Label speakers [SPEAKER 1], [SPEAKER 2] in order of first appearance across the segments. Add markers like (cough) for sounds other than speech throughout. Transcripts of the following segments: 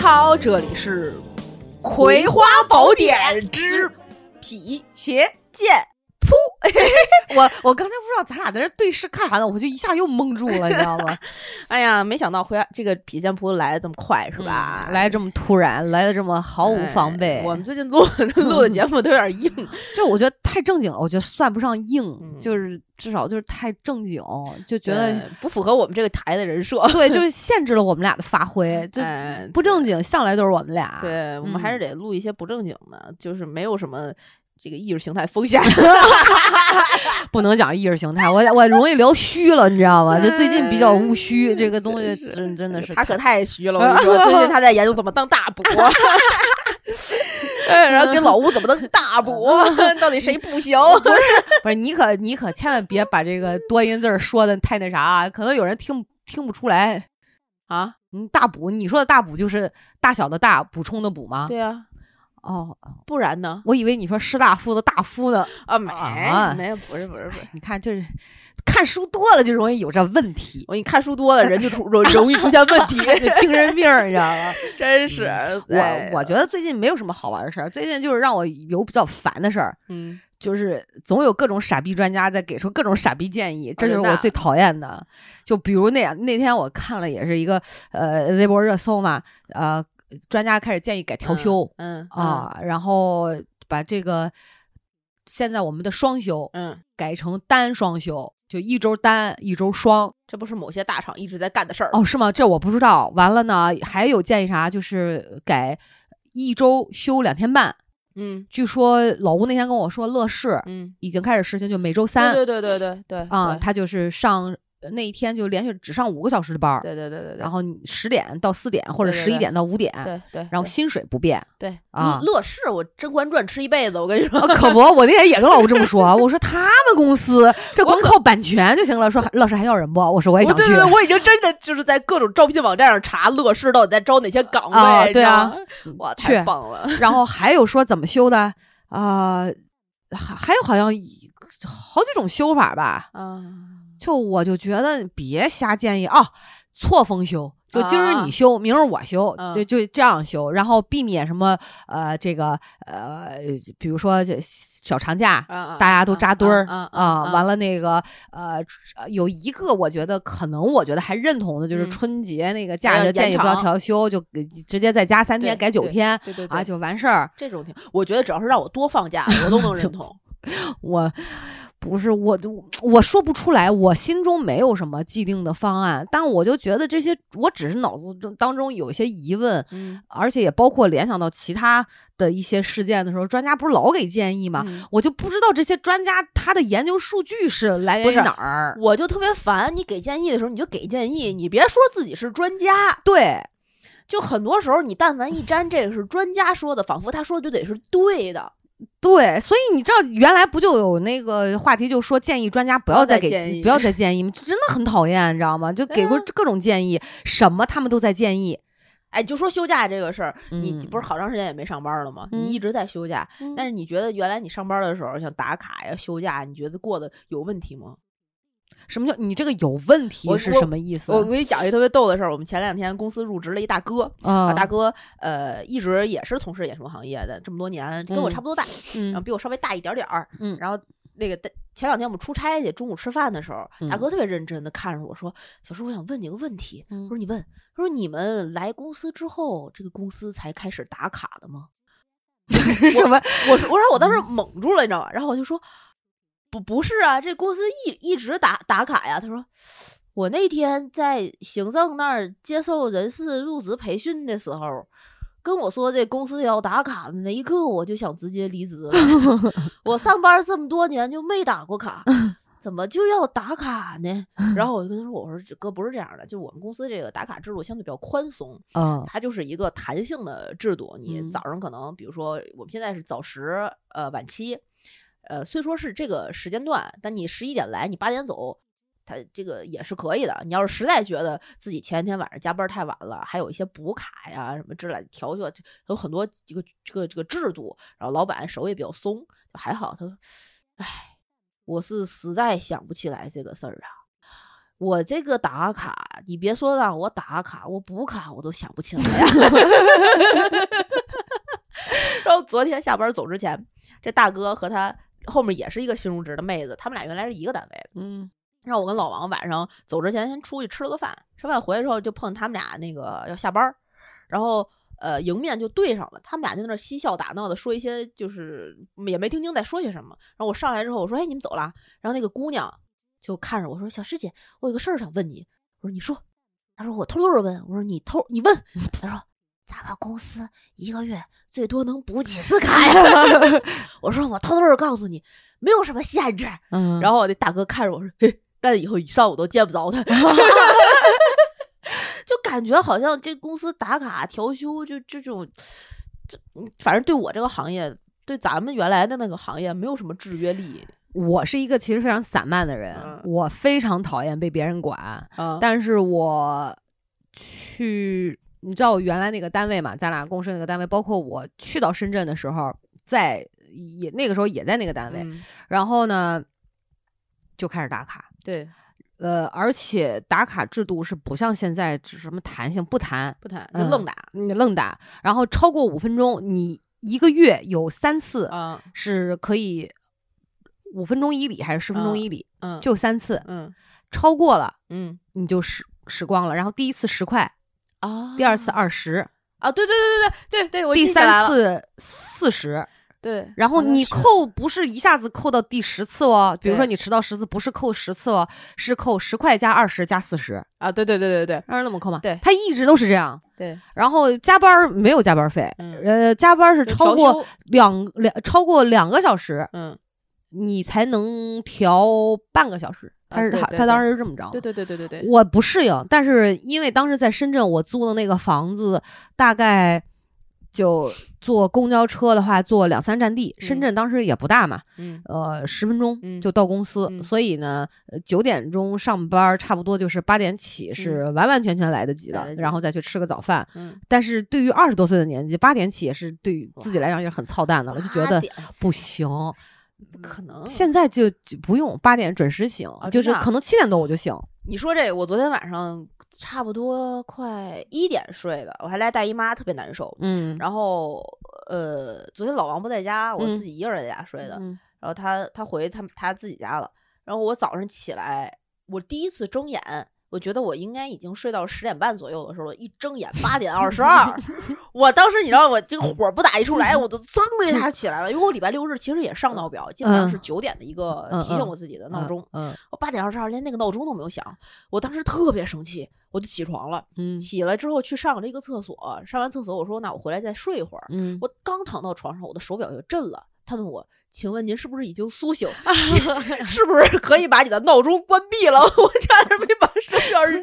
[SPEAKER 1] 好，这里是《葵花宝典之匹
[SPEAKER 2] 鞋见噗！ (laughs) 我我刚才不知道咱俩在这对视看啥呢，我就一下又蒙住了，你知道 (laughs) 吗？》。
[SPEAKER 1] 哎呀，没想到回来这个匹线扑来的这么快，是吧？
[SPEAKER 2] 嗯来得这么突然，来的这么毫无防备，
[SPEAKER 1] 哎我们最近录录的节目都有点硬，
[SPEAKER 2] 这我觉得太正经了，我觉得算不上硬，
[SPEAKER 1] 嗯
[SPEAKER 2] 就是至少就是太正经，就 (laughs) 觉得
[SPEAKER 1] 对呃不符合我们这个台的人设。
[SPEAKER 2] 对，就是限制了我们俩的发挥，就
[SPEAKER 1] 哎
[SPEAKER 2] 不正经，向来都是我们俩。
[SPEAKER 1] 对，我们
[SPEAKER 2] 嗯
[SPEAKER 1] 还是得录一些不正经的，就是没有什么这个意识形态风险。
[SPEAKER 2] 不能讲意识形态，我我容易聊虚了，你知道吗？就最近比较务虚，这个东
[SPEAKER 1] 真
[SPEAKER 2] 西
[SPEAKER 1] 是
[SPEAKER 2] 真 (laughs) 真的是 (laughs)
[SPEAKER 1] 他可太虚了，我跟你说，最近他在研究怎么当大补。哎
[SPEAKER 2] (laughs)
[SPEAKER 1] 然后跟老吴怎么当大补， (laughs) 到底谁不行？
[SPEAKER 2] 不是你可你可千万别把这个多音字儿说的太那啥啊，可能有人听听不出来啊。你大补，你说的大补就是大小的大，补充的补吗？
[SPEAKER 1] 对啊，
[SPEAKER 2] 哦，
[SPEAKER 1] 不然呢？
[SPEAKER 2] 我以为你说士大夫的大夫呢。
[SPEAKER 1] 啊，没
[SPEAKER 2] 啊
[SPEAKER 1] 没有，不是不是不是。
[SPEAKER 2] 你看，就是看书多了就容易有这问题，
[SPEAKER 1] 我给你看书多了，人就出 (laughs) 容容易出现问
[SPEAKER 2] (laughs)
[SPEAKER 1] 题，
[SPEAKER 2] 精神病儿，你知道吗？
[SPEAKER 1] 真是。 (laughs) 哎
[SPEAKER 2] 我我觉得最近没有什么好玩的事儿，最近就是让我有比较烦的事儿，
[SPEAKER 1] 嗯，
[SPEAKER 2] 就是总有各种傻逼专家在给出各种傻逼建议，这就
[SPEAKER 1] 真
[SPEAKER 2] 是
[SPEAKER 1] 的
[SPEAKER 2] 我最讨厌的。就比如那样，那天我看了也是一个呃微博热搜嘛，呃，专家开始建议改调休、
[SPEAKER 1] 嗯
[SPEAKER 2] 啊，然后把这个现在我们的双休
[SPEAKER 1] 嗯，
[SPEAKER 2] 改成单双休，就一周单一周双。
[SPEAKER 1] 这不是某些大厂一直在干的事儿。
[SPEAKER 2] 哦，是吗？这我不知道。完了呢，还有建议啥？就是改一周休两天半。
[SPEAKER 1] 嗯
[SPEAKER 2] 据说老吴那天跟我说，乐视
[SPEAKER 1] 嗯，
[SPEAKER 2] 已经开始实行，就每周三。
[SPEAKER 1] 对对对对对对
[SPEAKER 2] 啊、他就是上呃那一天就连续只上五个小时的班儿，
[SPEAKER 1] 对对对对对，
[SPEAKER 2] 然后十点到四点或者
[SPEAKER 1] 对对
[SPEAKER 2] 十一
[SPEAKER 1] 对
[SPEAKER 2] 点到五点，
[SPEAKER 1] 对对，
[SPEAKER 2] 然后
[SPEAKER 1] 对
[SPEAKER 2] 薪水不变。
[SPEAKER 1] 对嗯
[SPEAKER 2] 啊
[SPEAKER 1] 乐乐视我贞观传吃一辈子，我跟你说
[SPEAKER 2] 啊，
[SPEAKER 1] (laughs)
[SPEAKER 2] 可不，我那天也跟老吴这么说，我说他们公司这光靠版权就行了，说还乐视还要人不？我说我也
[SPEAKER 1] 我
[SPEAKER 2] 想去
[SPEAKER 1] 哦对。对对，我已经真的就是在各种招聘网站上查乐视到底在招哪些岗位，
[SPEAKER 2] 啊
[SPEAKER 1] 你知道
[SPEAKER 2] 对啊
[SPEAKER 1] 吗，哇，
[SPEAKER 2] 去
[SPEAKER 1] 太棒了， (laughs)
[SPEAKER 2] 然后还有说怎么休的啊、呃还还有好像一好几种休法吧，
[SPEAKER 1] 啊，
[SPEAKER 2] 就我就觉得别瞎建议哦，错峰休，就今儿你休，明儿我休，
[SPEAKER 1] 啊嗯
[SPEAKER 2] 就就这样休，然后避免什么呃这个呃，比如说这小长假。
[SPEAKER 1] 大
[SPEAKER 2] 大家都扎堆儿
[SPEAKER 1] 啊
[SPEAKER 2] 啊、完
[SPEAKER 1] 了，
[SPEAKER 2] 了那个呃，有一个我觉得可能我觉得还认同的，就是
[SPEAKER 1] 嗯
[SPEAKER 2] 春节那个
[SPEAKER 1] 要
[SPEAKER 2] 假期的建议
[SPEAKER 1] 延
[SPEAKER 2] 不要
[SPEAKER 1] 长
[SPEAKER 2] 调休，就给直接再加三天
[SPEAKER 1] 对
[SPEAKER 2] 改九天
[SPEAKER 1] 对对对
[SPEAKER 2] 啊就完事儿。
[SPEAKER 1] 这种挺，我觉得只要是让我多放假，我都
[SPEAKER 2] (laughs)
[SPEAKER 1] 能认同。
[SPEAKER 2] 我不是我，我说不出来，我心中没有什么既定的方案，但我就觉得这些，我只是脑子中当中有一些疑问，
[SPEAKER 1] 嗯，
[SPEAKER 2] 而且也包括联想到其他的一些事件的时候，专家不是老给建议吗？
[SPEAKER 1] 嗯
[SPEAKER 2] 我就不知道这些专家他的研究数据是来源
[SPEAKER 1] 不
[SPEAKER 2] 于
[SPEAKER 1] 是
[SPEAKER 2] 哪儿。
[SPEAKER 1] 我就特别烦，你给建议的时候你就给建议，你别说自己是专家。
[SPEAKER 2] 对，
[SPEAKER 1] 就很多时候，你但凡一沾这个是专家说的，仿佛他说的就得是对的。
[SPEAKER 2] 对，所以你知道原来不就有那个话题，就说建议专家不
[SPEAKER 1] 不要
[SPEAKER 2] 要再
[SPEAKER 1] 再
[SPEAKER 2] 给
[SPEAKER 1] 建议
[SPEAKER 2] 不要再建议吗？这真的很讨厌，你知道吗？就
[SPEAKER 1] 对
[SPEAKER 2] 给过
[SPEAKER 1] 啊
[SPEAKER 2] 各种建议，什么他们都在建议。
[SPEAKER 1] 哎，就说休假这个事儿，你
[SPEAKER 2] 嗯
[SPEAKER 1] 不是好长时间也没上班了吗？
[SPEAKER 2] 嗯
[SPEAKER 1] 你一直在休假，但是你觉得原来你上班的时候像打卡呀、休假，你觉得过得有问题吗？
[SPEAKER 2] 什么叫你这个有问题
[SPEAKER 1] 我
[SPEAKER 2] 是
[SPEAKER 1] 我
[SPEAKER 2] 什么意思？
[SPEAKER 1] 我给你讲一个特别逗的事儿。我们前两天公司入职了一大哥，
[SPEAKER 2] 啊
[SPEAKER 1] 啊，大哥，呃，一直也是从事演出行业的，这么多年跟我
[SPEAKER 2] 嗯
[SPEAKER 1] 差不多大，
[SPEAKER 2] 嗯
[SPEAKER 1] 然后比我稍微大一点点儿。
[SPEAKER 2] 嗯
[SPEAKER 1] 然后那个前两天我们出差去，中午吃饭的时候，大哥特别认真的看着我说：“小叔，我想问你个问题。”我
[SPEAKER 2] 嗯
[SPEAKER 1] 说：“你问。”他说：“你们来公司之后，这个公司才开始打卡的吗
[SPEAKER 2] 是什么？？”
[SPEAKER 1] 我说：“我说我当时懵住了，你知道吗？”然后我就说：“不，不是啊，这公司一一直打打卡呀。”他说。我那天在行政那儿接受人事入职培训的时候，跟我说这公司要打卡的那一刻，我就想直接离职了。 (laughs) 我上班这么多年就没打过卡，怎么就要打卡呢？然后我就跟他说：“我说这哥不是这样的，就我们公司这个打卡制度相对比较宽松， (laughs)
[SPEAKER 2] 嗯
[SPEAKER 1] 它就是一个弹性的制度。你
[SPEAKER 2] 嗯
[SPEAKER 1] 早上可能，比如说我们现在是早十，呃晚七，呃虽说是这个时间段，但你十一点来，你八点走。”它这个也是可以的。你要是实在觉得自己前一天晚上加班太晚了，还有一些补卡呀什么之类的调休，有很多这个这个这个制度，然后老板手也比较松，就还好。他说：“哎，我是实在想不起来这个事儿啊，我这个打卡，你别说让我打卡，我补卡我都想不起来呀。然后昨天下班走之前，这大哥和他后面也是一个新入职的妹子，他们俩原来是一个单位的。
[SPEAKER 2] 嗯
[SPEAKER 1] 让我跟老王晚上走之前先出去吃了个饭，吃饭回来之后就碰他们俩那个要下班儿，然后呃迎面就对上了，他们俩就在那儿嬉笑打闹的说一些就是也没听清在说些什么。然后我上来之后我说：“哎，你们走了？”然后那个姑娘就看着我说：“小师姐，我有个事儿想问你。”我说：“你说。”她说：“我偷偷的问。”我说：“你偷你问。”她说。咱们公司一个月最多能补几次卡呀？ (laughs) 我说我偷偷的告诉你，没有什么限制。
[SPEAKER 2] 嗯
[SPEAKER 1] 然后我那大哥看着我说：“嘿，但以后一上午都见不 (laughs) 着他。”就感觉好像这公司打卡调休，就这种，这嗯反正对我这个行业，对咱们原来的那个行业没有什么制约力
[SPEAKER 2] 我是一个其实非常散漫的人，
[SPEAKER 1] 嗯
[SPEAKER 2] 我非常讨厌被别人管，
[SPEAKER 1] 啊但
[SPEAKER 2] 但是我去，你知道我原来那个单位嘛，咱俩共事那个单位，包括我去到深圳的时候，在也那个时候也在那个单
[SPEAKER 1] 嗯
[SPEAKER 2] 位，然后呢就开始打卡，
[SPEAKER 1] 对
[SPEAKER 2] 呃，而且打卡制度是不像现在只什么弹性不弹，
[SPEAKER 1] 不谈就
[SPEAKER 2] 嗯
[SPEAKER 1] 愣打
[SPEAKER 2] 你愣打，然后超过五分钟，你一个月有三次
[SPEAKER 1] 啊
[SPEAKER 2] 是可以五分钟以里还是十分钟
[SPEAKER 1] 嗯
[SPEAKER 2] 以里，
[SPEAKER 1] 嗯
[SPEAKER 2] 就三次，
[SPEAKER 1] 嗯
[SPEAKER 2] 超过了
[SPEAKER 1] 嗯
[SPEAKER 2] 你就时时光了。然后第一次十块，
[SPEAKER 1] 啊
[SPEAKER 2] 第二次二十，
[SPEAKER 1] 啊对对对对对对对，我
[SPEAKER 2] 第
[SPEAKER 1] 记起来
[SPEAKER 2] 三
[SPEAKER 1] 了
[SPEAKER 2] 次四十，
[SPEAKER 1] 对，
[SPEAKER 2] 然后
[SPEAKER 1] 好像
[SPEAKER 2] 你
[SPEAKER 1] 是
[SPEAKER 2] 扣不是一下子扣到第十次哦，比如说
[SPEAKER 1] 对
[SPEAKER 2] 你迟到十次，不是扣十次哦，是扣十块加二十加四十，
[SPEAKER 1] 啊对对对对对
[SPEAKER 2] 让人那么扣吗？
[SPEAKER 1] 对
[SPEAKER 2] 他一直都是这样。
[SPEAKER 1] 对，
[SPEAKER 2] 然后加班儿没有加班儿费，
[SPEAKER 1] 嗯
[SPEAKER 2] 呃，加班儿是
[SPEAKER 1] 就调
[SPEAKER 2] 超过
[SPEAKER 1] 休
[SPEAKER 2] 两两超过两个小时，
[SPEAKER 1] 嗯
[SPEAKER 2] 你才能调半个小时。
[SPEAKER 1] 啊
[SPEAKER 2] 他是
[SPEAKER 1] 对
[SPEAKER 2] 他
[SPEAKER 1] 对
[SPEAKER 2] 他
[SPEAKER 1] 对
[SPEAKER 2] 当时是这么着，
[SPEAKER 1] 对对对对对对
[SPEAKER 2] 我不适应，但是因为当时在深圳，我租的那个房子大概就坐公交车的话，坐两三站地。深
[SPEAKER 1] 嗯
[SPEAKER 2] 圳当时也不大嘛，
[SPEAKER 1] 嗯
[SPEAKER 2] 呃，十分钟
[SPEAKER 1] 嗯
[SPEAKER 2] 就到公司，
[SPEAKER 1] 嗯
[SPEAKER 2] 所以呢，九点钟上班儿，差不多就是八点起，是完完全全来得及
[SPEAKER 1] 嗯
[SPEAKER 2] 的，
[SPEAKER 1] 来得及
[SPEAKER 2] 然后再去吃个早饭。
[SPEAKER 1] 嗯
[SPEAKER 2] 但是对于二十多岁的年纪，八点起也是对于自己
[SPEAKER 1] 哇
[SPEAKER 2] 来讲也是很操蛋的了，就觉
[SPEAKER 1] 八
[SPEAKER 2] 得
[SPEAKER 1] 点
[SPEAKER 2] 不行。
[SPEAKER 1] 不可能
[SPEAKER 2] 现在就就不用八点准时醒，
[SPEAKER 1] 啊
[SPEAKER 2] 就
[SPEAKER 1] 真
[SPEAKER 2] 是
[SPEAKER 1] 的啊
[SPEAKER 2] 可能七点多我就醒。
[SPEAKER 1] 你说这，我昨天晚上差不多快一点睡的，我还来大姨妈，特别难受。
[SPEAKER 2] 嗯，
[SPEAKER 1] 然后，呃，昨天老王不在家，我自己一个人在家睡的。
[SPEAKER 2] 嗯
[SPEAKER 1] 然后他他回他他自己家了。然后我早上起来，我第一次睁眼，我觉得我应该已经睡到十点半左右的时候，我一睁眼八点二十
[SPEAKER 2] (laughs)
[SPEAKER 1] 二，我当时你知道我这个火不打一处来，我就噌的一下起来了，因为我礼拜六日其实也上闹表，基本上是
[SPEAKER 2] 嗯
[SPEAKER 1] 九点的一个
[SPEAKER 2] 嗯
[SPEAKER 1] 提醒
[SPEAKER 2] 嗯
[SPEAKER 1] 我自己的闹钟。
[SPEAKER 2] 嗯
[SPEAKER 1] 我八点二十二连那个闹钟都没有响，我当时特别生气，我就起床了。
[SPEAKER 2] 嗯
[SPEAKER 1] 起来之后去上了一个厕所，上完厕所我说那我回来再睡一会儿。
[SPEAKER 2] 嗯，。
[SPEAKER 1] 我刚躺到床上，我的手表就震了。他问我，请问您是不是已经苏醒？是不是可以把你的闹钟关闭了？ (laughs) 我差点没把手表 (laughs) 扔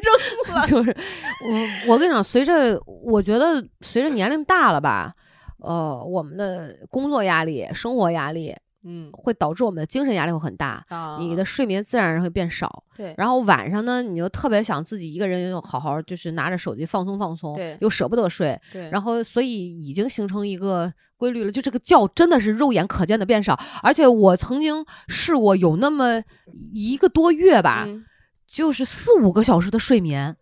[SPEAKER 1] 了
[SPEAKER 2] 就是 (laughs) 我，我跟你讲，随着我觉得随着年龄大了吧，呃，我们的工作压力、生活压力
[SPEAKER 1] 嗯
[SPEAKER 2] 会导致我们的精神压力会很大，
[SPEAKER 1] 啊
[SPEAKER 2] 你的睡眠自然而然会变少。
[SPEAKER 1] 对
[SPEAKER 2] 然后晚上呢，你又特别想自己一个人又好好就是拿着手机放松放松，
[SPEAKER 1] 对
[SPEAKER 2] 又舍不得睡，
[SPEAKER 1] 对
[SPEAKER 2] 然后所以已经形成一个规律了，就这个觉真的是肉眼可见的变少。而且我曾经试过有那么一个多月吧，
[SPEAKER 1] 嗯
[SPEAKER 2] 就是四五个小时的睡眠，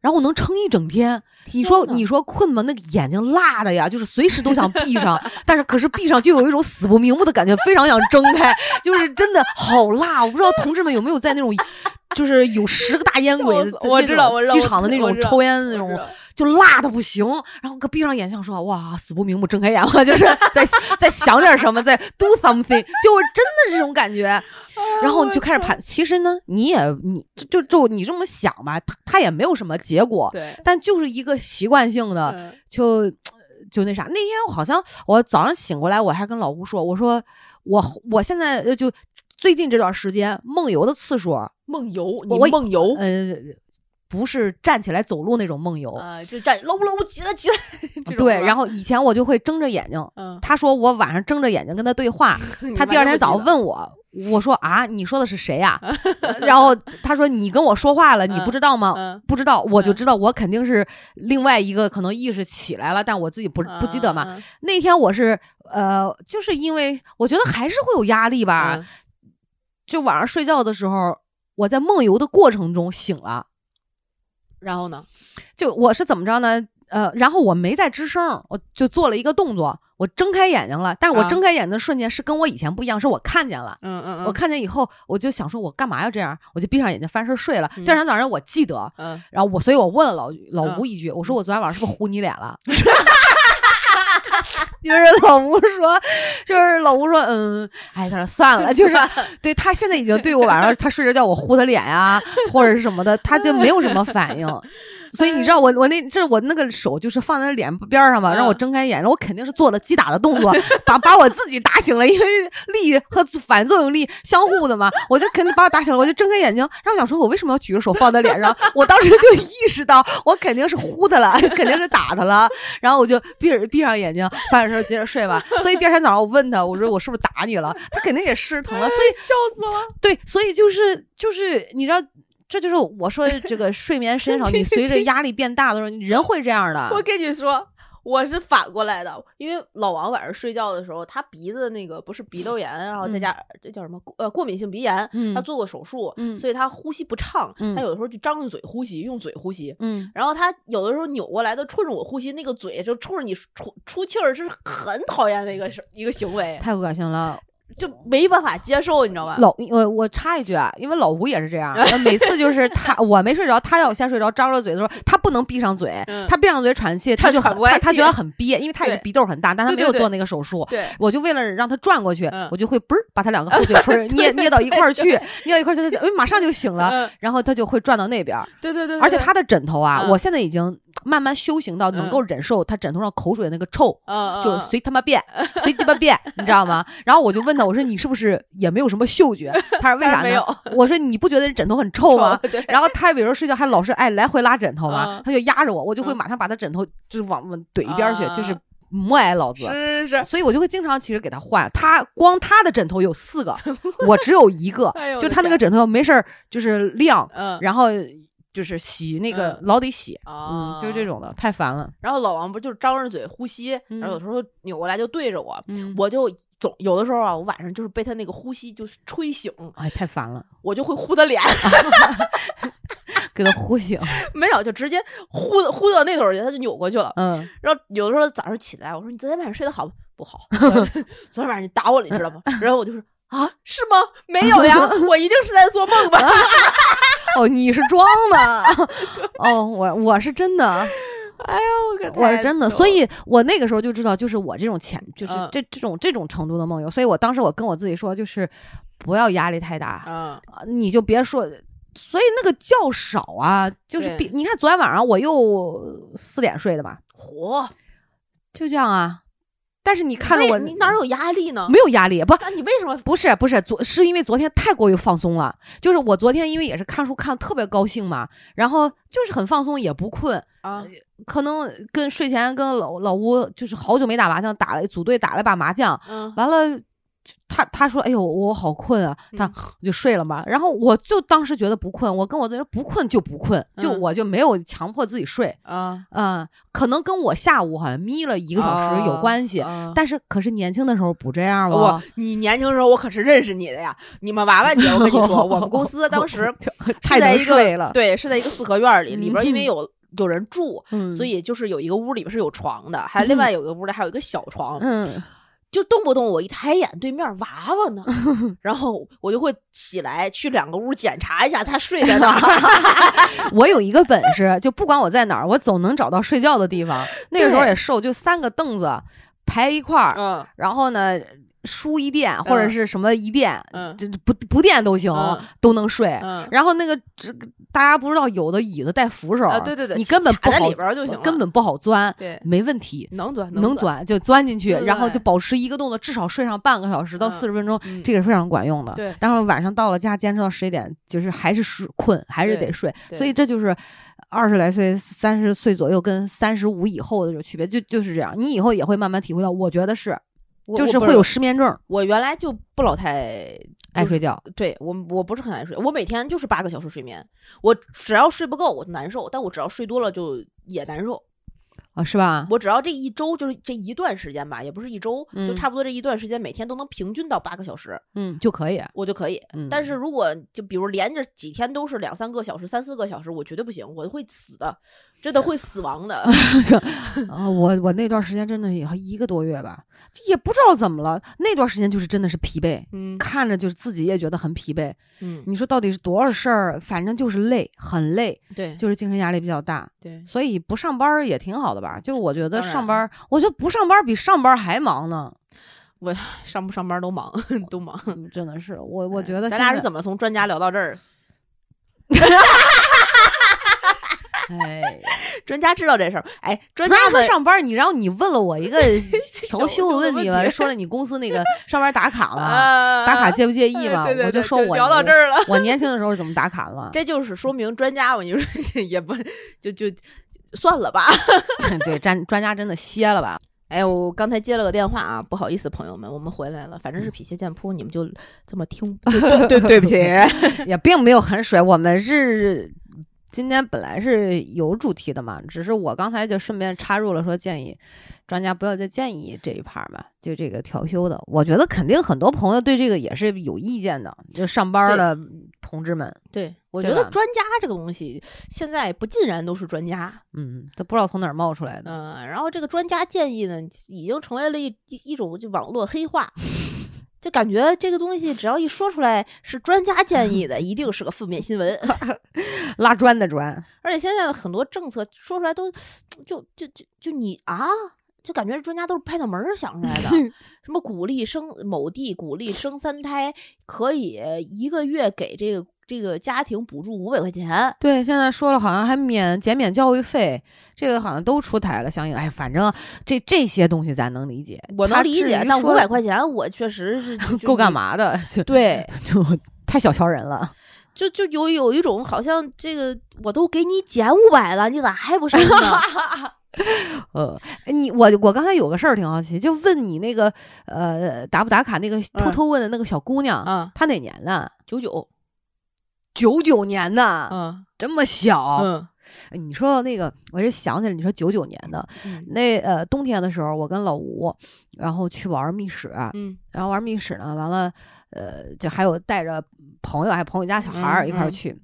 [SPEAKER 2] 然后我能撑一整天。你
[SPEAKER 1] 天
[SPEAKER 2] 说
[SPEAKER 1] 呐
[SPEAKER 2] 你说困吗？那个眼睛辣的呀，就是随时都想
[SPEAKER 1] (laughs)
[SPEAKER 2] 闭上，但是可是闭上就有一种死不瞑目的感觉，非常想睁开，就是真的好辣。我不知道同志们有没有在那种。就是有十个大烟鬼
[SPEAKER 1] 笑
[SPEAKER 2] 的
[SPEAKER 1] 死
[SPEAKER 2] 在
[SPEAKER 1] 我
[SPEAKER 2] 那
[SPEAKER 1] 知道
[SPEAKER 2] 种
[SPEAKER 1] 我知道
[SPEAKER 2] 机
[SPEAKER 1] 我
[SPEAKER 2] 场的
[SPEAKER 1] 知
[SPEAKER 2] 那
[SPEAKER 1] 我
[SPEAKER 2] 种
[SPEAKER 1] 知道
[SPEAKER 2] 抽烟的那
[SPEAKER 1] 我知
[SPEAKER 2] 种
[SPEAKER 1] 道
[SPEAKER 2] 就辣的不行，然后可闭上眼想说哇死不瞑目，睁开眼了，就是在在想点什么，在 do something，就真的是这种感觉。
[SPEAKER 1] 啊
[SPEAKER 2] 然后你就开始盘，其实呢，你也你就就就你这么想吧，他他也没有什么结果，
[SPEAKER 1] 对，
[SPEAKER 2] 但就是一个习惯性的，
[SPEAKER 1] 嗯
[SPEAKER 2] 就呃就那啥。那天我好像我早上醒过来，我还跟老吴说，我说我我现在呃就最近这段时间梦游的次数，
[SPEAKER 1] 梦游，
[SPEAKER 2] 我我
[SPEAKER 1] 你梦游
[SPEAKER 2] 呃，不是站起来走路那种梦游，
[SPEAKER 1] 啊，就站搂不搂起来起 (laughs) 来。
[SPEAKER 2] 对。然
[SPEAKER 1] 后
[SPEAKER 2] 后以前我就会睁着眼睛，
[SPEAKER 1] 嗯，
[SPEAKER 2] 他说我晚上睁着眼睛跟他
[SPEAKER 1] (laughs)
[SPEAKER 2] 对话，他第二天早上问我，我说啊，你说的是谁
[SPEAKER 1] (laughs)
[SPEAKER 2] 呀、然后他说你跟我说话了，你不知道吗？
[SPEAKER 1] 嗯
[SPEAKER 2] 不知道，我就
[SPEAKER 1] 嗯
[SPEAKER 2] 知道我肯定是另外一个可能意识起来了，但我自己不不记得嘛。
[SPEAKER 1] 啊，
[SPEAKER 2] 那天我是呃，就是因为我觉得还是会有压力吧，
[SPEAKER 1] 啊
[SPEAKER 2] 就晚上睡觉的时候。我在梦游的过程中醒了，
[SPEAKER 1] 然后呢？
[SPEAKER 2] 就我是怎么着呢？呃，然后我没再吱声，我就做了一个动作，我睁开眼睛了。但是我
[SPEAKER 1] 啊
[SPEAKER 2] 睁开眼的瞬间是跟我以前不一样，是我看见了。
[SPEAKER 1] 嗯嗯
[SPEAKER 2] 我
[SPEAKER 1] 我
[SPEAKER 2] 看见以后，我就想说，我干嘛要这样？我就闭上眼睛翻身睡了。
[SPEAKER 1] 嗯
[SPEAKER 2] 第二天早上我记得，
[SPEAKER 1] 嗯，
[SPEAKER 2] 然后我，所以我问了老老
[SPEAKER 1] 嗯
[SPEAKER 2] 吴一句，我说我昨天晚上是不是呼你脸了？ (laughs) 就是老吴说，就是老吴说，嗯，哎，他说算了，就是对他现在已经对我晚上他睡着觉我呼他脸呀、或者是什么的，他就没有什么反应。所以你知道我我那这我那个手就是放在脸边儿上嘛，
[SPEAKER 1] 嗯
[SPEAKER 2] 让我睁开眼，然后我肯定是做了击打的动作，把把我自己打醒了，因为力和反作用力相互的嘛，我就肯定把我打醒了，我就睁开眼睛，然后想说我为什么要举着手放在脸上，我当时就意识到我肯定是呼他了，肯定是打他了，然后我就闭着闭上眼睛，翻着身接着睡吧。所以第二天早上我问他，我说我是不是打你了？他肯定也失疼了，所
[SPEAKER 1] (laughs)
[SPEAKER 2] 以
[SPEAKER 1] 笑死了。
[SPEAKER 2] 对，所以就是就是你知道。这就是我说的这个睡眠时间少，你随着压力变大的时候，你人会这样的。
[SPEAKER 1] (laughs) 我跟你说，我是反过来的，因为老王晚上睡觉的时候，他鼻子那个不是鼻窦炎，然后再加这叫什么呃过敏性鼻炎，
[SPEAKER 2] 嗯
[SPEAKER 1] 他做过手术，
[SPEAKER 2] 嗯
[SPEAKER 1] 所以他呼吸不畅，
[SPEAKER 2] 嗯
[SPEAKER 1] 他有的时候就张着嘴呼吸，用嘴呼吸。
[SPEAKER 2] 嗯，
[SPEAKER 1] 然后他有的时候扭过来，他冲着我呼吸，那个嘴就冲着你出出气儿，是很讨厌的一个是一个行为，
[SPEAKER 2] 太恶心了。
[SPEAKER 1] 就没办法接受，你知道吧？
[SPEAKER 2] 老我我插一句啊，因为老吴也是这样，每次就
[SPEAKER 1] (laughs)
[SPEAKER 2] 是他我没睡着，他要我先睡着，张着嘴的时候，他不能闭上嘴，
[SPEAKER 1] 嗯
[SPEAKER 2] 他闭上嘴喘气，
[SPEAKER 1] 他
[SPEAKER 2] 就
[SPEAKER 1] 喘
[SPEAKER 2] 很
[SPEAKER 1] 不过来
[SPEAKER 2] 他他
[SPEAKER 1] 气
[SPEAKER 2] 觉得很憋，因为他也是
[SPEAKER 1] 对
[SPEAKER 2] 鼻窦很大，但他
[SPEAKER 1] 对
[SPEAKER 2] 没
[SPEAKER 1] 对
[SPEAKER 2] 有
[SPEAKER 1] 对
[SPEAKER 2] 做那个手术。
[SPEAKER 1] 对，
[SPEAKER 2] 我就为了让他转过去，
[SPEAKER 1] 嗯
[SPEAKER 2] 我就会嘣儿把他两个后嘴
[SPEAKER 1] (laughs)
[SPEAKER 2] 唇儿捏捏到一块儿去，捏到一块儿去，他就哎马上就醒了，
[SPEAKER 1] 嗯，
[SPEAKER 2] 然后他就会转到那边儿。
[SPEAKER 1] 对对对，
[SPEAKER 2] 而且他的枕头啊，
[SPEAKER 1] 嗯
[SPEAKER 2] 我现在已经慢慢修行到能
[SPEAKER 1] 嗯
[SPEAKER 2] 够忍受他枕头上口水的那个臭，
[SPEAKER 1] 嗯
[SPEAKER 2] 就随他妈便，随鸡巴便，你知道吗？然后我就问他，我说你是不是也没有什么
[SPEAKER 1] (laughs)
[SPEAKER 2] 嗅觉？他说为啥
[SPEAKER 1] 没
[SPEAKER 2] 呢
[SPEAKER 1] 有？
[SPEAKER 2] 我说你不觉得枕头很臭吗？
[SPEAKER 1] (laughs) 对，
[SPEAKER 2] 然后他比如说睡觉还老是爱来回拉枕头嘛，
[SPEAKER 1] 嗯
[SPEAKER 2] 他就压着我，我就会
[SPEAKER 1] 嗯
[SPEAKER 2] 马上把他枕头就是往往怼一边儿去，就是
[SPEAKER 1] 啊
[SPEAKER 2] 默哀老子。
[SPEAKER 1] 是是是，
[SPEAKER 2] 所以我就会经常其实给他换，他光他的枕头有
[SPEAKER 1] (laughs)
[SPEAKER 2] 四个，我只有一个，
[SPEAKER 1] 哎呦
[SPEAKER 2] 就
[SPEAKER 1] 我的
[SPEAKER 2] 他那个
[SPEAKER 1] 天
[SPEAKER 2] 枕头没事儿就是晾，
[SPEAKER 1] 嗯，
[SPEAKER 2] 然后就是洗那个
[SPEAKER 1] 嗯
[SPEAKER 2] 老得洗，
[SPEAKER 1] 啊
[SPEAKER 2] 嗯，就是这种的，太烦了。
[SPEAKER 1] 然后老王不就是张着嘴呼吸，然后有时候扭过来就对着我，
[SPEAKER 2] 嗯我
[SPEAKER 1] 我就总有的时候啊，我晚上就是被他那个呼吸就是吹醒，
[SPEAKER 2] 哎太烦了，
[SPEAKER 1] 我就会呼他脸， (laughs)
[SPEAKER 2] 给他呼醒。
[SPEAKER 1] 没有就直接呼呼到那头去，他就扭过去了。
[SPEAKER 2] 嗯，
[SPEAKER 1] 然后有的时候早上起来，我说你昨天晚上睡得好吗不好？昨
[SPEAKER 2] (laughs)
[SPEAKER 1] 天昨天晚上你打我了，你知道吗？然后我就说啊，是吗？没有
[SPEAKER 2] (laughs)
[SPEAKER 1] 呀，我一定是在做梦吧。
[SPEAKER 2] 啊哦，你是装
[SPEAKER 1] (laughs)
[SPEAKER 2] 的，哦，我我是真的，
[SPEAKER 1] 哎呦，
[SPEAKER 2] 我是真的，所以我那个时候就知道，就是我这种潜，就是
[SPEAKER 1] 嗯
[SPEAKER 2] 这这种这种程度的梦游，所以我当时我跟我自己说，就是不要压力太大，
[SPEAKER 1] 嗯
[SPEAKER 2] 啊你就别说，所以那个觉少啊，就是
[SPEAKER 1] 对
[SPEAKER 2] 比你看昨天晚上我又四点睡的嘛，
[SPEAKER 1] 火，
[SPEAKER 2] 就这样啊，但是你看着我，
[SPEAKER 1] 你哪有压力呢？
[SPEAKER 2] 没有压力，不
[SPEAKER 1] 那你为什么
[SPEAKER 2] 不是不是，昨是因为昨天太过于放松了，就是我昨天因为也是看书看得特别高兴嘛，然后就是很放松，也不困，
[SPEAKER 1] 啊？
[SPEAKER 2] 可能跟睡前跟老老吴就是好久没打麻将，打了组队打了把麻将，
[SPEAKER 1] 嗯
[SPEAKER 2] 完了就他他说哎呦我好困啊，他
[SPEAKER 1] 嗯
[SPEAKER 2] (sniffs) 我就睡了嘛，然后我就当时觉得不困，我跟我的人不困就不困，就
[SPEAKER 1] 嗯
[SPEAKER 2] 我就没有强迫自己睡，
[SPEAKER 1] 啊，
[SPEAKER 2] 嗯，可能跟我下午好像眯了一个小时有
[SPEAKER 1] 啊
[SPEAKER 2] 关系，
[SPEAKER 1] 啊
[SPEAKER 2] 但是可是年轻的时候不这样了
[SPEAKER 1] 我。你年轻时候我可是认识你的呀，你们娃
[SPEAKER 2] (laughs)
[SPEAKER 1] 娃姐，我跟你说，我们公司当时
[SPEAKER 2] 太
[SPEAKER 1] 是在
[SPEAKER 2] 能
[SPEAKER 1] 一个
[SPEAKER 2] 睡了，
[SPEAKER 1] 对是在一个四合院儿里，
[SPEAKER 2] 嗯
[SPEAKER 1] 里边儿因为有有人住，
[SPEAKER 2] 嗯
[SPEAKER 1] 所以就是有一个屋里边是有床的，还有另外有个屋里还有一个小床，
[SPEAKER 2] 嗯，
[SPEAKER 1] 就动不动我一抬眼对面娃娃
[SPEAKER 2] (laughs)
[SPEAKER 1] 呢，然后我就会起来去两个屋检查一下他睡在哪
[SPEAKER 2] (laughs)
[SPEAKER 1] 儿，
[SPEAKER 2] 我有一个本事， (laughs) 就不管我在哪儿，我总能找到睡觉的
[SPEAKER 1] (laughs)
[SPEAKER 2] 地方。那个时候也瘦，就三个凳子排一块儿，
[SPEAKER 1] 嗯
[SPEAKER 2] 然后呢，书一垫或者
[SPEAKER 1] 嗯
[SPEAKER 2] 是什么一垫，
[SPEAKER 1] 嗯
[SPEAKER 2] 就就不不垫都行，
[SPEAKER 1] 嗯
[SPEAKER 2] 都能睡。
[SPEAKER 1] 嗯
[SPEAKER 2] 然后那个这个大家不知道，有的椅子带扶手，
[SPEAKER 1] 啊对对对，
[SPEAKER 2] 你根本
[SPEAKER 1] 卡
[SPEAKER 2] 不
[SPEAKER 1] 在
[SPEAKER 2] 好
[SPEAKER 1] 里边儿就行了，
[SPEAKER 2] 根本不好钻，
[SPEAKER 1] 对
[SPEAKER 2] 没问题。
[SPEAKER 1] 能钻
[SPEAKER 2] 能
[SPEAKER 1] 钻，
[SPEAKER 2] 钻就钻进去，
[SPEAKER 1] 对对
[SPEAKER 2] 然后
[SPEAKER 1] 对
[SPEAKER 2] 就保持一个动作，至少睡上半个小时到
[SPEAKER 1] 嗯
[SPEAKER 2] 四十分钟，
[SPEAKER 1] 嗯
[SPEAKER 2] 这个是非常管用的。
[SPEAKER 1] 对
[SPEAKER 2] 但是晚上到了家，坚持到十一点，就是还是睡困，还是
[SPEAKER 1] 对
[SPEAKER 2] 得睡。
[SPEAKER 1] 对
[SPEAKER 2] 所以这就是二十来岁、三十岁左右跟三十五以后的这种区别，就就是这样。你以后也会慢慢体会到，我觉得是，
[SPEAKER 1] 我
[SPEAKER 2] 就
[SPEAKER 1] 我
[SPEAKER 2] 是
[SPEAKER 1] 不
[SPEAKER 2] 会有失眠症，
[SPEAKER 1] 我原来就不老太
[SPEAKER 2] 爱
[SPEAKER 1] 就是
[SPEAKER 2] 睡觉。
[SPEAKER 1] 对我，我不是很爱睡，我每天就是八个小时睡眠，我只要睡不够我就难受，但我只要睡多了就也难受。
[SPEAKER 2] 啊，是吧？
[SPEAKER 1] 我只要这一周就是这一段时间吧，也不是一周，就
[SPEAKER 2] 嗯
[SPEAKER 1] 差不多这一段时间，每天都能平均到八个小时，
[SPEAKER 2] 嗯，就可以。
[SPEAKER 1] 我就可以。
[SPEAKER 2] 嗯
[SPEAKER 1] 但是如果就比如连着几天都是两三个小时、三四个小时，我绝对不行，我会死的，真的会死亡
[SPEAKER 2] (laughs)
[SPEAKER 1] 的。
[SPEAKER 2] 啊，我我那段时间真的也一个多月吧，也不知道怎么了，那段时间就是真的是疲惫，
[SPEAKER 1] 嗯
[SPEAKER 2] 看着就是自己也觉得很疲惫。
[SPEAKER 1] 嗯，
[SPEAKER 2] 你说到底是多少事儿，反正就是累，很累，
[SPEAKER 1] 对
[SPEAKER 2] 就是精神压力比较大。
[SPEAKER 1] 对，
[SPEAKER 2] 所以不上班儿也挺好的吧？就我觉得
[SPEAKER 1] 当然
[SPEAKER 2] 上班儿，我觉得不上班儿比上班儿还
[SPEAKER 1] (laughs)
[SPEAKER 2] 忙呢，
[SPEAKER 1] 上不上班都忙， (laughs) 都忙。
[SPEAKER 2] 嗯真的是我我觉得
[SPEAKER 1] 哎咱俩是
[SPEAKER 2] 现在
[SPEAKER 1] 怎么从专家聊到这儿？
[SPEAKER 2] 哎，
[SPEAKER 1] 专家知道这事儿，哎，专
[SPEAKER 2] 专
[SPEAKER 1] 家
[SPEAKER 2] 家说
[SPEAKER 1] 们
[SPEAKER 2] 上班儿，你然后你问了我
[SPEAKER 1] (laughs)
[SPEAKER 2] 一个调休的问题吧，
[SPEAKER 1] 问题
[SPEAKER 2] 说了你公司
[SPEAKER 1] (laughs)
[SPEAKER 2] 那个上班儿打卡嘛，
[SPEAKER 1] 啊
[SPEAKER 2] 打卡介不介意
[SPEAKER 1] 哎
[SPEAKER 2] 嘛？
[SPEAKER 1] 对对
[SPEAKER 2] 我就
[SPEAKER 1] 对
[SPEAKER 2] 说我
[SPEAKER 1] 聊到这儿了， (laughs)
[SPEAKER 2] 我年轻的时候是怎么打卡的嘛？
[SPEAKER 1] 这就是说明专家，我就说 (laughs) 也不就就算了吧。
[SPEAKER 2] (laughs) 对，专专家真的歇了吧？
[SPEAKER 1] 哎，我刚才接了个电话啊，不好意思，朋友们，我们回来了。反正是匹邪剑扑，你们就这么听。 (laughs) 对对对不起，
[SPEAKER 2] (laughs) 也并没有很水，我们是。今天本来是有主题的嘛，只是我刚才就顺便插入了说建议专家不要再建议这一盘儿嘛，就这个调休的，我觉得肯定很多朋友对这个也是有意见的，就上班儿的同志们，
[SPEAKER 1] 对我觉
[SPEAKER 2] 对
[SPEAKER 1] 得
[SPEAKER 2] 吧
[SPEAKER 1] 专家这个东西现在不尽然都是专家，
[SPEAKER 2] 嗯，都不知道从哪儿冒出来的，
[SPEAKER 1] 嗯、然后这个专家建议呢，已经成为了一一一种就网络黑 (laughs) 话。就感觉这个东西只要一说出来是专家建议的，一定是个负面新闻。
[SPEAKER 2] 拉砖的砖，
[SPEAKER 1] 而且现在的很多政策说出来都，就就就就你啊，就感觉专家都是拍脑门儿想出来 (laughs) 的，什么鼓励生某地鼓励生三胎，可以一个月给这个这个家庭补助五百块钱。
[SPEAKER 2] 对，现在说了好像还免减免教育费，这个好像都出台了相应，哎，反正这这些东西咱能理解，
[SPEAKER 1] 我能
[SPEAKER 2] 他
[SPEAKER 1] 理
[SPEAKER 2] 至
[SPEAKER 1] 解
[SPEAKER 2] 于，
[SPEAKER 1] 但
[SPEAKER 2] 说
[SPEAKER 1] 五百块钱我确实是 (laughs) 就就
[SPEAKER 2] 够干
[SPEAKER 1] 你？
[SPEAKER 2] 嘛的？ (laughs) 就
[SPEAKER 1] 对，
[SPEAKER 2] (laughs) 就太小瞧人了。
[SPEAKER 1] 就就有有一种好像这个我都给你减五百了，你咋还不上 (laughs) 呢？
[SPEAKER 2] 呃，你我我刚才有个事儿挺好奇，就问你那个呃打不打卡那个偷
[SPEAKER 1] 嗯
[SPEAKER 2] 偷问的那个小姑娘，
[SPEAKER 1] 啊，
[SPEAKER 2] 她哪年的？
[SPEAKER 1] 九九，
[SPEAKER 2] 九九年的，
[SPEAKER 1] 嗯
[SPEAKER 2] 这么小。
[SPEAKER 1] 嗯
[SPEAKER 2] 哎你说到那个，我是想起来你说九九年的
[SPEAKER 1] 嗯
[SPEAKER 2] 那呃冬天的时候，我跟老吴，然后去玩密室，
[SPEAKER 1] 嗯
[SPEAKER 2] 然后玩密室呢，完了呃就还有带着朋友，还有朋友家小孩儿
[SPEAKER 1] 嗯
[SPEAKER 2] 一块儿
[SPEAKER 1] 嗯
[SPEAKER 2] 去，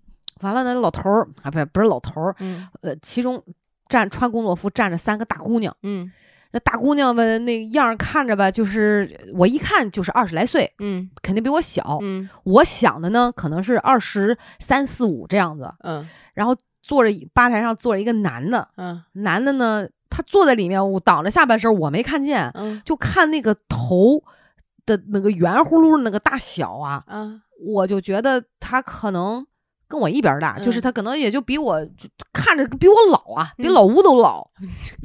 [SPEAKER 2] 完了那老头儿啊不是不是老头儿，
[SPEAKER 1] 嗯
[SPEAKER 2] 呃其中站穿工作服站着三个大姑娘。
[SPEAKER 1] 嗯
[SPEAKER 2] 那大姑娘们那样儿看着吧，就是我一看就是二十来岁，
[SPEAKER 1] 嗯
[SPEAKER 2] 肯定比我小。
[SPEAKER 1] 嗯
[SPEAKER 2] 我想的呢，可能是二十三四五这样子。
[SPEAKER 1] 嗯
[SPEAKER 2] 然后坐着吧台上坐着一个男的，
[SPEAKER 1] 嗯
[SPEAKER 2] 男的呢，他坐在里面，我挡着下半身，我没看见，
[SPEAKER 1] 嗯
[SPEAKER 2] 就看那个头的那个圆乎噜的那个大小啊，
[SPEAKER 1] 啊。
[SPEAKER 2] 我就觉得他可能。跟我一边儿大，就是
[SPEAKER 1] 嗯
[SPEAKER 2] 他可能也就比我就看着比我老啊，比
[SPEAKER 1] 嗯
[SPEAKER 2] 老吴
[SPEAKER 1] (laughs)
[SPEAKER 2] 都老。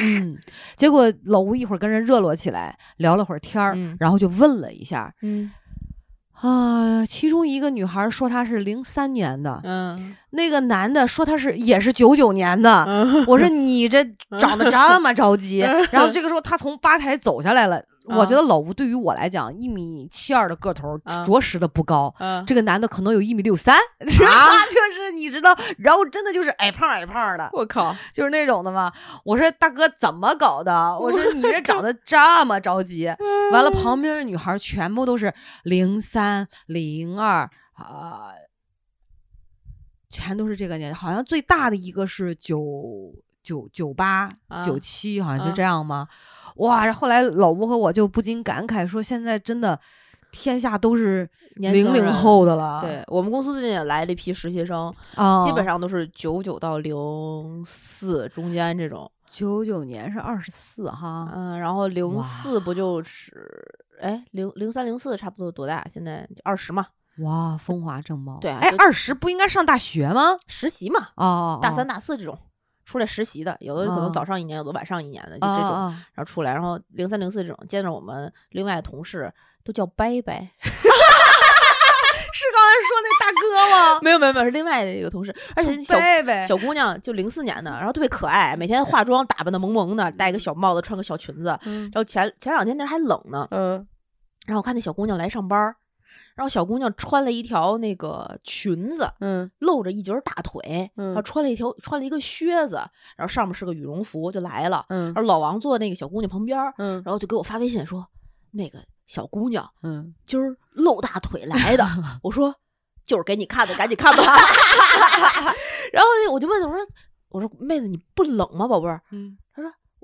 [SPEAKER 2] 嗯，结果老吴一会儿跟人热络起来，聊了会儿天儿，
[SPEAKER 1] 嗯
[SPEAKER 2] 然后就问了一下
[SPEAKER 1] 嗯
[SPEAKER 2] 啊、其中一个女孩说她是零三年的，
[SPEAKER 1] 嗯
[SPEAKER 2] 那个男的说他是也是九九年的。
[SPEAKER 1] 嗯
[SPEAKER 2] 我说你这长得这么着急，然后这个时候他从吧台走下来了。
[SPEAKER 1] 嗯
[SPEAKER 2] 我觉得老吴对于我来讲，一米七二的个头
[SPEAKER 1] 啊
[SPEAKER 2] 着实的不高，
[SPEAKER 1] 嗯，
[SPEAKER 2] 这个男的可能有一米
[SPEAKER 1] (laughs)
[SPEAKER 2] 六三，
[SPEAKER 1] 啊
[SPEAKER 2] 他就是你知道，然后真的就是矮胖矮胖的，
[SPEAKER 1] 我靠，
[SPEAKER 2] 就是那种的嘛。我说大哥怎么搞的？我说你这长得这么
[SPEAKER 1] (laughs)
[SPEAKER 2] 着急，完了旁边的女孩全部都是零三零二啊，全都是这个年纪，好像最大的一个是九九九八
[SPEAKER 1] 啊
[SPEAKER 2] 九七，好像
[SPEAKER 1] 啊
[SPEAKER 2] 就这样吗？哇！然后后来老吴和我就不禁感慨说，现在真的天下都是
[SPEAKER 1] 年轻
[SPEAKER 2] 零零
[SPEAKER 1] 人
[SPEAKER 2] 后啊的了，
[SPEAKER 1] 对我们公司最近也来了一批实习生，
[SPEAKER 2] 啊，
[SPEAKER 1] 基本上都是九九到零四中间这种，
[SPEAKER 2] 九九年是二十四哈，
[SPEAKER 1] 嗯，然后零
[SPEAKER 2] 哇
[SPEAKER 1] 四不就是哎零零三零四差不多多大？现在二十嘛，
[SPEAKER 2] 哇，风华正茂。
[SPEAKER 1] 嗯对啊
[SPEAKER 2] 哎
[SPEAKER 1] 就，
[SPEAKER 2] 二十不应该上大学吗？
[SPEAKER 1] 实习嘛，
[SPEAKER 2] 哦哦，
[SPEAKER 1] 大三
[SPEAKER 2] 大
[SPEAKER 1] 大四这种。出来实习的，有的可
[SPEAKER 2] 哦
[SPEAKER 1] 能早上一年，有的晚上一年的，就
[SPEAKER 2] 哦
[SPEAKER 1] 这种，
[SPEAKER 2] 哦
[SPEAKER 1] 然后出来，然后零三零四这种，见着我们另外的同事都叫拜拜，
[SPEAKER 2] 是刚才说那大哥吗？
[SPEAKER 1] 没有没有没有，是另外的一个同事， (laughs) 而且小
[SPEAKER 2] 贝贝，
[SPEAKER 1] 小姑娘就零四年的，然后特别可爱，每天化妆打扮的萌萌的，戴个小帽子，穿个小裙子。然后前前两天那还冷呢，
[SPEAKER 2] 嗯
[SPEAKER 1] 然后我看那小姑娘来上班儿，然后小姑娘穿了一条那个裙子，
[SPEAKER 2] 嗯
[SPEAKER 1] 露着一截儿大腿，
[SPEAKER 2] 嗯
[SPEAKER 1] 然后穿了一条穿了一个靴子，然后上面是个羽绒服，就来了。
[SPEAKER 2] 嗯
[SPEAKER 1] 然后老王坐那个小姑娘旁边儿，
[SPEAKER 2] 嗯
[SPEAKER 1] 然后就给我发微信说，那个小姑娘
[SPEAKER 2] 嗯，
[SPEAKER 1] 今儿露大腿来
[SPEAKER 2] (laughs)
[SPEAKER 1] 的。我说就是给你看的，赶紧看吧。 (laughs) 然后我就问她，我说我说妹子你不冷吗，宝贝儿？
[SPEAKER 2] 嗯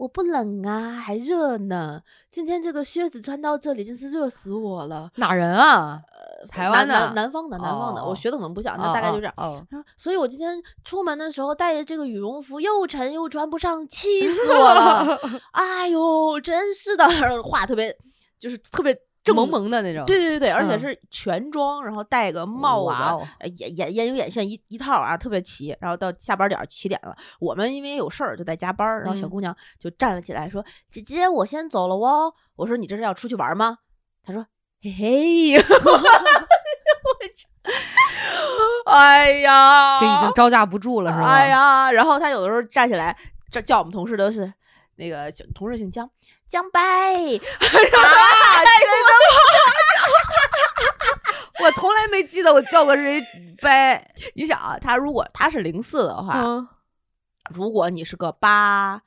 [SPEAKER 1] 我不冷啊，还热呢。今天这个靴子穿到这里，真是热死我了。
[SPEAKER 2] 哪人啊？台
[SPEAKER 1] 南
[SPEAKER 2] 湾的
[SPEAKER 1] 南南方的南方的，
[SPEAKER 2] 哦
[SPEAKER 1] 我学的可能不像，那大概就这样。
[SPEAKER 2] 哦，
[SPEAKER 1] 他说：“所以我今天出门的时候带着这个羽绒服，又沉又穿不上，气死我
[SPEAKER 2] (laughs)
[SPEAKER 1] 了！哎呦，真是的，话特别，就是特别
[SPEAKER 2] 这
[SPEAKER 1] 正
[SPEAKER 2] 萌。萌的那种，
[SPEAKER 1] 对对对，而且
[SPEAKER 2] 嗯
[SPEAKER 1] 是全装，然后戴个帽子，
[SPEAKER 2] 哇哦
[SPEAKER 1] 呃眼眼眼影眼线一一套啊，特别齐。然后到下班点儿七点了，我们因为有事儿就在加班儿，然后小
[SPEAKER 2] 嗯
[SPEAKER 1] 姑娘就站了起来说：“姐姐，我先走了哦。”我说：“你这是要出去玩吗？”她说：“嘿嘿。” (laughs) 我就哎呀，
[SPEAKER 2] 就已经招架不住了，是吧？
[SPEAKER 1] 哎，呀，然后他有的时候站起来，这叫我们同事都是那个小同事姓江，江掰，
[SPEAKER 2] 我从来没记得我叫过谁掰。
[SPEAKER 1] (laughs) 你想啊，他如果他是零四的话，
[SPEAKER 2] 嗯
[SPEAKER 1] 如果你是个八，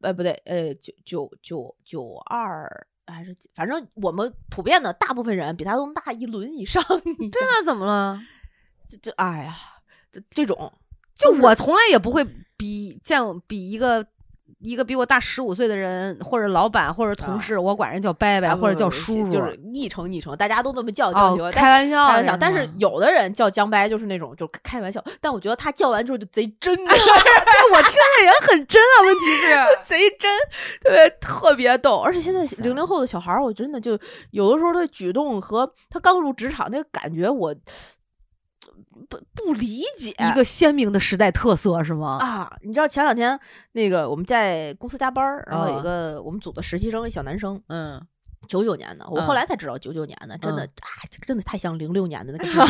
[SPEAKER 1] 呃，不对，呃，九九九九二还是几反正我们普遍的大部分人比他都大一轮以上， (laughs) 你
[SPEAKER 2] 对啊，怎么了？
[SPEAKER 1] 这这哎呀，这这种
[SPEAKER 2] 就
[SPEAKER 1] 就是
[SPEAKER 2] 我从来也不会比见比一个一个比我大十五岁的人，或者老板，或者同事，我管人叫伯伯、
[SPEAKER 1] 哎
[SPEAKER 2] 啊或者
[SPEAKER 1] 不
[SPEAKER 2] 叫
[SPEAKER 1] 不
[SPEAKER 2] 叔叔，啊
[SPEAKER 1] 就是昵称昵称，大家都那么叫叫
[SPEAKER 2] 哦
[SPEAKER 1] 起我，但
[SPEAKER 2] 开玩笑
[SPEAKER 1] 开玩
[SPEAKER 2] 的那
[SPEAKER 1] 笑，
[SPEAKER 2] 种
[SPEAKER 1] 但是
[SPEAKER 2] 啊
[SPEAKER 1] 有的人叫江白就是那种就开玩笑，但我觉得他叫完之后就贼真，
[SPEAKER 2] 我听着也很真啊。问题是，
[SPEAKER 1] 贼真，特别特别逗。而且现在
[SPEAKER 2] 塞
[SPEAKER 1] 零零后的小孩儿，我真的就有的时候他举动和他刚入职场那个感觉我，不不理解。
[SPEAKER 2] (laughs) 一个鲜明的时代特色是吗？
[SPEAKER 1] 啊，你知道前两天那个我们在公司加班儿，然后有
[SPEAKER 2] 啊
[SPEAKER 1] 一个我们组的实习生，一小男生，
[SPEAKER 2] 嗯，
[SPEAKER 1] 九九年的，我
[SPEAKER 2] 嗯
[SPEAKER 1] 后来才知道九九年的，真的
[SPEAKER 2] 嗯
[SPEAKER 1] 啊，这个真的太像零六年的那个智商。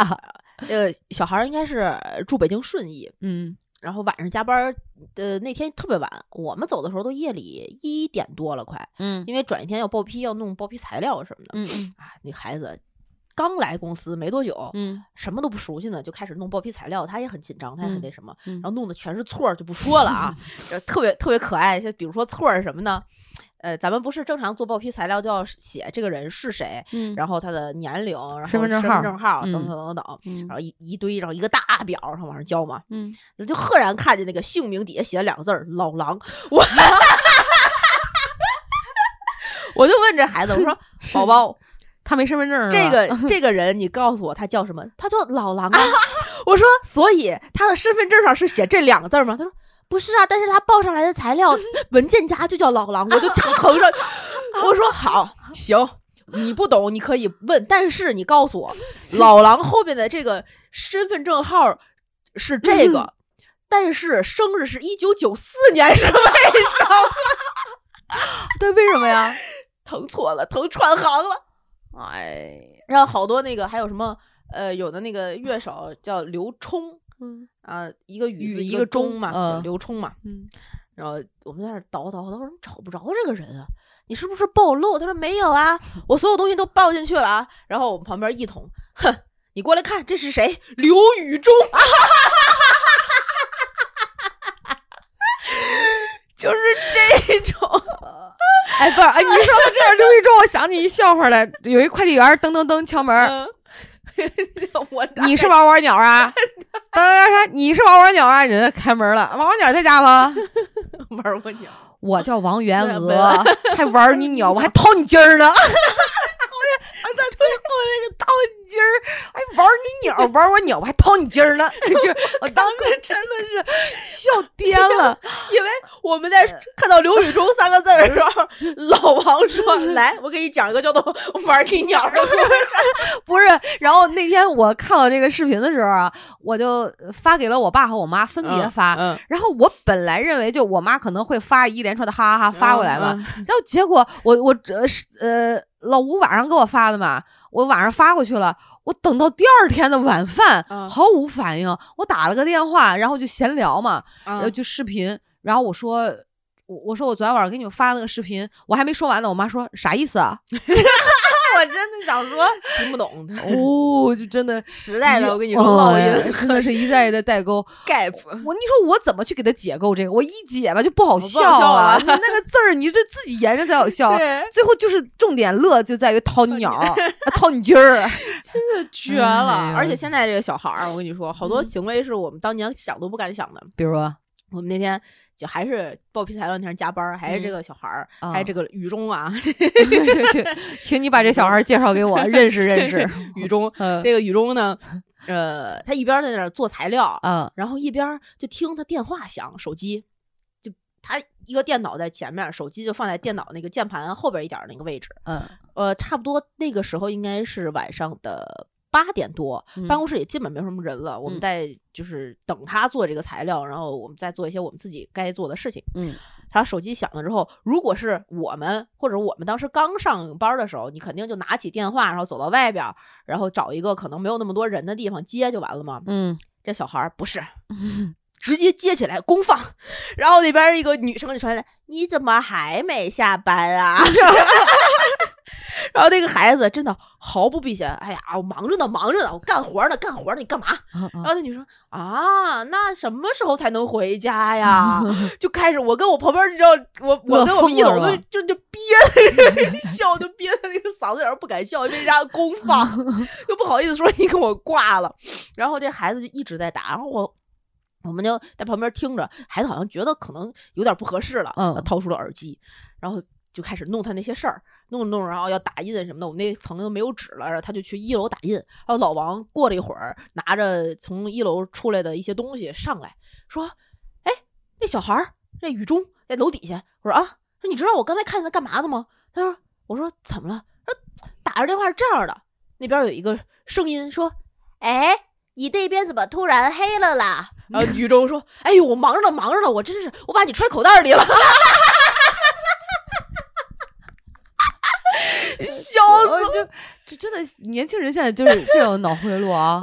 [SPEAKER 2] (laughs)
[SPEAKER 1] 呃，小孩儿应该是住北京顺义，
[SPEAKER 2] 嗯
[SPEAKER 1] 然后晚上加班儿，呃，那天特别晚，我们走的时候都夜里一点多了，快，
[SPEAKER 2] 嗯
[SPEAKER 1] 因为转一天要报批，要弄报批材料什么的。
[SPEAKER 2] 嗯
[SPEAKER 1] 啊，那孩子刚来公司没多久，
[SPEAKER 2] 嗯
[SPEAKER 1] 什么都不熟悉呢，就开始弄报批材料，他也很紧张，他也很
[SPEAKER 2] 嗯
[SPEAKER 1] 那什么，
[SPEAKER 2] 嗯
[SPEAKER 1] 然后弄的全是错儿，就不说了
[SPEAKER 2] (laughs)
[SPEAKER 1] 啊，呃特别特别可爱。就比如说错儿是什么呢？呃，咱们不是正常做报批材料就要写这个人是谁，
[SPEAKER 2] 嗯
[SPEAKER 1] 然后他的年龄，然后
[SPEAKER 2] 身份证号
[SPEAKER 1] 号、等
[SPEAKER 2] 儿
[SPEAKER 1] 等
[SPEAKER 2] 嗯
[SPEAKER 1] 等等，
[SPEAKER 2] 嗯
[SPEAKER 1] 然后一一堆，然后一个大表，然后往上交嘛。
[SPEAKER 2] 嗯，
[SPEAKER 1] 我就赫然看见那个姓名底下写了两个字儿“老狼”，我我就问这孩子，我说
[SPEAKER 2] 是
[SPEAKER 1] 宝宝，
[SPEAKER 2] 他没身份证儿是吧，
[SPEAKER 1] 这个这个人你告诉我他叫什么？他叫老狼啊。 (laughs) 我说，所以他的身份证上是写这两个字儿吗？他说。不是啊，但是他报上来的材料文件夹就叫老狼，我就横着， (laughs) 我说好行，你不懂你可以问，但是你告诉我，老狼后面的这个身份证号是这个，但是生日是一九九四年，是为 (laughs) 什么？
[SPEAKER 2] (laughs) 对，为什么呀？
[SPEAKER 1] 腾错了，腾串行了。
[SPEAKER 2] (laughs) 哎，
[SPEAKER 1] 然后好多那个还有什么呃，有的那个乐手叫刘冲
[SPEAKER 2] 嗯
[SPEAKER 1] 啊、一个雨
[SPEAKER 2] 雨
[SPEAKER 1] 字
[SPEAKER 2] 一
[SPEAKER 1] 个
[SPEAKER 2] 个
[SPEAKER 1] 钟
[SPEAKER 2] 钟
[SPEAKER 1] 嘛，
[SPEAKER 2] 嗯
[SPEAKER 1] 刘冲嘛。
[SPEAKER 2] 嗯
[SPEAKER 1] 然后我们在那儿倒倒倒，我说你找不着这个人啊，你是不是暴露？他说没有啊，我所有东西都报进去了啊。然后我们旁边一统，哼，你过来看这是谁？刘雨中。 (laughs) 就是这种，
[SPEAKER 2] 哎，不是，哎，你说到这儿，刘玉中，我想起一笑话来，有一快递员儿噔噔噔敲门儿，
[SPEAKER 1] 嗯 (laughs) 我
[SPEAKER 2] 你是玩玩鸟 (laughs) 啊？当当当说你是玩玩鸟啊？人家开门了，玩玩鸟在家吗？ (laughs)
[SPEAKER 1] 玩过鸟，
[SPEAKER 2] 我叫王元
[SPEAKER 1] 对
[SPEAKER 2] 娥，还玩你鸟，我还掏你鸡儿呢。我 (laughs) 还啊在最后那个掏你鸡儿，还玩你鸟，玩我鸟，我还掏你鸡儿 (laughs) 呢。就我当时真的是 (laughs) 笑颠了。
[SPEAKER 1] 因为我们在看到“刘雨中”三个字儿的时候，老王 (laughs) 说：“来，我给你讲一个叫做‘玩给鸟’的故事。
[SPEAKER 2] (laughs) 不是，然后那天我看到这个视频的时候啊，我就发给了我爸和我妈分别发。
[SPEAKER 1] 嗯，
[SPEAKER 2] 然后我本来认为，就我妈可能会发一连串的哈哈哈发过来嘛，然后结果我我这是呃老吴晚上给我发的嘛，我晚上发过去了，我等到第二天的晚饭、
[SPEAKER 1] 嗯
[SPEAKER 2] 毫无反应，我打了个电话，然后就闲聊嘛，
[SPEAKER 1] 嗯
[SPEAKER 2] 然后就视频，然后我说我我说我昨天晚上给你们发那个视频，我还没说完呢，我妈说啥意思啊？我真的
[SPEAKER 1] 想 (laughs) 说，听不懂的
[SPEAKER 2] (laughs) 哦，就真的
[SPEAKER 1] 时代的，我跟你说，
[SPEAKER 2] 哦
[SPEAKER 1] 烙印
[SPEAKER 2] 真的是一代一代的代沟。
[SPEAKER 1] gap，
[SPEAKER 2] 我你说我怎么去给他解构这个？我一解吧就不好笑
[SPEAKER 1] 不好笑
[SPEAKER 2] 啊，
[SPEAKER 1] 了
[SPEAKER 2] 你那个字儿你这自己研究才好笑。
[SPEAKER 1] 对，
[SPEAKER 2] 最后就是重点乐就在于掏你鸟，啊掏你鸡儿。 (laughs)
[SPEAKER 1] 真的绝了！
[SPEAKER 2] 哎呀
[SPEAKER 1] 而且现在这个小孩儿，我跟你说，好多
[SPEAKER 2] 嗯
[SPEAKER 1] 行为是我们当年想都不敢想的。
[SPEAKER 2] 比如说，啊
[SPEAKER 1] 我们那天就还是报批材料那天加班儿，还是这个小孩儿，
[SPEAKER 2] 嗯
[SPEAKER 1] 还是这个雨中 (laughs) 啊，
[SPEAKER 2] 去去， (laughs) 请你把这小孩介绍给我认识认 (laughs) 识。
[SPEAKER 1] 雨中
[SPEAKER 2] 嗯
[SPEAKER 1] 这个雨中呢，呃，他一边在那儿做材料，
[SPEAKER 2] 嗯
[SPEAKER 1] 然后一边儿就听他电话响，手机就他一个电脑在前面，手机就放在电脑那个键盘后边一点儿那个位置。
[SPEAKER 2] 嗯，
[SPEAKER 1] 呃，差不多那个时候应该是晚上的八点多，办公室也基本没什么人了。我们
[SPEAKER 2] 嗯
[SPEAKER 1] 在就是等他做这个材料，然后我们再做一些我们自己该做的事情。
[SPEAKER 2] 嗯
[SPEAKER 1] 然后手机响了之后，如果是我们或者我们当时刚上班的时候，你肯定就拿起电话，然后走到外边儿，然后找一个可能没有那么多人的地方接就完了嘛。
[SPEAKER 2] (laughs) 嗯 (laughs)
[SPEAKER 1] 这小孩儿不是，直接接起来公放，然后那边一个女生就传来：“你怎么还没下班啊？” (laughs) 然后那个孩子真的毫不避嫌，哎呀，我忙着呢，忙着呢，我干活呢，干活呢，你干嘛？
[SPEAKER 2] 嗯哦
[SPEAKER 1] 然后那女生啊，那什么时候才能回家
[SPEAKER 2] (laughs)
[SPEAKER 1] 呀？就开始我跟我旁边，你知道，我我
[SPEAKER 2] 乐
[SPEAKER 1] 跟我们
[SPEAKER 2] 疯
[SPEAKER 1] 一
[SPEAKER 2] 了
[SPEAKER 1] 楼
[SPEAKER 2] 吧
[SPEAKER 1] 就就就憋 (laughs) 着笑，就憋在那个嗓子眼儿不敢笑，因为人家公放，
[SPEAKER 2] (laughs)
[SPEAKER 1] 又不好意思说你给我挂了。然后这孩子就一直在打，然后我。我们就在旁边听着，孩子好像觉得可能有点不合适了，
[SPEAKER 2] 嗯
[SPEAKER 1] 掏出了耳机，然后就开始弄他那些事儿，弄着弄着，然后要打印什么的，我们那层都没有纸了，然后他就去一楼打印。然后老王过了一会儿，拿着从一楼出来的一些东西上来，说：“哎，那小孩儿，那雨中在楼底下。”我说：“啊，说你知道我刚才看见他干嘛的吗？”他说：“我说怎么了？”说打着电话是这样的，那边有一个声音说：“哎，你那边怎么突然黑了啦？”然后雨中说：“哎呦，我忙着呢，忙着呢，我真是我把你揣口袋里了。” (laughs) 笑死！
[SPEAKER 2] 就这真的年轻人现在就是这种脑回路 (laughs) 啊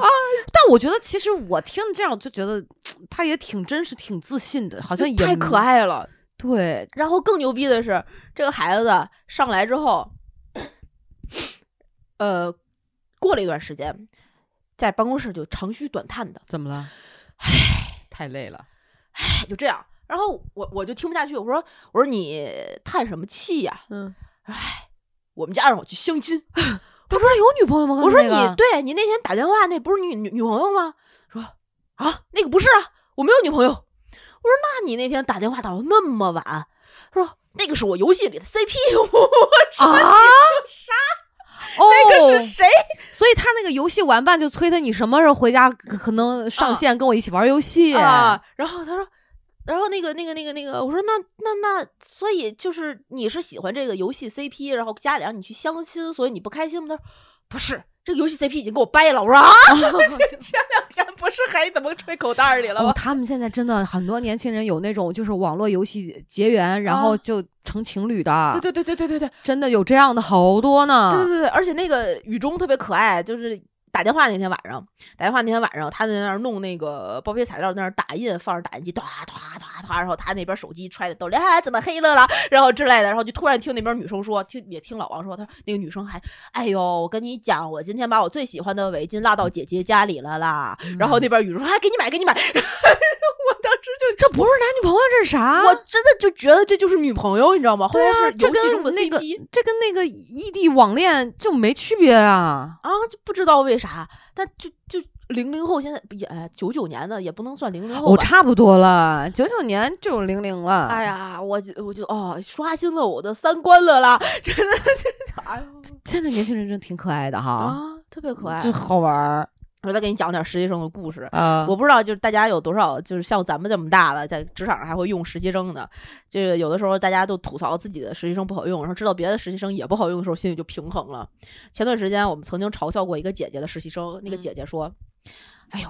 [SPEAKER 2] 但我觉得其实我听这样就觉得他也挺真实、挺自信的，好像也
[SPEAKER 1] 太可。爱了。
[SPEAKER 2] 对，
[SPEAKER 1] 然后更牛逼的是，这个孩子上来之后，呃，过了一段时间，在办公室就长吁短叹的，
[SPEAKER 2] 怎么了？太累了。
[SPEAKER 1] 哎，就这样。然后我我就听不下去，我说我说你叹什么气呀、
[SPEAKER 2] 嗯，
[SPEAKER 1] 我们家让我去相亲，
[SPEAKER 2] 他不是有女朋友吗？
[SPEAKER 1] 我说你
[SPEAKER 2] 对。
[SPEAKER 1] 对你那天打电话那不是你女女朋友吗？说啊那个不是啊，我没有女朋友。我说那你那天打电话打到那么晚，他说那个是我游戏里的 CP，我 (laughs) 说
[SPEAKER 2] 啊，
[SPEAKER 1] 啥？
[SPEAKER 2] 哦，
[SPEAKER 1] 那个是谁？
[SPEAKER 2] 所以他那个游戏玩伴就催他，你什么时候回家可能上线跟我一起玩游戏
[SPEAKER 1] 啊？然后他说，然后那个那个那个那个，我说那那那，所以就是你是喜欢这个游戏 CP，然后家里让你去相亲，所以你不开心吗？他说不是，这个游戏 CP 已经给我掰了。我说啊， (laughs) 这前两天不是还怎么揣口袋里了
[SPEAKER 2] 哦
[SPEAKER 1] 吗？，
[SPEAKER 2] 他们现在真的很多年轻人有那种就是网络游戏结缘，然后就成情侣的，
[SPEAKER 1] 哦对对对对对对对
[SPEAKER 2] 真的有这样的好多呢。
[SPEAKER 1] 对对对，而且那个雨中特别可爱，就是。打电话那天晚上，打电话那天晚上，他在那儿弄那个报批材料，在那儿打印，放着打印机，哒哒哒哒，然后他那边手机揣在兜里，哎，怎么黑了啦？然后之类的，然后就突然听那边女生说，听也听老王说，他说那个女生还，哎呦，我跟你讲，我今天把我最喜欢的围巾落到姐姐家里了啦。
[SPEAKER 2] 嗯
[SPEAKER 1] 然后那边雨中说，哎，给你买，给你买。
[SPEAKER 2] 啊
[SPEAKER 1] 我当时就
[SPEAKER 2] 这不是男女朋友，这是啥？
[SPEAKER 1] 我真的就觉得这就是女朋友，你知道吗？
[SPEAKER 2] 对
[SPEAKER 1] 后
[SPEAKER 2] 啊，
[SPEAKER 1] 来是
[SPEAKER 2] 这
[SPEAKER 1] 游戏中的
[SPEAKER 2] 跟
[SPEAKER 1] CP、
[SPEAKER 2] 那个这跟那个异地网恋就没区别啊。
[SPEAKER 1] 啊，就不知道为啥，但就就零零后现在也哎九九年的也不能算零零后
[SPEAKER 2] 哦我、
[SPEAKER 1] 吧。
[SPEAKER 2] 差不多了，九九年这种零零了。
[SPEAKER 1] 哎，呀，我就我就哦，刷新了我的三观了啦！ (laughs) 真的，哎呦
[SPEAKER 2] 现在年轻人真挺可爱的哈，
[SPEAKER 1] 啊，特别可爱。
[SPEAKER 2] 就好玩儿
[SPEAKER 1] 我再给你讲点实习生的故事。
[SPEAKER 2] 啊。
[SPEAKER 1] 我不知道，就是大家有多少，就是像咱们这么大了，在职场上还会用实习生的。这个有的时候大家都吐槽自己的实习生不好用，然后知道别的实习生也不好用的时候，心里就平衡了。前段时间我们曾经嘲笑过一个姐姐的实习生，那个
[SPEAKER 2] 嗯
[SPEAKER 1] 姐姐说：“哎呦，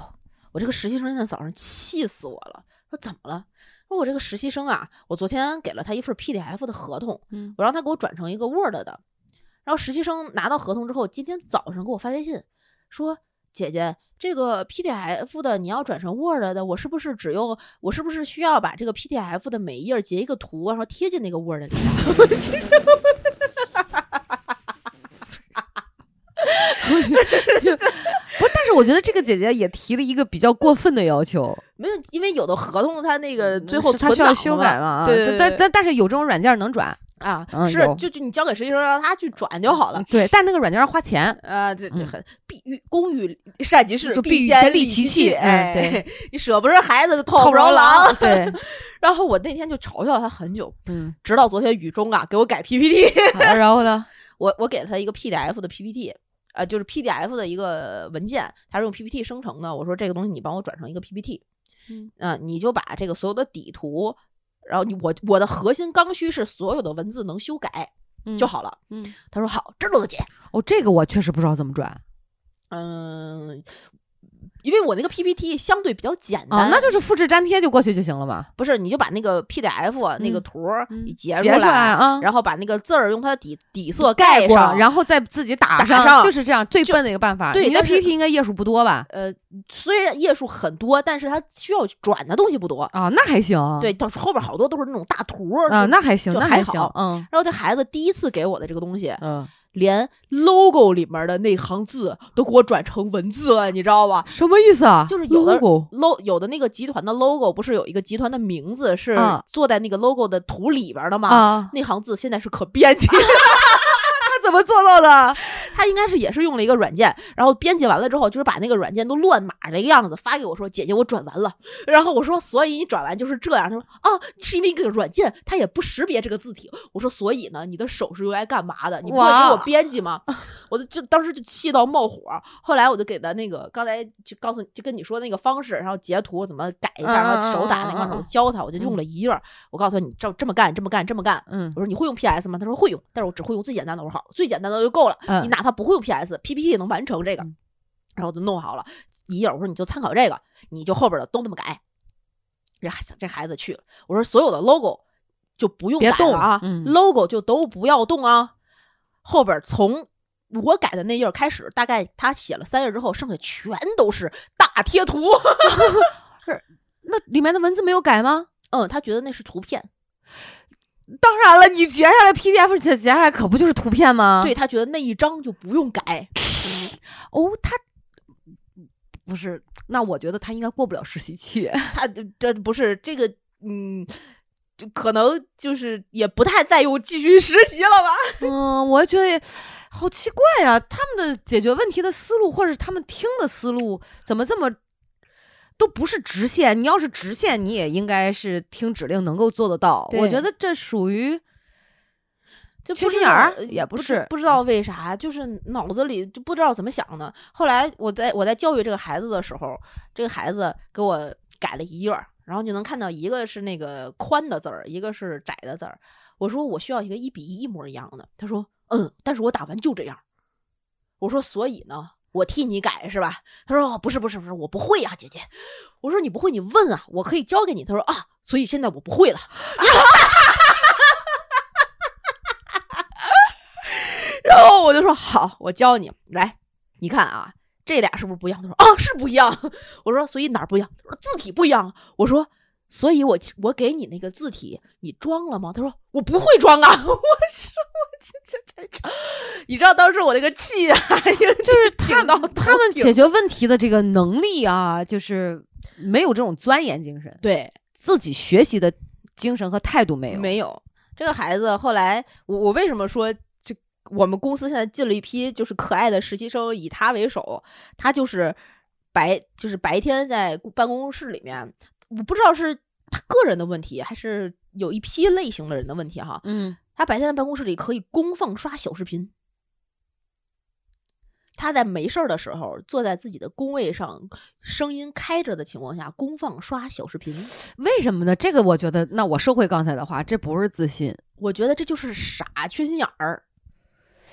[SPEAKER 1] 我这个实习生今天早上气死我了。”说怎么了？说我这个实习生啊，我昨天给了他一份 PDF 的合同，
[SPEAKER 2] 嗯
[SPEAKER 1] 我让他给我转成一个 Word 的。然后实习生拿到合同之后，今天早上给我发微信说：“姐姐，这个 PDF 的你要转成 Word 的，我是不是只用我是不是需要把这个 PDF 的每一页截一个图，然后贴进那个 Word 里啊？”
[SPEAKER 2] 就不是，但是我觉得这个姐姐也提了一个比较过分的要求，
[SPEAKER 1] (laughs) 没有，因为有的合同它那个最
[SPEAKER 2] 嗯
[SPEAKER 1] 后
[SPEAKER 2] 是她
[SPEAKER 1] 存
[SPEAKER 2] 需要
[SPEAKER 1] 档了
[SPEAKER 2] 修
[SPEAKER 1] 嘛
[SPEAKER 2] 改嘛啊？
[SPEAKER 1] 对对
[SPEAKER 2] 但
[SPEAKER 1] 对
[SPEAKER 2] 但但是有这种软件能转，
[SPEAKER 1] 啊，
[SPEAKER 2] 嗯
[SPEAKER 1] 是
[SPEAKER 2] 有
[SPEAKER 1] 就就你交给实习生让他去转就好了。
[SPEAKER 2] 对，但那个软件要
[SPEAKER 1] (laughs)
[SPEAKER 2] 花钱。
[SPEAKER 1] 啊，这这
[SPEAKER 2] 嗯
[SPEAKER 1] 很必欲公欲善其事，
[SPEAKER 2] 就必
[SPEAKER 1] 必
[SPEAKER 2] 欲
[SPEAKER 1] 先
[SPEAKER 2] 先
[SPEAKER 1] 利
[SPEAKER 2] 利
[SPEAKER 1] 其
[SPEAKER 2] 其
[SPEAKER 1] 器。
[SPEAKER 2] 器
[SPEAKER 1] 哎，
[SPEAKER 2] 哎，
[SPEAKER 1] (laughs) 你舍不是孩子，套
[SPEAKER 2] 套
[SPEAKER 1] 不着狼。，
[SPEAKER 2] 啊
[SPEAKER 1] (laughs)
[SPEAKER 2] 对，
[SPEAKER 1] 然后我那天就嘲笑了他很久，
[SPEAKER 2] 嗯，
[SPEAKER 1] 直到昨天雨中啊给我改 PPT，
[SPEAKER 2] 啊然后呢？
[SPEAKER 1] 我我给他一个 PDF 的 PPT，呃，就是 PDF 的一个文件，他是用 PPT 生成的。我说这个东西你帮我转成一个 PPT，
[SPEAKER 2] 嗯、
[SPEAKER 1] 呃，你就把这个所有的底图，然后你我我的核心刚需是所有的文字能修改 (laughs) 就好了。
[SPEAKER 2] 嗯，
[SPEAKER 1] 他说好，知道了姐。
[SPEAKER 2] 哦，这个我确实不知道怎么转
[SPEAKER 1] 嗯，因为我那个 PPT 相对比较简单，
[SPEAKER 2] 啊，那就是复制粘贴就过去就行了嘛，
[SPEAKER 1] 不是你就把那个 PDF 啊那个
[SPEAKER 2] 嗯
[SPEAKER 1] 图儿你截
[SPEAKER 2] 截出来啊，
[SPEAKER 1] 然后把那个字儿用它的底底色
[SPEAKER 2] 盖
[SPEAKER 1] 上，
[SPEAKER 2] 然后再自己打
[SPEAKER 1] 打
[SPEAKER 2] 上，
[SPEAKER 1] 上
[SPEAKER 2] 就是这样最笨的一个办法。
[SPEAKER 1] 对
[SPEAKER 2] 你的
[SPEAKER 1] 但是
[SPEAKER 2] PPT 应该页数不多吧？
[SPEAKER 1] 呃，虽然页数很多，但是它需要转的东西不多。
[SPEAKER 2] 啊，那还行，
[SPEAKER 1] 对，到后边好多都是那种大图儿
[SPEAKER 2] 啊，
[SPEAKER 1] 就
[SPEAKER 2] 那还行，
[SPEAKER 1] 就
[SPEAKER 2] 那
[SPEAKER 1] 还
[SPEAKER 2] 还行
[SPEAKER 1] 好，
[SPEAKER 2] 嗯
[SPEAKER 1] 然后这孩子第一次给我的这个东西，
[SPEAKER 2] 嗯，
[SPEAKER 1] 连 logo 里面的那行字都给我转成文字了，你知道吧
[SPEAKER 2] 什么意思啊？
[SPEAKER 1] 就是有的
[SPEAKER 2] logo
[SPEAKER 1] ？lo 有的那个集团的 logo 不是有一个集团的名字是
[SPEAKER 2] 啊
[SPEAKER 1] 坐在那个 logo 的图里边的吗？
[SPEAKER 2] 啊，
[SPEAKER 1] 那行字现在是可编辑，
[SPEAKER 2] 他 (laughs) 怎么做到的？
[SPEAKER 1] 他应该是也是用了一个软件，然后编辑完了之后，就是把那个软件都乱码的一个样子发给我说：“姐姐，我转完了。”然后我说：“所以你转完就是这样。”他说：“啊，是因为这个软件它也不识别这个字体。”我说：“所以呢，你的手是用来干嘛的？你不会给
[SPEAKER 2] 哇
[SPEAKER 1] 我编辑吗？”我就就当时就气到冒火。后来我就给他那个刚才就告诉你就跟你说那个方式，然后截图怎么改一下，然后手打那块儿，
[SPEAKER 2] 嗯嗯嗯嗯
[SPEAKER 1] 我教他，我就用了一页儿。我告诉他你这这么干，这么干，这么干。
[SPEAKER 2] 嗯
[SPEAKER 1] 我说你会用 PS 吗？他说会用，但是我只会用最简单的。我说好，最简单的就够了。
[SPEAKER 2] 嗯
[SPEAKER 1] 你哪怕不会用 PS，PPT 也能完成这个。
[SPEAKER 2] 嗯
[SPEAKER 1] 然后我就弄好了一页，我说你就参考这个，你就后边的都那么改。这孩这孩子去了，我说所有的 logo 就不用
[SPEAKER 2] 别
[SPEAKER 1] 改了啊、
[SPEAKER 2] 动嗯
[SPEAKER 1] l o g o 就都不要动啊。后边从我改的那页开始，大概他写了三页之后，剩下全都是大贴图。 (laughs)
[SPEAKER 2] 那里面的文字没有改吗？
[SPEAKER 1] 嗯，他觉得那是图片，
[SPEAKER 2] 当然了，你截下来 PDF 截截下来可不就是图片吗？
[SPEAKER 1] 对，他觉得那一张就不用改。
[SPEAKER 2] 哦，他不是，那我觉得他应该过不了实习期。
[SPEAKER 1] 他这这不是这个，嗯，就可能就是也不太再用继续实习了吧？
[SPEAKER 2] 嗯， (laughs) 我觉得也好奇怪呀、他们的解决问题的思路，或者是他们听的思路，怎么这么都不是直线？你要是直线，你也应该是听指令能够做得到。我觉
[SPEAKER 1] 对
[SPEAKER 2] 得这属于
[SPEAKER 1] 就
[SPEAKER 2] 缺
[SPEAKER 1] 不
[SPEAKER 2] 心
[SPEAKER 1] 知
[SPEAKER 2] 眼
[SPEAKER 1] 道
[SPEAKER 2] 儿
[SPEAKER 1] 呃
[SPEAKER 2] 也
[SPEAKER 1] 不
[SPEAKER 2] 不
[SPEAKER 1] 知
[SPEAKER 2] 是
[SPEAKER 1] 不知道为啥，就是脑子里就不知道怎么想的。后来我在我在教育这个孩子的时候，这个孩子给我改了一页儿，然后你能看到一个是那个宽的字儿，一个是窄的字儿。我说我需要一个一比一一模一样的，他说嗯，但是我打完就这样。我说所以呢，我替你改是吧？他说、哦、不是不是不是，我不会呀、姐姐。我说你不会你问啊，我可以教给你。他说啊，所以现在我不会了。然后我就说好，我教你来，你看啊，这俩是不是不一样？他说啊，是不一样。我说所以哪儿不一样？他说字体不一样。我说所以我我给你那个字体，你装了吗？他说我不会装啊。我 (laughs) 说我这这这这，你知道当时我那个气啊， (laughs) 就是
[SPEAKER 2] 他
[SPEAKER 1] 到
[SPEAKER 2] 们他们解决问题的这个能力啊，就是没有这种钻研精神，
[SPEAKER 1] 对
[SPEAKER 2] 自己学习的精神和态度没有。嗯
[SPEAKER 1] 没有这个孩子后来我我为什么说这我们公司现在进了一批就是可爱的实习生，以他为首，他就是白就是白天在办公室里面，我不知道是他个人的问题还是有一批类型的人的问题哈，
[SPEAKER 2] 嗯，
[SPEAKER 1] 他白天在办公室里可以公放刷小视频。他在没事儿的时候，坐在自己的工位上，声音开着的情况下，公放刷小视频。
[SPEAKER 2] 为什么呢？这个我觉得，那我收回刚才的话，这不是自信，
[SPEAKER 1] 我觉得这就是傻，缺心眼儿，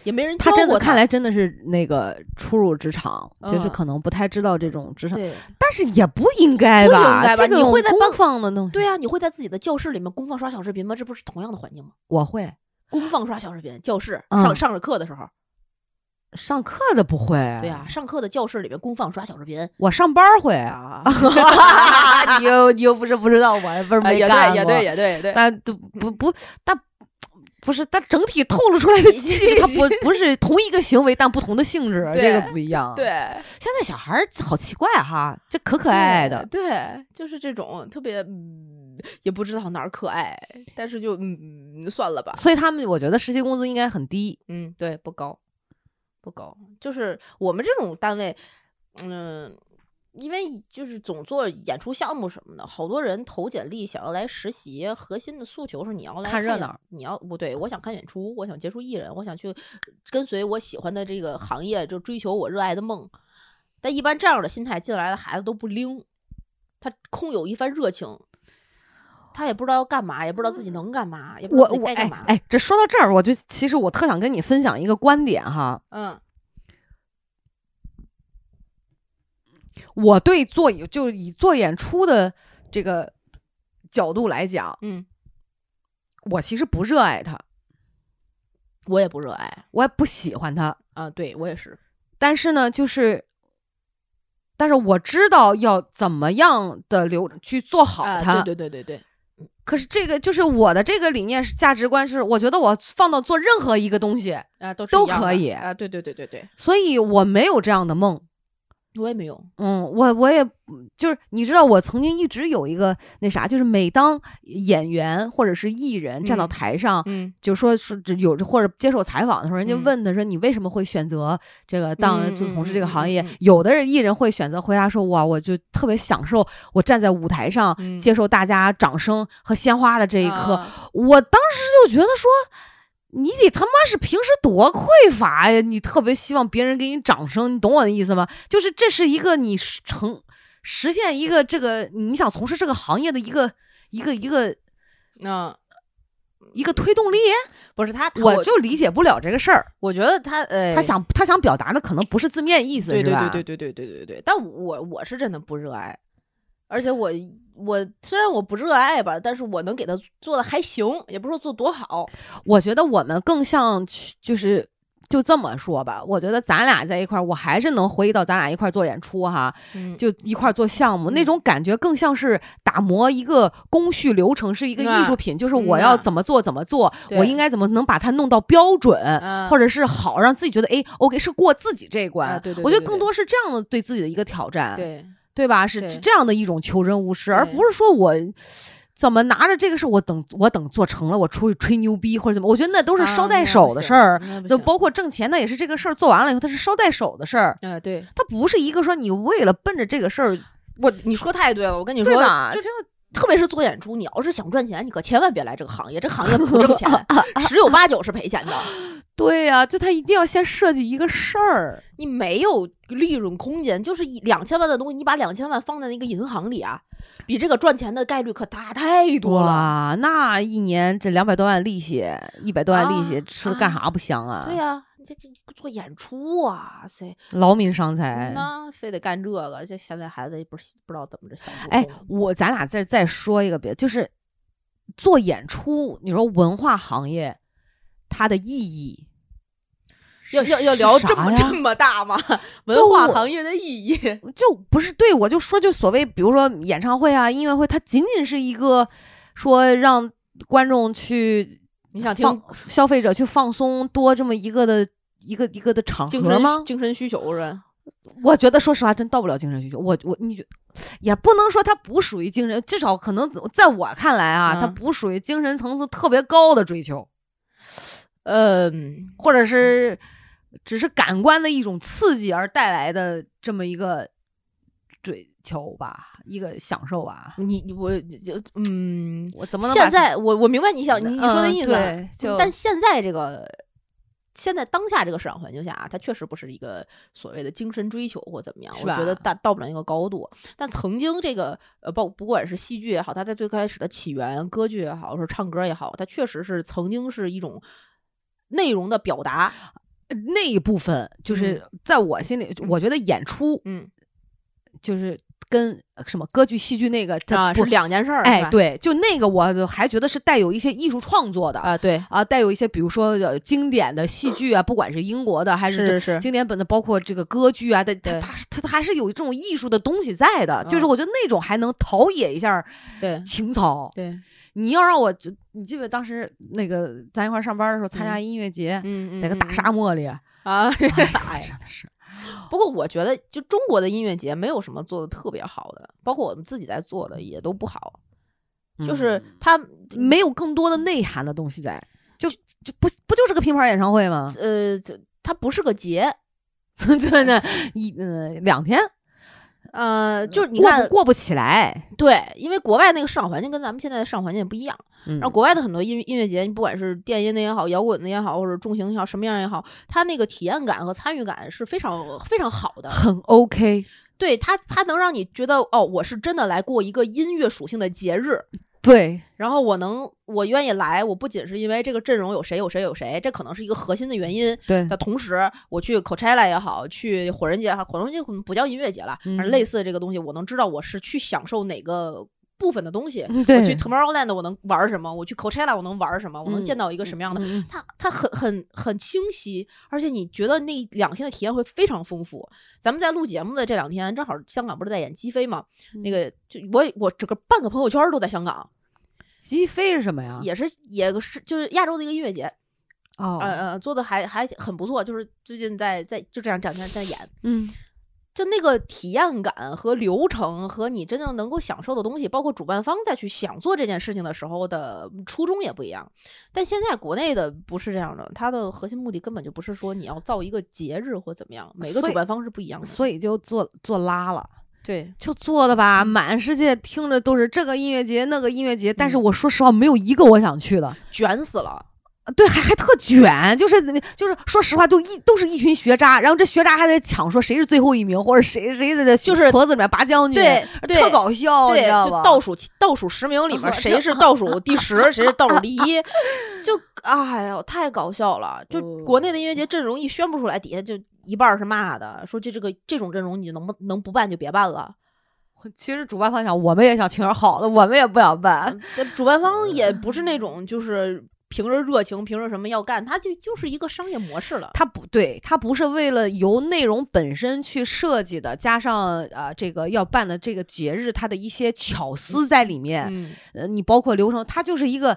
[SPEAKER 1] 也没人
[SPEAKER 2] 他
[SPEAKER 1] 教
[SPEAKER 2] 真
[SPEAKER 1] 过
[SPEAKER 2] 的看来真的是那个初入职场，就是
[SPEAKER 1] 嗯
[SPEAKER 2] 可能不太知道这种职场，
[SPEAKER 1] 对
[SPEAKER 2] 但是也不应该吧？
[SPEAKER 1] 不应该吧
[SPEAKER 2] 这个
[SPEAKER 1] 你会在
[SPEAKER 2] 公
[SPEAKER 1] 办
[SPEAKER 2] 放的东西，
[SPEAKER 1] 对啊，你会在自己的教室里面公放刷小视频吗？这不是同样的环境吗？
[SPEAKER 2] 我会
[SPEAKER 1] 公放刷小视频，教室
[SPEAKER 2] 嗯
[SPEAKER 1] 上、上着课的时候，
[SPEAKER 2] 上课的不会，
[SPEAKER 1] 对啊，上课的教室里面公放刷小视频。
[SPEAKER 2] 我上班儿会
[SPEAKER 1] (laughs) 啊，
[SPEAKER 2] (laughs) 你又你又不是不知道，我不是
[SPEAKER 1] 啊
[SPEAKER 2] 没
[SPEAKER 1] 也
[SPEAKER 2] 干
[SPEAKER 1] 对，也
[SPEAKER 2] (laughs) 过
[SPEAKER 1] 对，也对，也对，
[SPEAKER 2] 但都不不，但不是，但整体透露出来的气
[SPEAKER 1] 气，
[SPEAKER 2] 它不不是同一个行为，但不同的性质，
[SPEAKER 1] 对
[SPEAKER 2] 这个不一样。，
[SPEAKER 1] 对，
[SPEAKER 2] 现在小孩儿好奇怪哈，这可可爱爱的，
[SPEAKER 1] 对，对就是这种特别，嗯，也不知道哪儿可爱，但是就嗯，算了吧，
[SPEAKER 2] 所以他们我觉得实习工资应该很低。
[SPEAKER 1] 嗯，对，不高，不高，就是我们这种单位，嗯。因为就是总做演出项目什么的，好多人投简历想要来实习，核心的诉求是你要来
[SPEAKER 2] 看热
[SPEAKER 1] 演
[SPEAKER 2] 闹，
[SPEAKER 1] 你要不对，我想看演出，我想接触艺人，我想去跟随我喜欢的这个行业，就追求我热爱的梦。但一般这样的心态进来的孩子都不灵，他空有一番热情，他也不知道要干嘛，也不知道自己能干嘛，也不知
[SPEAKER 2] 嗯我
[SPEAKER 1] 道自己
[SPEAKER 2] 我
[SPEAKER 1] 该
[SPEAKER 2] 哎
[SPEAKER 1] 干嘛。
[SPEAKER 2] 哎，这说到这儿，我就其实我特想跟你分享一个观点哈，
[SPEAKER 1] 嗯
[SPEAKER 2] 我对做就以做演出的这个角度来讲，
[SPEAKER 1] 嗯，
[SPEAKER 2] 我其实不热爱它，
[SPEAKER 1] 我也不热爱。
[SPEAKER 2] 我也不喜欢它，
[SPEAKER 1] 啊，对我也是，
[SPEAKER 2] 但是呢，就是。但是我知道要怎么样的流去做好
[SPEAKER 1] 啊
[SPEAKER 2] 它，
[SPEAKER 1] 对对对对对，
[SPEAKER 2] 可是这个就是我的这个理念是价值观是，我觉得我放到做任何一个东西，
[SPEAKER 1] 啊，都是
[SPEAKER 2] 都
[SPEAKER 1] 一样
[SPEAKER 2] 可
[SPEAKER 1] 的
[SPEAKER 2] 以
[SPEAKER 1] 啊，对对对对对，
[SPEAKER 2] 所以我没有这样的梦。
[SPEAKER 1] 我也没有，
[SPEAKER 2] 嗯，我我也就是你知道，我曾经一直有一个那啥，就是每当演员或者是艺人站到
[SPEAKER 1] 嗯
[SPEAKER 2] 台上，
[SPEAKER 1] 嗯，
[SPEAKER 2] 就说是只有或者接受采访的时候，人家
[SPEAKER 1] 嗯
[SPEAKER 2] 问他说你为什么会选择这个当
[SPEAKER 1] 嗯
[SPEAKER 2] 就
[SPEAKER 1] 嗯
[SPEAKER 2] 从事
[SPEAKER 1] 嗯
[SPEAKER 2] 这个行业？
[SPEAKER 1] 嗯嗯嗯
[SPEAKER 2] 有的人艺人会选择回答说哇，我就特别享受我站在舞台上、
[SPEAKER 1] 嗯
[SPEAKER 2] 接受大家掌声和鲜花的这一刻。
[SPEAKER 1] 啊
[SPEAKER 2] 我当时就觉得说，你得他妈是平时多匮乏呀！你特别希望别人给你掌声，你懂我的意思吗？就是这是一个你实成实现一个这个你想从事这个行业的一个一个一个
[SPEAKER 1] 嗯，
[SPEAKER 2] 一个推动力。
[SPEAKER 1] 不是他，他
[SPEAKER 2] 我就理解不了这个事儿。
[SPEAKER 1] 我觉得他呃，
[SPEAKER 2] 他想他想表达的可能不是字面意思，
[SPEAKER 1] 对
[SPEAKER 2] 是
[SPEAKER 1] 对
[SPEAKER 2] 吧
[SPEAKER 1] 对对对对对对对，但我我是真的不热爱，而且我我虽然我不热爱吧，但是我能给他做的还行，也不是说做多好，
[SPEAKER 2] 我觉得我们更像去就是。就这么说吧，我觉得咱俩在一块儿，我还是能回忆到咱俩一块儿做演出哈，
[SPEAKER 1] 嗯
[SPEAKER 2] 就一块儿做项目，那
[SPEAKER 1] 嗯
[SPEAKER 2] 种感觉更像是打磨一个工序流程，是一个
[SPEAKER 1] 嗯啊
[SPEAKER 2] 艺术品，就是
[SPEAKER 1] 嗯
[SPEAKER 2] 我要
[SPEAKER 1] 啊
[SPEAKER 2] 怎么做怎么做，
[SPEAKER 1] 对
[SPEAKER 2] 我应该怎么能把它弄到标准，
[SPEAKER 1] 啊
[SPEAKER 2] 或者是好，让自己觉得哎，OK 是过自己这一关。
[SPEAKER 1] 啊对对对
[SPEAKER 2] 我觉得
[SPEAKER 1] 对
[SPEAKER 2] 更
[SPEAKER 1] 对
[SPEAKER 2] 多是这样的对自己的一个挑战，
[SPEAKER 1] 对
[SPEAKER 2] 对吧？是
[SPEAKER 1] 对
[SPEAKER 2] 这样的一种求真务实，而
[SPEAKER 1] 对
[SPEAKER 2] 不是说我。怎么拿着这个事儿，我等我等做成了，我出去吹牛逼或者怎么？我觉得那都是
[SPEAKER 1] 啊
[SPEAKER 2] 捎带手的事儿，，就
[SPEAKER 1] 包
[SPEAKER 2] 包括挣钱，那也是这个事儿做完了以后，它是捎带手的事儿，
[SPEAKER 1] 啊对
[SPEAKER 2] 它不是一个说你为了奔着这个事儿
[SPEAKER 1] 我你说太对了，我跟你说
[SPEAKER 2] 对吧？
[SPEAKER 1] 就特别是做演出，你要是想赚钱，你可千万别来这个行业，这行业不
[SPEAKER 2] (laughs)
[SPEAKER 1] 挣钱，十有八九是赔钱的。
[SPEAKER 2] 对呀、就他一定要先设计一个事儿，
[SPEAKER 1] 你没有利润空间，就是一两千万的东西，你把两千万放在那个银行里啊，比这个赚钱的概率可大太多了。
[SPEAKER 2] 哇，那一年这两百多万利息，一百多万利息，
[SPEAKER 1] 啊
[SPEAKER 2] 吃了干啥不香啊？
[SPEAKER 1] 对呀、你这这做演出啊，塞，
[SPEAKER 2] 劳民伤财。
[SPEAKER 1] 那非得干这个，这现在孩子也不是不知道怎么着想不
[SPEAKER 2] 哎
[SPEAKER 1] 通，
[SPEAKER 2] 我咱俩再再说一个别，就是做演出，你说文化行业它的意义
[SPEAKER 1] 要
[SPEAKER 2] 是
[SPEAKER 1] 要要聊
[SPEAKER 2] 是
[SPEAKER 1] 这么
[SPEAKER 2] 啥呀
[SPEAKER 1] 这么大
[SPEAKER 2] (laughs)
[SPEAKER 1] 吗？
[SPEAKER 2] 就
[SPEAKER 1] 文化
[SPEAKER 2] 我
[SPEAKER 1] 行业的意义， (laughs)
[SPEAKER 2] 就不是对我就说就所谓比如说演唱会啊、音乐会，它仅仅是一个说让观众去
[SPEAKER 1] 你想听
[SPEAKER 2] 放消费者去放松多这么一个的一个一个的场
[SPEAKER 1] 精
[SPEAKER 2] 合
[SPEAKER 1] 神
[SPEAKER 2] 吗？
[SPEAKER 1] 精神需求是吧？
[SPEAKER 2] 我觉得说实话，真到不了精神需求。我我你觉也不能说它不属于精神，至少可能在我看来啊，
[SPEAKER 1] 嗯
[SPEAKER 2] 它不属于精神层次特别高的追求，呃
[SPEAKER 1] 嗯，
[SPEAKER 2] 或者是只是感官的一种刺激而带来的这么一个追求吧，一个享受吧。
[SPEAKER 1] 你你我就嗯，
[SPEAKER 2] 我怎么能把
[SPEAKER 1] 现在我我明白你想你你说的
[SPEAKER 2] 嗯
[SPEAKER 1] 意思，啊
[SPEAKER 2] 对就
[SPEAKER 1] 但现在这个现在当下这个市场环境下啊，它确实不是一个所谓的精神追求或怎么样，
[SPEAKER 2] 是
[SPEAKER 1] 我觉得
[SPEAKER 2] 吧
[SPEAKER 1] 达到不了那个高度。但曾经这个呃，不不管是戏剧也好，它在最开始的起源，歌剧也好，是唱歌也好，它确实是曾经是一种内容的表达，
[SPEAKER 2] 那一部分，就是在我心里，我觉得演出
[SPEAKER 1] 嗯
[SPEAKER 2] 就是跟呃什么歌剧、戏剧那个它
[SPEAKER 1] 啊
[SPEAKER 2] 不
[SPEAKER 1] 是两件事儿，是
[SPEAKER 2] 哎
[SPEAKER 1] 吧，
[SPEAKER 2] 对，就那个我还觉得是带有一些艺术创作的。
[SPEAKER 1] 啊对，
[SPEAKER 2] 啊，带有一些比如说呃经典的戏剧啊，不管是英国的还
[SPEAKER 1] 是
[SPEAKER 2] 是这
[SPEAKER 1] 是
[SPEAKER 2] 经典本的，包括这个歌剧啊，它它
[SPEAKER 1] 对
[SPEAKER 2] 它它它还是有这种艺术的东西在的，就是
[SPEAKER 1] 嗯
[SPEAKER 2] 我觉得那种还能陶冶一下
[SPEAKER 1] 对
[SPEAKER 2] 情操。
[SPEAKER 1] 对，
[SPEAKER 2] 你要让我就，你记不记得当时那个咱一块儿上班的时候参加音乐节，
[SPEAKER 1] 嗯
[SPEAKER 2] 在个大沙漠里，
[SPEAKER 1] 啊， (laughs)
[SPEAKER 2] 哎呦，真的是，
[SPEAKER 1] 不过我觉得，就中国的音乐节没有什么做的特别好的，包括我们自己在做的也都不好。就是
[SPEAKER 2] 嗯
[SPEAKER 1] 他
[SPEAKER 2] 没有更多的内涵的东西
[SPEAKER 1] 嗯
[SPEAKER 2] 在，就就不不就是个拼盘演唱会吗？ (laughs)
[SPEAKER 1] 呃，这它不是个节，
[SPEAKER 2] 对对，一嗯、两天，
[SPEAKER 1] 呃，就是你
[SPEAKER 2] 过
[SPEAKER 1] 看
[SPEAKER 2] 不，过不起来，
[SPEAKER 1] 对，因为国外那个市场环境跟咱们现在的市场环境也不一样。
[SPEAKER 2] 嗯
[SPEAKER 1] 然后国外的很多音音乐节，你不管是电音的也好，摇滚的也好，或者重型也好，什么样也好，它那个体验感和参与感是非常非常好的。
[SPEAKER 2] 很 OK，
[SPEAKER 1] 对它，它能让你觉得哦，我是真的来过一个音乐属性的节日。
[SPEAKER 2] 对，
[SPEAKER 1] 然后我能，我愿意来，我不仅是因为这个阵容有谁有谁有谁，这可能是一个核心的原因。
[SPEAKER 2] 对
[SPEAKER 1] 那同时，我去 Coachella 也好，去火人节也好，火人节可能不叫音乐节了，
[SPEAKER 2] 嗯
[SPEAKER 1] 反正类似的这个东西，我能知道我是去享受哪个部分的东西。
[SPEAKER 2] 嗯
[SPEAKER 1] 我去
[SPEAKER 2] 对
[SPEAKER 1] Tomorrowland 我能玩什么？我去 Coachella 我能玩什么？我能
[SPEAKER 2] 嗯
[SPEAKER 1] 见到一个什么样的？
[SPEAKER 2] 嗯嗯
[SPEAKER 1] 它它很很很清晰，而且你觉得那两天的体验会非常丰富。咱们在录节目的这两天，正好香港不是在演《鸡飞》嘛，
[SPEAKER 2] 嗯
[SPEAKER 1] 那个就我我整个半个朋友圈都在香港。
[SPEAKER 2] 鸡飞是什么呀？
[SPEAKER 1] 也是也是就是亚洲的一个音乐节，
[SPEAKER 2] 哦，
[SPEAKER 1] 呃呃，做的还还很不错，就是最近在在就这样这两天在演，
[SPEAKER 2] 嗯，
[SPEAKER 1] 就那个体验感和流程和你真正能够享受的东西，包括主办方再去想做这件事情的时候的嗯初衷也不一样。但现在国内的不是这样的，它的核心目的根本就不是说你要造一个节日或怎么样，每个
[SPEAKER 2] 所以
[SPEAKER 1] 主办方是不一样的。
[SPEAKER 2] 所以就做做拉了。嗯
[SPEAKER 1] 对，
[SPEAKER 2] 就做的吧，满世界听着都是这个音乐节那个音乐节，但是
[SPEAKER 1] 嗯
[SPEAKER 2] 我说实话没有一个我想去的。
[SPEAKER 1] 卷死了。
[SPEAKER 2] 呃对，还还特卷，就是就是说实话，就一都是一群学渣，然后这学渣还在抢说谁是最后一名，或者谁谁在
[SPEAKER 1] 就是
[SPEAKER 2] 脖子里面拔将军，
[SPEAKER 1] 对，对
[SPEAKER 2] 特搞笑，哦你
[SPEAKER 1] 对，
[SPEAKER 2] 知道
[SPEAKER 1] 就
[SPEAKER 2] 吧？
[SPEAKER 1] 倒数倒数十名里
[SPEAKER 2] (laughs)
[SPEAKER 1] 面，
[SPEAKER 2] 这
[SPEAKER 1] 谁是倒数第十，谁是倒数第
[SPEAKER 2] (laughs)
[SPEAKER 1] 一，就哎呦，太搞笑了！就
[SPEAKER 2] 嗯
[SPEAKER 1] 国内的音乐节阵容一宣布出来，底下就一半儿是骂的，说这这个这种阵容你能不能不办就别办了。
[SPEAKER 2] 其实主办方想，我们也想请点好的，我们也不想办。
[SPEAKER 1] 这主办
[SPEAKER 2] 嗯
[SPEAKER 1] 方也不是那种就是凭着热情，凭着什么要干，他就就是一个商业模式了。
[SPEAKER 2] 它不对，它不是为了由内容本身去设计的，加上呃这个要办的这个节日，它的一些巧思在里面。
[SPEAKER 1] 嗯，
[SPEAKER 2] 呃，你包括流程，它就是一个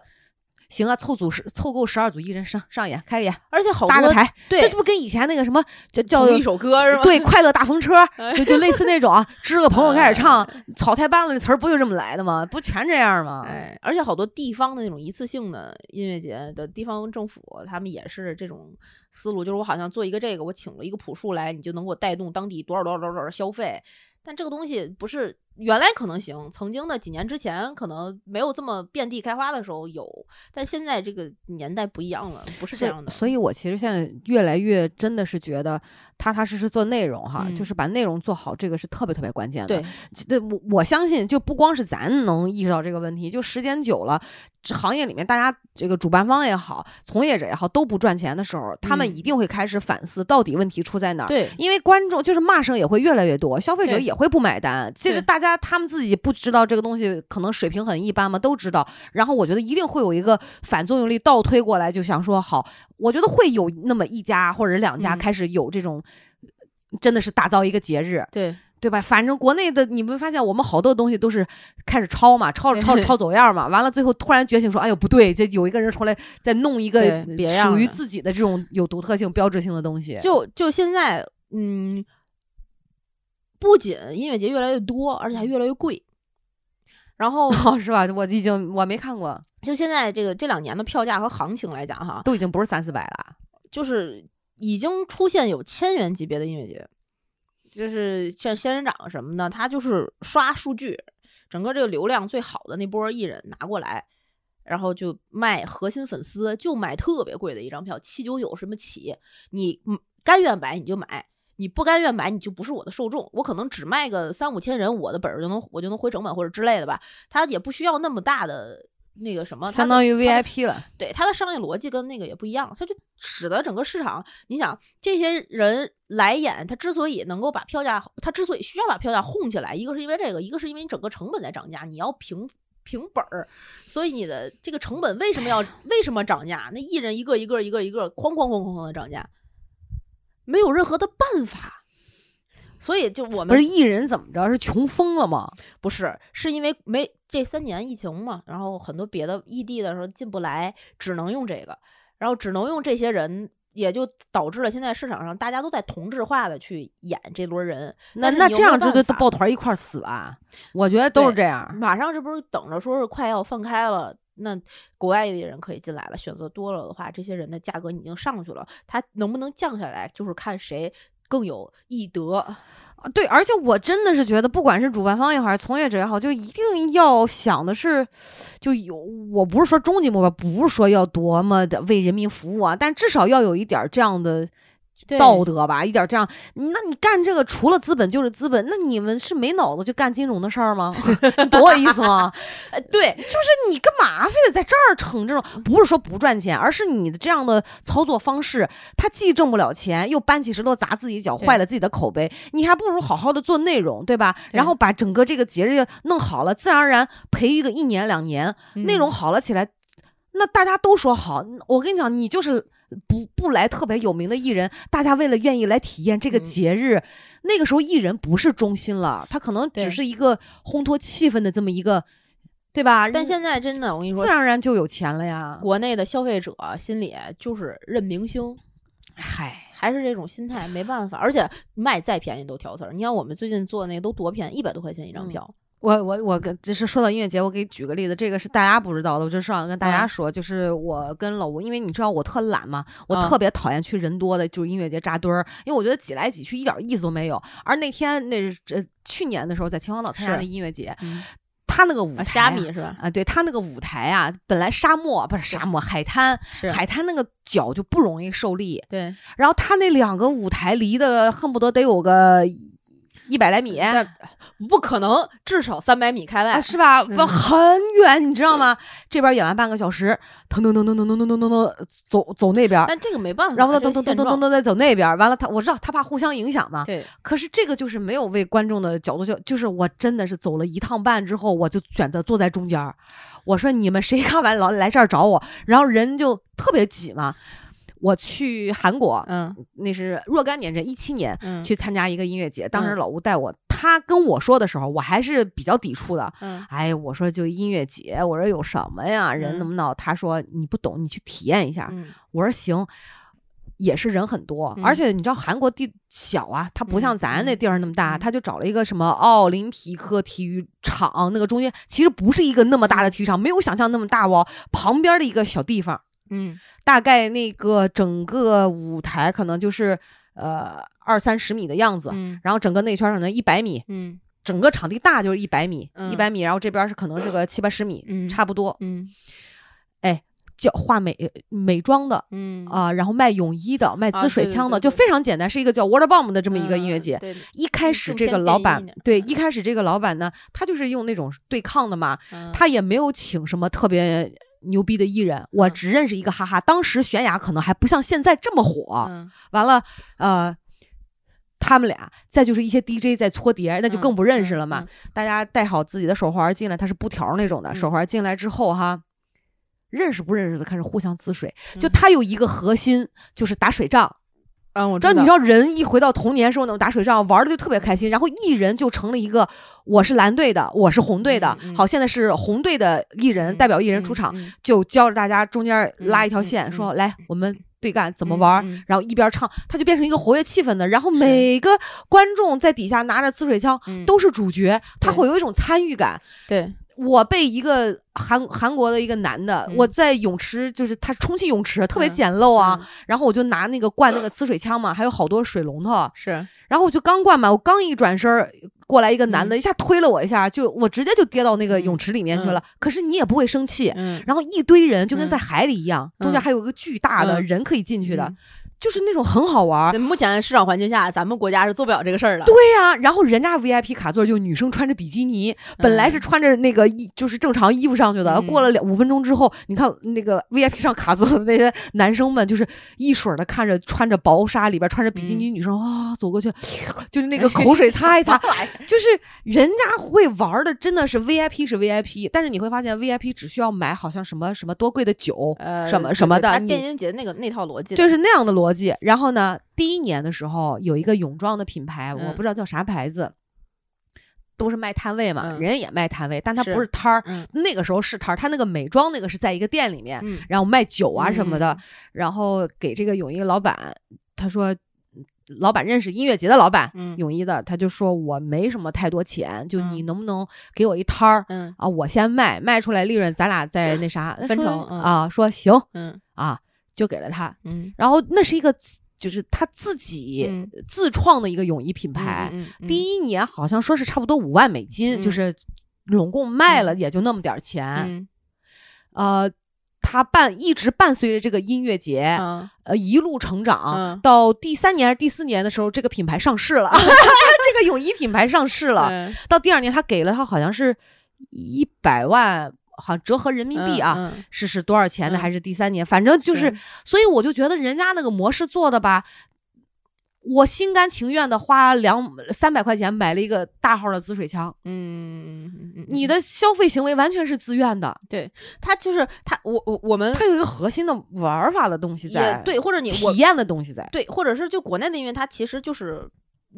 [SPEAKER 2] 行啊，凑组十凑够十二组艺人上上演开演，
[SPEAKER 1] 而且好
[SPEAKER 2] 搭个
[SPEAKER 1] 多
[SPEAKER 2] 台，这
[SPEAKER 1] 对
[SPEAKER 2] 这不跟以前那个什么叫叫呃
[SPEAKER 1] 同一首歌哎是吧？
[SPEAKER 2] 对快乐大
[SPEAKER 1] (laughs)
[SPEAKER 2] 风车，就就类似那种啊，支个朋友开始唱
[SPEAKER 1] 哎
[SPEAKER 2] 草台班子这词儿不就这么来的吗？不全这样吗？
[SPEAKER 1] 哎，而且好多地方的那种一次性的音乐节的地方政府，他们也是这种思路，就是我好像做一个这个，我请了一个朴树来，你就能给我带动当地多少多少多少多少消费。但这个东西不是原来可能行，曾经的几年之前可能没有这么遍地开花的时候有，但现在这个年代不一样了，不是这
[SPEAKER 2] 所以
[SPEAKER 1] 样的。
[SPEAKER 2] 所以我其实现在越来越真的是觉得踏踏实实做内容哈，
[SPEAKER 1] 嗯
[SPEAKER 2] 就是把内容做好，这个是特别特别关键的。
[SPEAKER 1] 对，
[SPEAKER 2] 对，我我相信，就不光是咱能意识到这个问题，就时间久了，这行业里面大家这个主办方也好，从业者也好，都不赚钱的时候，他们
[SPEAKER 1] 嗯
[SPEAKER 2] 一定会开始反思到底问题出在哪儿。
[SPEAKER 1] 对，
[SPEAKER 2] 因为观众就是骂声也会越来越多，消费者
[SPEAKER 1] 对
[SPEAKER 2] 也会不买单。其
[SPEAKER 1] 对
[SPEAKER 2] 实大家他们自己不知道这个东西可能水平很一般嘛，都知道。然后我觉得一定会有一个反作用力倒推过来，就想说好，我觉得会有那么一家或者两家
[SPEAKER 1] 嗯
[SPEAKER 2] 开始有这种，真的是打造一个节日，
[SPEAKER 1] 对，
[SPEAKER 2] 对吧？反正国内的你们发现，我们好多东西都是开始抄嘛，抄着抄
[SPEAKER 1] (laughs)
[SPEAKER 2] 着
[SPEAKER 1] 对
[SPEAKER 2] 抄走样嘛，完了最后突然觉醒说，哎呦不对，这有一个人出来再弄一个
[SPEAKER 1] 对别样
[SPEAKER 2] 属于
[SPEAKER 1] 的
[SPEAKER 2] 自己的这种有独特性、标志性的东西。
[SPEAKER 1] 就就现在，嗯，不仅音乐节越来越多，而
[SPEAKER 2] 嗯
[SPEAKER 1] 且还越来越贵。然后
[SPEAKER 2] 哦，是吧？我已经我没看过，
[SPEAKER 1] 就现在这个这两年的票价和行情来讲，哈，
[SPEAKER 2] 都已经不是三四百了。
[SPEAKER 1] 就是已经出现有千元级别的音乐节，就是像仙人掌什么的，它就是刷数据，整个这个流量最好的那波艺人拿过来，然后就卖核心粉丝，就买特别贵的一张票，七九九什么起，你嗯甘愿买你就买。你不甘愿买，你就不是我的受众。我可能只卖个三五千人，我的本儿就能我就能回成本或者之类的吧。它也不需要那么大的那个什么，它
[SPEAKER 2] 相
[SPEAKER 1] 的
[SPEAKER 2] 当于
[SPEAKER 1] 它的
[SPEAKER 2] VIP 了。
[SPEAKER 1] 对它的商业逻辑跟那个也不一样，它就使得整个市场，你想这些人来演，他之所以能够把票价，他之所以需要把票价哄起来，一个是因为这个，一个是因为你整个成本在涨价，你要平平本儿，所以你的这个成本为什么要为什么涨价？那艺人一个一个一个一个哐哐哐哐哐的涨价，没有任何的办法。所以就我们
[SPEAKER 2] 不是艺人怎么着？是穷疯了吗？
[SPEAKER 1] 不是，是因为没这三年疫情嘛，然后很多别的异地的时候进不来，只能用这个，然后只能用这些人，也就导致了现在市场上大家都在同质化的去演这轮人。
[SPEAKER 2] 那
[SPEAKER 1] 但是
[SPEAKER 2] 那
[SPEAKER 1] 你又
[SPEAKER 2] 这
[SPEAKER 1] 没
[SPEAKER 2] 样就
[SPEAKER 1] 办
[SPEAKER 2] 就
[SPEAKER 1] 法
[SPEAKER 2] 抱团一块儿死啊！我觉得都是这样。
[SPEAKER 1] 马上这不是等着说是快要放开了，那国外的人可以进来了，选择多了的话，这些人的价格已经上去了，他能不能降下来，就是看谁更有艺德。
[SPEAKER 2] 啊对，而且我真的是觉得，不管是主办方也好，还是从业者也好，就一定要想的是，就有我不是说终极目标，不是说要多么的为人民服务啊，但至少要有一点儿这样的
[SPEAKER 1] 对
[SPEAKER 2] 道德吧，一点儿这样。那你干这个除了资本就是资本，那你们是没脑子就干金融的事
[SPEAKER 1] (laughs)
[SPEAKER 2] 儿吗？你懂我意思吗？
[SPEAKER 1] 哎，对，
[SPEAKER 2] 就是你干嘛非得在这儿逞这种？不是说不赚钱，而是你的这样的操作方式，它既挣不了钱，又搬起石头砸自己脚，
[SPEAKER 1] 对
[SPEAKER 2] 坏了自己的口碑。你还不如好好的做内容，对吧？
[SPEAKER 1] 对
[SPEAKER 2] 然后把整个这个节日弄好了，自然而然培育个一年两年，内容
[SPEAKER 1] 嗯
[SPEAKER 2] 好了起来，那大家都说好。我跟你讲，你就是。不不来特别有名的艺人，大家为了愿意来体验这个
[SPEAKER 1] 嗯
[SPEAKER 2] 节日，那个时候艺人不是中心了，他可能只
[SPEAKER 1] 对
[SPEAKER 2] 是一个烘托气氛的这么一个，对吧？
[SPEAKER 1] 但现在真的，我跟你说
[SPEAKER 2] 自，然而然就有钱了呀。
[SPEAKER 1] 国内的消费者心里就是认明星，
[SPEAKER 2] 嗨，
[SPEAKER 1] 还是这种心态，没办法。而且卖再便宜都挑刺儿。你看我们最近做的那个都多便宜，一百多块钱一张
[SPEAKER 2] 嗯
[SPEAKER 1] 票。
[SPEAKER 2] 我我我跟只是说到音乐节，我给举个例子，这个是大家不知道的，我就是想跟大家
[SPEAKER 1] 嗯
[SPEAKER 2] 说，就是我跟老吴，因为你知道我特懒嘛，我
[SPEAKER 1] 嗯
[SPEAKER 2] 特别讨厌去人多的，就是音乐节扎堆儿，因为我觉得挤来挤去一点意思都没有。而那天那是呃去年的时候，在秦皇岛参加
[SPEAKER 1] 是
[SPEAKER 2] 那音乐节，
[SPEAKER 1] 嗯
[SPEAKER 2] 他那个舞台、
[SPEAKER 1] 啊，虾米是吧？
[SPEAKER 2] 啊，对他那个舞台啊，本来沙漠不是沙漠，海滩，
[SPEAKER 1] 是
[SPEAKER 2] 海滩那个脚就不容易受力，
[SPEAKER 1] 对，
[SPEAKER 2] 然后他那两个舞台离的恨不得得有个一百来米，
[SPEAKER 1] 但不可能，至少三百米开外
[SPEAKER 2] 啊，。是吧？
[SPEAKER 1] 嗯
[SPEAKER 2] 往很远，你知道吗？这边演完半个小时，腾腾腾腾腾腾腾腾腾腾，走走那边，
[SPEAKER 1] 但这个没办法，
[SPEAKER 2] 然后呢，
[SPEAKER 1] 这
[SPEAKER 2] 腾
[SPEAKER 1] 是
[SPEAKER 2] 腾腾
[SPEAKER 1] 现
[SPEAKER 2] 腾
[SPEAKER 1] 状
[SPEAKER 2] 腾腾再走那边。完了，他我知道他怕互相影响嘛。
[SPEAKER 1] 对，
[SPEAKER 2] 可是这个就是没有为观众的角度就就是我真的是走了一趟半之后，我就选择坐在中间儿。我说你们谁看完老来这儿找我，然后人就特别挤嘛。我去韩国，
[SPEAKER 1] 嗯
[SPEAKER 2] 那是若干年前，一七年，
[SPEAKER 1] 嗯，
[SPEAKER 2] 去参加一个音乐节，当时
[SPEAKER 1] 嗯
[SPEAKER 2] 老吴带我，他跟我说的时候，我还是比较抵触的。
[SPEAKER 1] 嗯
[SPEAKER 2] 哎，我说就音乐节，我说有什么呀？
[SPEAKER 1] 嗯
[SPEAKER 2] 人那么闹，他说你不懂，你去体验一下。
[SPEAKER 1] 嗯
[SPEAKER 2] 我说行，也是人很多，
[SPEAKER 1] 嗯
[SPEAKER 2] 而且你知道韩国地小啊，它不像
[SPEAKER 1] 嗯
[SPEAKER 2] 咱
[SPEAKER 1] 嗯
[SPEAKER 2] 那地儿那么大，
[SPEAKER 1] 嗯
[SPEAKER 2] 他就找了一个什么奥林匹克体育场，那个中间其实不是一个那么大的体育场，没有想象那么大哦，旁边的一个小地方，
[SPEAKER 1] 嗯
[SPEAKER 2] 大概那个整个舞台可能就是呃二三十米的样子。
[SPEAKER 1] 嗯
[SPEAKER 2] 然后整个内圈可能一百米，
[SPEAKER 1] 嗯
[SPEAKER 2] 整个场地大就是一百米，
[SPEAKER 1] 嗯
[SPEAKER 2] 一百、米，然后这边是可能是个七八十米，
[SPEAKER 1] 嗯
[SPEAKER 2] 差不多。
[SPEAKER 1] 嗯
[SPEAKER 2] 叫画美美妆的
[SPEAKER 1] 嗯
[SPEAKER 2] 啊、然后卖泳衣的，卖
[SPEAKER 1] 啊
[SPEAKER 2] 滋水
[SPEAKER 1] 对对
[SPEAKER 2] 枪的，
[SPEAKER 1] 对
[SPEAKER 2] 就
[SPEAKER 1] 对
[SPEAKER 2] 非常简单，是一个叫 Water Bomb 的
[SPEAKER 1] 这
[SPEAKER 2] 这么一个音乐节。
[SPEAKER 1] 嗯对的，
[SPEAKER 2] 一开始
[SPEAKER 1] 更
[SPEAKER 2] 这个
[SPEAKER 1] 偏
[SPEAKER 2] 老
[SPEAKER 1] 电音
[SPEAKER 2] 板
[SPEAKER 1] 一点
[SPEAKER 2] 对，
[SPEAKER 1] 嗯
[SPEAKER 2] 一开始这个老板呢，他就是用那种对抗的嘛，
[SPEAKER 1] 嗯
[SPEAKER 2] 他也没有请什么特别牛逼的艺人，我
[SPEAKER 1] 嗯
[SPEAKER 2] 只认识一个哈哈。当时悬崖可能还不像现在这么火，
[SPEAKER 1] 嗯
[SPEAKER 2] 完了，呃，他们俩再就是一些 DJ 在搓碟，那就更不认识了嘛。
[SPEAKER 1] 嗯嗯
[SPEAKER 2] 大家戴好自己的手环进来，它是布条那种的、
[SPEAKER 1] 嗯
[SPEAKER 2] 手环进来之后哈，认识不认识的开始互相滋水。就
[SPEAKER 1] 嗯
[SPEAKER 2] 他有一个核心，就是打水仗。
[SPEAKER 1] 嗯，我
[SPEAKER 2] 知道你知道人一回到童年时候那种打水仗玩的就特别开心，然后艺人就成了一个我是蓝队的，我是红队的，
[SPEAKER 1] 嗯嗯
[SPEAKER 2] 好现在是红队的艺人、代表艺人出场，，
[SPEAKER 1] 嗯嗯
[SPEAKER 2] 就教着大家中间拉一条
[SPEAKER 1] 嗯
[SPEAKER 2] 线，
[SPEAKER 1] 嗯嗯
[SPEAKER 2] 说来我们对干怎么玩儿，
[SPEAKER 1] 嗯嗯
[SPEAKER 2] 然后一边唱，它就变成一个活跃气氛的。然后每个观众在底下拿着滋水枪
[SPEAKER 1] 嗯
[SPEAKER 2] 都是主角，他
[SPEAKER 1] 对
[SPEAKER 2] 会有一种参与感。
[SPEAKER 1] 对，
[SPEAKER 2] 我被一个韩韩国的一个男的，
[SPEAKER 1] 嗯
[SPEAKER 2] 我在泳池，就是他充气泳池特别
[SPEAKER 1] 嗯
[SPEAKER 2] 简陋啊，
[SPEAKER 1] 嗯
[SPEAKER 2] 然后我就拿那个灌那个滋水枪嘛，还有好多水龙头，
[SPEAKER 1] 是
[SPEAKER 2] 然后我就刚灌满，我刚一转身儿过来一个男的，一下推了我一下，就我直接就跌到那个
[SPEAKER 1] 嗯
[SPEAKER 2] 泳池里面去
[SPEAKER 1] 嗯
[SPEAKER 2] 了。可是你也不会生气，
[SPEAKER 1] 嗯
[SPEAKER 2] 然后一堆人就跟
[SPEAKER 1] 嗯
[SPEAKER 2] 在海里一样，中
[SPEAKER 1] 嗯
[SPEAKER 2] 间还有一个巨大的
[SPEAKER 1] 嗯
[SPEAKER 2] 人可以进去的，
[SPEAKER 1] 嗯
[SPEAKER 2] 就是那种很好玩儿。
[SPEAKER 1] 在嗯目前市场环境下，咱们国家是做不了这个事儿的。
[SPEAKER 2] 对呀、然后人家 VIP 卡座就女生穿着比基尼，本来是穿着那个衣就是正常衣服上去的，
[SPEAKER 1] 嗯，
[SPEAKER 2] 过了两五分钟之后，你看那个 VIP 上卡座的那些男生们，就是一水的看着穿着薄纱里边穿着比基尼女生啊、走过去，就是那个口水擦一擦
[SPEAKER 1] 哎 (laughs) 什么玩意儿，
[SPEAKER 2] 就是人家会玩的真的是 VIP 是 VIP，但是你会发现 VIP 只需要买好像什么什么多贵的酒，
[SPEAKER 1] 呃，
[SPEAKER 2] 什么
[SPEAKER 1] 对
[SPEAKER 2] 什么
[SPEAKER 1] 对
[SPEAKER 2] 的
[SPEAKER 1] 他
[SPEAKER 2] 你
[SPEAKER 1] 电音节那个那套逻辑的，
[SPEAKER 2] 就是那样的逻逻辑。然后呢，第一年的时候有一个泳装的品牌，我
[SPEAKER 1] 嗯
[SPEAKER 2] 不知道叫啥牌子，都是卖摊位嘛，
[SPEAKER 1] 嗯
[SPEAKER 2] 人家也卖摊位，但它
[SPEAKER 1] 是
[SPEAKER 2] 不是摊儿。
[SPEAKER 1] 嗯
[SPEAKER 2] 那个时候是摊儿，它那个美妆那个是在一个店里面，
[SPEAKER 1] 嗯
[SPEAKER 2] 然后卖酒啊什么的，
[SPEAKER 1] 嗯
[SPEAKER 2] 然后给这个泳衣老板，他说，老板认识音乐节的老板，
[SPEAKER 1] 嗯
[SPEAKER 2] 泳衣的，他就说我没什么太多钱，就你
[SPEAKER 1] 嗯
[SPEAKER 2] 能不能给我一摊儿、
[SPEAKER 1] 嗯
[SPEAKER 2] 啊？我先卖，卖出来利润咱
[SPEAKER 1] (laughs)
[SPEAKER 2] 俩再那啥
[SPEAKER 1] 分
[SPEAKER 2] 说
[SPEAKER 1] 成嗯
[SPEAKER 2] 啊？说行
[SPEAKER 1] 嗯
[SPEAKER 2] 啊，就给了他。
[SPEAKER 1] 嗯，
[SPEAKER 2] 然后那是一个自就是他自己
[SPEAKER 1] 嗯
[SPEAKER 2] 自创的一个泳衣品牌，第
[SPEAKER 1] 一
[SPEAKER 2] 一年好像说是差不多五万美金，
[SPEAKER 1] 嗯
[SPEAKER 2] 就是拢共卖了也就那么点儿钱。
[SPEAKER 1] 嗯
[SPEAKER 2] 呃，他伴一直伴随着这个音乐节，
[SPEAKER 1] 嗯
[SPEAKER 2] 呃，一路成长，
[SPEAKER 1] 嗯
[SPEAKER 2] 到第三年还是第四年的时候，这个品牌上市
[SPEAKER 1] (laughs)
[SPEAKER 2] 了，这个泳衣品牌上市了。
[SPEAKER 1] 嗯
[SPEAKER 2] 到第二年，他给了他好像是一百万，好像折合人民币啊，
[SPEAKER 1] 嗯嗯
[SPEAKER 2] 是是多少钱的？
[SPEAKER 1] 嗯
[SPEAKER 2] 还是第三年？反正就是，
[SPEAKER 1] 是
[SPEAKER 2] 所以我就觉得人家那个模式做的吧。我心甘情愿的花两呃三百块钱买了一个大号的滋水枪，
[SPEAKER 1] 嗯嗯嗯，
[SPEAKER 2] 你的消费行为完全是自愿的，
[SPEAKER 1] 他就是他，我我我们
[SPEAKER 2] 它有一个核心的玩法的东西在
[SPEAKER 1] 呃也，对，或者你我
[SPEAKER 2] 体验的东西在，
[SPEAKER 1] 对，或者是就国内的音乐，它其实就是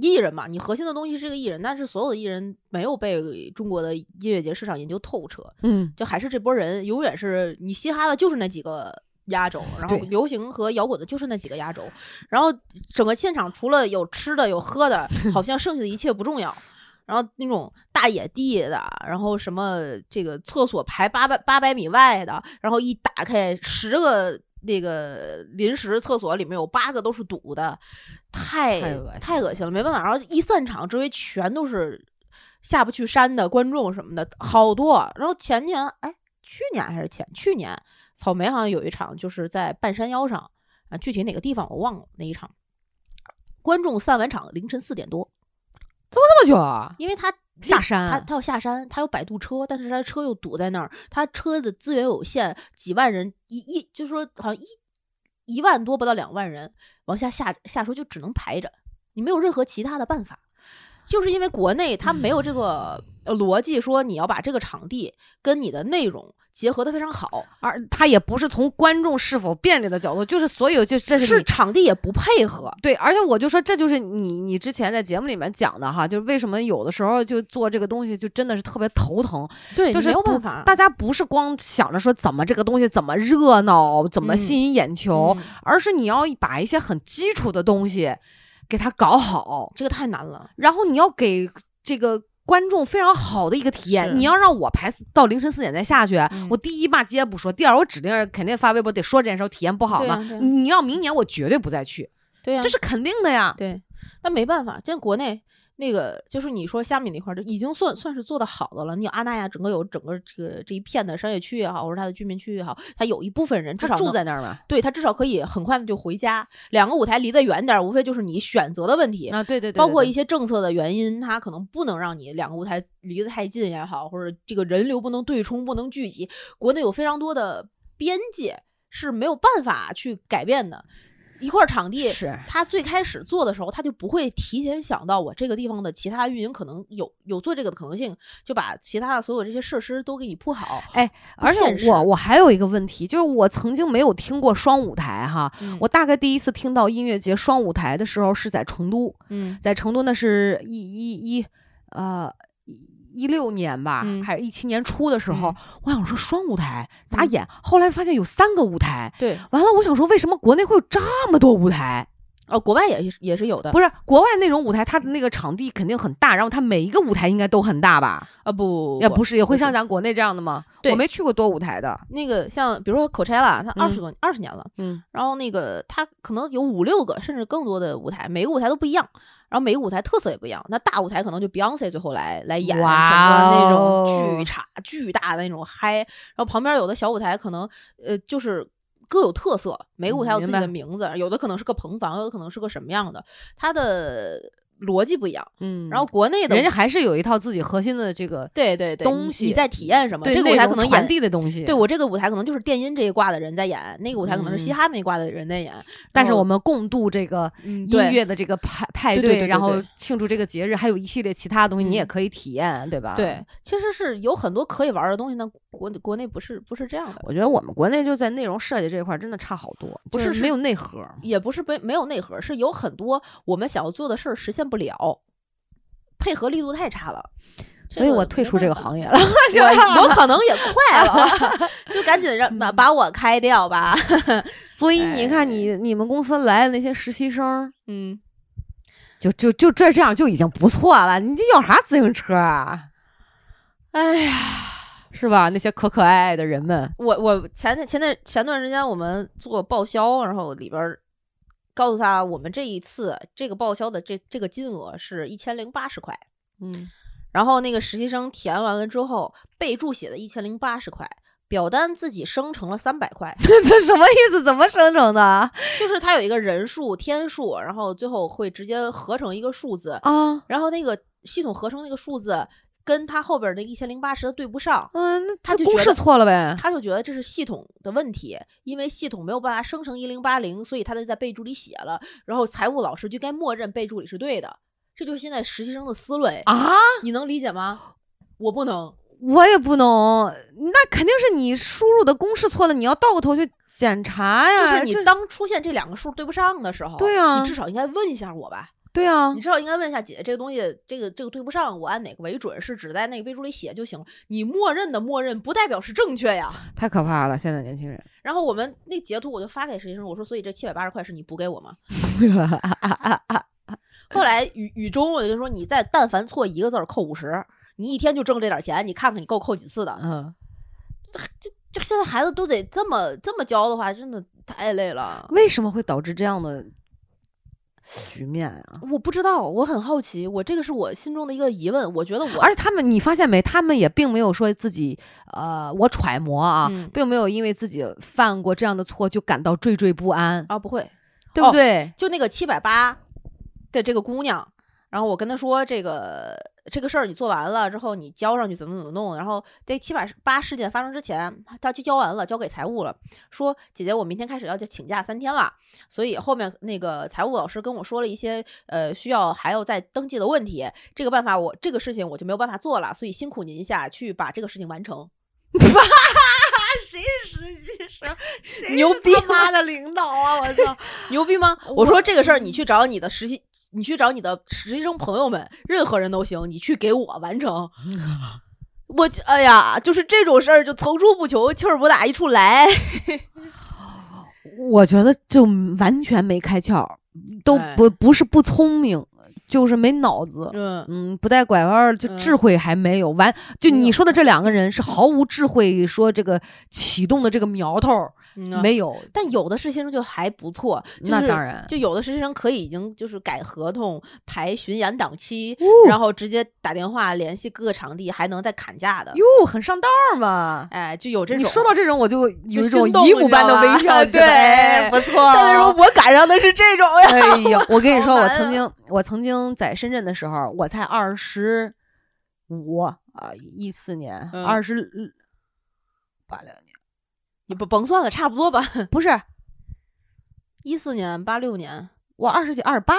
[SPEAKER 1] 艺人嘛，你核心的东西是个艺人，但是所有的艺人没有被中国的音乐节市场研究透彻，
[SPEAKER 2] 嗯，
[SPEAKER 1] 就还是这波人永远是你嘻哈的就是那几个。压轴，然后
[SPEAKER 2] 对
[SPEAKER 1] 流行和摇滚的就是那几个压轴，然后整个现场除了有吃的有喝
[SPEAKER 2] (laughs)
[SPEAKER 1] 的，好像剩下的一切不重要。然后那种大野地的，然后什么这个厕所排八百八百米外的，然后一打开十个那个临时厕所里面有八个都是堵的，太
[SPEAKER 2] 太恶心
[SPEAKER 1] 太恶心了，没办法。然后一散场，周围全都是下不去山的观众什么的，好多。然后前年，哎，去年还是前去年，草莓好像有一场就是在半山腰上啊，具体哪个地方我忘了那一场。观众散完场凌晨四点多，
[SPEAKER 2] 这么久啊？
[SPEAKER 1] 因为他
[SPEAKER 2] 下山
[SPEAKER 1] 他他要下山，啊他有摆渡车，但是他车又堵在那儿，他车的资源有限，几万人一一就说好像一一万多不到两万人往下下下车就只能排着，你没有任何其他的办法，就是因为国内它没有这个呃逻辑，说你要把这个场地跟你的内容结合的非常好，
[SPEAKER 2] 而他也不是从观众是否便利的角度，就是所有就这是
[SPEAKER 1] 是
[SPEAKER 2] 你
[SPEAKER 1] 场地也不配合，
[SPEAKER 2] 对，而且我就说这就是你你之前在节目里面讲的哈，就是为什么有的时候就做这个东西就真的是特别头疼，
[SPEAKER 1] 对
[SPEAKER 2] 就是
[SPEAKER 1] 没有
[SPEAKER 2] 不
[SPEAKER 1] 办法，
[SPEAKER 2] 大家不是光想着说怎么这个东西怎么热闹，怎么
[SPEAKER 1] 嗯
[SPEAKER 2] 吸引眼球，
[SPEAKER 1] 嗯
[SPEAKER 2] 而是你要把一些很基础的东西给它搞好，
[SPEAKER 1] 这个太难了，
[SPEAKER 2] 然后你要给这个。观众非常好的一个体验，
[SPEAKER 1] 是
[SPEAKER 2] 你要让我排到凌晨四点再下去，
[SPEAKER 1] 嗯
[SPEAKER 2] 我第一骂街不说，第二我指定是肯定发微博得说这件事，我体验不好
[SPEAKER 1] 对
[SPEAKER 2] 嘛。
[SPEAKER 1] 啊对啊
[SPEAKER 2] 你要明年我绝对不再去，
[SPEAKER 1] 对呀、
[SPEAKER 2] 这是肯定的呀。
[SPEAKER 1] 对，但没办法，这国内那个就是你说虾米那块儿，就已经算算是做的好的了。你有阿那亚整个有整个这个这一片的商业区也好，或者它的居民区也好，它有一部分人至
[SPEAKER 2] 他
[SPEAKER 1] 少
[SPEAKER 2] 住
[SPEAKER 1] 能
[SPEAKER 2] 在那儿嘛？
[SPEAKER 1] 对他至少可以很快的就回家。两个舞台离得远点儿，无非就是你选择的问题。
[SPEAKER 2] 啊，对对对
[SPEAKER 1] 包括一
[SPEAKER 2] 些
[SPEAKER 1] 些政策的原因，它可能不能让你两个舞台离得太近也好，或者这个人流不能对冲、不能聚集。国内有非常多的边界是没有办法去改变的。一块儿场地
[SPEAKER 2] 是
[SPEAKER 1] 他最开始做的时候，他就不会提前想到我这个地方的其他运营可能有有做这个的可能性，就把其他的所有这些设施都给你铺好。
[SPEAKER 2] 哎，
[SPEAKER 1] 不
[SPEAKER 2] 而
[SPEAKER 1] 现
[SPEAKER 2] 且
[SPEAKER 1] 实
[SPEAKER 2] 我我还有一个问题，就是我曾经没有听过双舞台哈。
[SPEAKER 1] 嗯
[SPEAKER 2] 我大概第一次听到音乐节双舞台的时候是在成都，
[SPEAKER 1] 嗯
[SPEAKER 2] 在成都那是一一一呃一六年吧，
[SPEAKER 1] 嗯
[SPEAKER 2] 还是一七年初的时候，
[SPEAKER 1] 嗯
[SPEAKER 2] 我想说双舞台咋
[SPEAKER 1] 嗯
[SPEAKER 2] 演，后来发现有三个舞台。
[SPEAKER 1] 对
[SPEAKER 2] 完了，我想说，为什么国内会有这么多舞台？
[SPEAKER 1] 哦，国外也是也是有的，
[SPEAKER 2] 不是国外那种舞台，它那个场地肯定很大，然后它每一个舞台应该都很大吧？
[SPEAKER 1] 啊不
[SPEAKER 2] 也不
[SPEAKER 1] 是
[SPEAKER 2] 是，也会
[SPEAKER 1] 是
[SPEAKER 2] 像咱国内这样的吗？
[SPEAKER 1] 对
[SPEAKER 2] 我没去过多舞台的。
[SPEAKER 1] 那个像比如说 Coachella，它二十多二十、20年了，
[SPEAKER 2] 嗯，
[SPEAKER 1] 然后那个它可能有五六个甚至更多的舞台，每个舞台都不一样，然后每个舞台特色也不一样。那大舞台可能就 Beyonce 最后来来演什
[SPEAKER 2] 哇
[SPEAKER 1] 么那
[SPEAKER 2] 哦
[SPEAKER 1] 种巨差巨大的那种嗨，然后旁边有的小舞台可能呃就是。各有特色，每个舞台有自己
[SPEAKER 2] 嗯明
[SPEAKER 1] 的
[SPEAKER 2] 白
[SPEAKER 1] 名字，有的可能是个棚房，有的可能是个什么样的。它的逻辑不一样。
[SPEAKER 2] 嗯，
[SPEAKER 1] 然后国内的
[SPEAKER 2] 人家还是有一套自己核心的这个
[SPEAKER 1] 对对对
[SPEAKER 2] 东
[SPEAKER 1] 你
[SPEAKER 2] 西
[SPEAKER 1] 你在体验什么？
[SPEAKER 2] 对
[SPEAKER 1] 这个
[SPEAKER 2] 内
[SPEAKER 1] 舞台可
[SPEAKER 2] 容
[SPEAKER 1] 能
[SPEAKER 2] 传
[SPEAKER 1] 演。
[SPEAKER 2] 递的东西，
[SPEAKER 1] 对我这个舞台可能就是电音这一挂的人在演，那个舞台可能是嘻
[SPEAKER 2] 嗯
[SPEAKER 1] 哈那一挂的人在演，
[SPEAKER 2] 但是
[SPEAKER 1] 然后
[SPEAKER 2] 我们共度这个
[SPEAKER 1] 嗯
[SPEAKER 2] 音
[SPEAKER 1] 对
[SPEAKER 2] 乐的这个派派
[SPEAKER 1] 对对对
[SPEAKER 2] 哦对，
[SPEAKER 1] 对
[SPEAKER 2] 然后
[SPEAKER 1] 对
[SPEAKER 2] 庆祝这个节日，还有一系列其他的东西，你也
[SPEAKER 1] 嗯
[SPEAKER 2] 可以体验，对吧？
[SPEAKER 1] 对，，其实是有很多可以玩儿的东西，但国国内不是不是这样的，
[SPEAKER 2] 我觉得我们国内就在内容设计这一块儿真的差好多，不
[SPEAKER 1] 就是是
[SPEAKER 2] 没有内核。
[SPEAKER 1] 也不是没没有内核，是有很多我们想要做的事儿实现不了，配合力度太差了。
[SPEAKER 2] 所以我退出这个
[SPEAKER 1] 行。
[SPEAKER 2] (laughs) 行业了，嗯就 (laughs)
[SPEAKER 1] 我我可能也快了，就赶紧让把把我开掉
[SPEAKER 2] (laughs)
[SPEAKER 1] 吧。
[SPEAKER 2] 所以你看你，你们公司来的那些实习生，
[SPEAKER 1] 嗯，
[SPEAKER 2] 就就就这这样就已经不错了。你这有啥自行车啊？
[SPEAKER 1] 哎呀，
[SPEAKER 2] 是吧？那些可可爱爱的人们，
[SPEAKER 1] 我我前天前段前段时间我们做报销，然后里边儿告诉他我们这一次这个报销的这这个金额是一千零八十块，
[SPEAKER 2] 嗯，
[SPEAKER 1] 然后那个实习生填完了之后，备注写的一千零八十块。表单自己生成了三百块，
[SPEAKER 2] (laughs) 这什么意思？怎么生成的啊？
[SPEAKER 1] 就是它有一个人数、天数，然后最后会直接合成一个数字，
[SPEAKER 2] 嗯、
[SPEAKER 1] 然后那个系统合成那个数字跟他后边儿那一千零八十的对不上，
[SPEAKER 2] 那
[SPEAKER 1] 他
[SPEAKER 2] 这
[SPEAKER 1] 就
[SPEAKER 2] 嗯公
[SPEAKER 1] 觉
[SPEAKER 2] 式
[SPEAKER 1] 得
[SPEAKER 2] 错了呗。
[SPEAKER 1] 他就觉得这是系统的问题，因为系统没有办法生成一零八零，所以他就在备注里写了，然后财务老师就该默认备注里是对的，这就是现在实习生的思维，
[SPEAKER 2] 啊，
[SPEAKER 1] 你能理解吗？我不能，
[SPEAKER 2] 我也不能，那肯定是你输入的公式错了，你要倒过头去检查
[SPEAKER 1] 就
[SPEAKER 2] 呀。
[SPEAKER 1] 是你
[SPEAKER 2] 这
[SPEAKER 1] 当出现这两个数对不嗯上的时候，
[SPEAKER 2] 对啊
[SPEAKER 1] 你至少应该问一下我吧，
[SPEAKER 2] 对啊
[SPEAKER 1] 你，至少应该问一下姐姐，这个东西，这个这个对不上，我按哪个为准？是只在那个备注里写就行了，你默认的默认不代表是正确呀。
[SPEAKER 2] 太可怕了，现在年轻人。
[SPEAKER 1] 然后我们那截图我就发给实习生，我说：“所以这七百八十块是你补给我吗？”后来雨雨中我就说：“你再但凡错一个字儿扣五十，你一天就挣这点钱，你看看你够扣几次的。
[SPEAKER 2] (laughs) 嗯，”
[SPEAKER 1] 这现在孩子都得这么这么教的话，真的太累了。
[SPEAKER 2] 为什么会导致这样的局面啊？
[SPEAKER 1] 我不知道，我很好奇，我这个是我心中的一个疑问。我觉得我
[SPEAKER 2] 而且他们，你发现没？他们也并没有说自己，呃，我揣摩啊，
[SPEAKER 1] 嗯
[SPEAKER 2] 并没有因为自己犯过这样的错就感到惴惴不安，啊
[SPEAKER 1] 啊不会，
[SPEAKER 2] 对不
[SPEAKER 1] 哦
[SPEAKER 2] 对？
[SPEAKER 1] 就那个七百八的这个姑娘，然后我跟她说这个这个事儿你做完了之后，你交上去怎么怎么弄。然后这七百八事件发生之前，她去交完了，交给财务了，说姐姐，我明天开始要请假三天了，所以后面那个财务老师跟我说了一些呃需要还要再登记的问题，这个办法我这个事情我就没有办法做了，所以辛苦您一下去把这个事情完成。谁是实习
[SPEAKER 2] (laughs)
[SPEAKER 1] 生？谁
[SPEAKER 2] 牛
[SPEAKER 1] 是
[SPEAKER 2] 逼
[SPEAKER 1] 他妈的领导啊！我操，牛逼吗？我说这个事儿，
[SPEAKER 2] 嗯
[SPEAKER 1] 你去找你的实习，你去找你的实习生朋友们，任何人都行，你去给我完
[SPEAKER 2] (laughs)
[SPEAKER 1] 成。我就哎呀，就是这种事儿就层出不穷，气儿不打一处
[SPEAKER 2] (laughs)
[SPEAKER 1] 来。
[SPEAKER 2] 我觉得就完全没开窍，都
[SPEAKER 1] 哎
[SPEAKER 2] 不不是不聪明，就是没脑子。
[SPEAKER 1] 嗯，
[SPEAKER 2] 嗯，不带拐弯儿，就
[SPEAKER 1] 嗯
[SPEAKER 2] 智慧还没有完。就
[SPEAKER 1] 没
[SPEAKER 2] 你
[SPEAKER 1] 有嗯
[SPEAKER 2] 说的这两个人是毫无智慧，说这个启动的这个苗头儿
[SPEAKER 1] 没。
[SPEAKER 2] 没有。
[SPEAKER 1] 嗯啊但有的实习生就还不错，就是、
[SPEAKER 2] 那当然
[SPEAKER 1] 就有的实习生可以已经就是改合同、排巡演档期，
[SPEAKER 2] 哦
[SPEAKER 1] 然后直接打电话联系各个场地，还能再砍价的。
[SPEAKER 2] 哟，很上道儿嘛。
[SPEAKER 1] 哎，就有这种。
[SPEAKER 2] 你说到这种，我就有一
[SPEAKER 1] 心
[SPEAKER 2] 种
[SPEAKER 1] 动
[SPEAKER 2] 姨母般的微
[SPEAKER 1] 你知道吧
[SPEAKER 2] 笑，就觉得
[SPEAKER 1] 对
[SPEAKER 2] 哎不错。
[SPEAKER 1] 但为什么我赶上的是这种呀？ (laughs)
[SPEAKER 2] 哎呀，我跟你说，
[SPEAKER 1] 好
[SPEAKER 2] 我
[SPEAKER 1] 难
[SPEAKER 2] 曾
[SPEAKER 1] 啊
[SPEAKER 2] 经我曾经在深圳的时候，我才二十五啊，一四年
[SPEAKER 1] 嗯
[SPEAKER 2] 二十八两年，
[SPEAKER 1] 你不甭算了，差不多吧。
[SPEAKER 2] 不是
[SPEAKER 1] 一四年、八六年，
[SPEAKER 2] 我二十几二十八，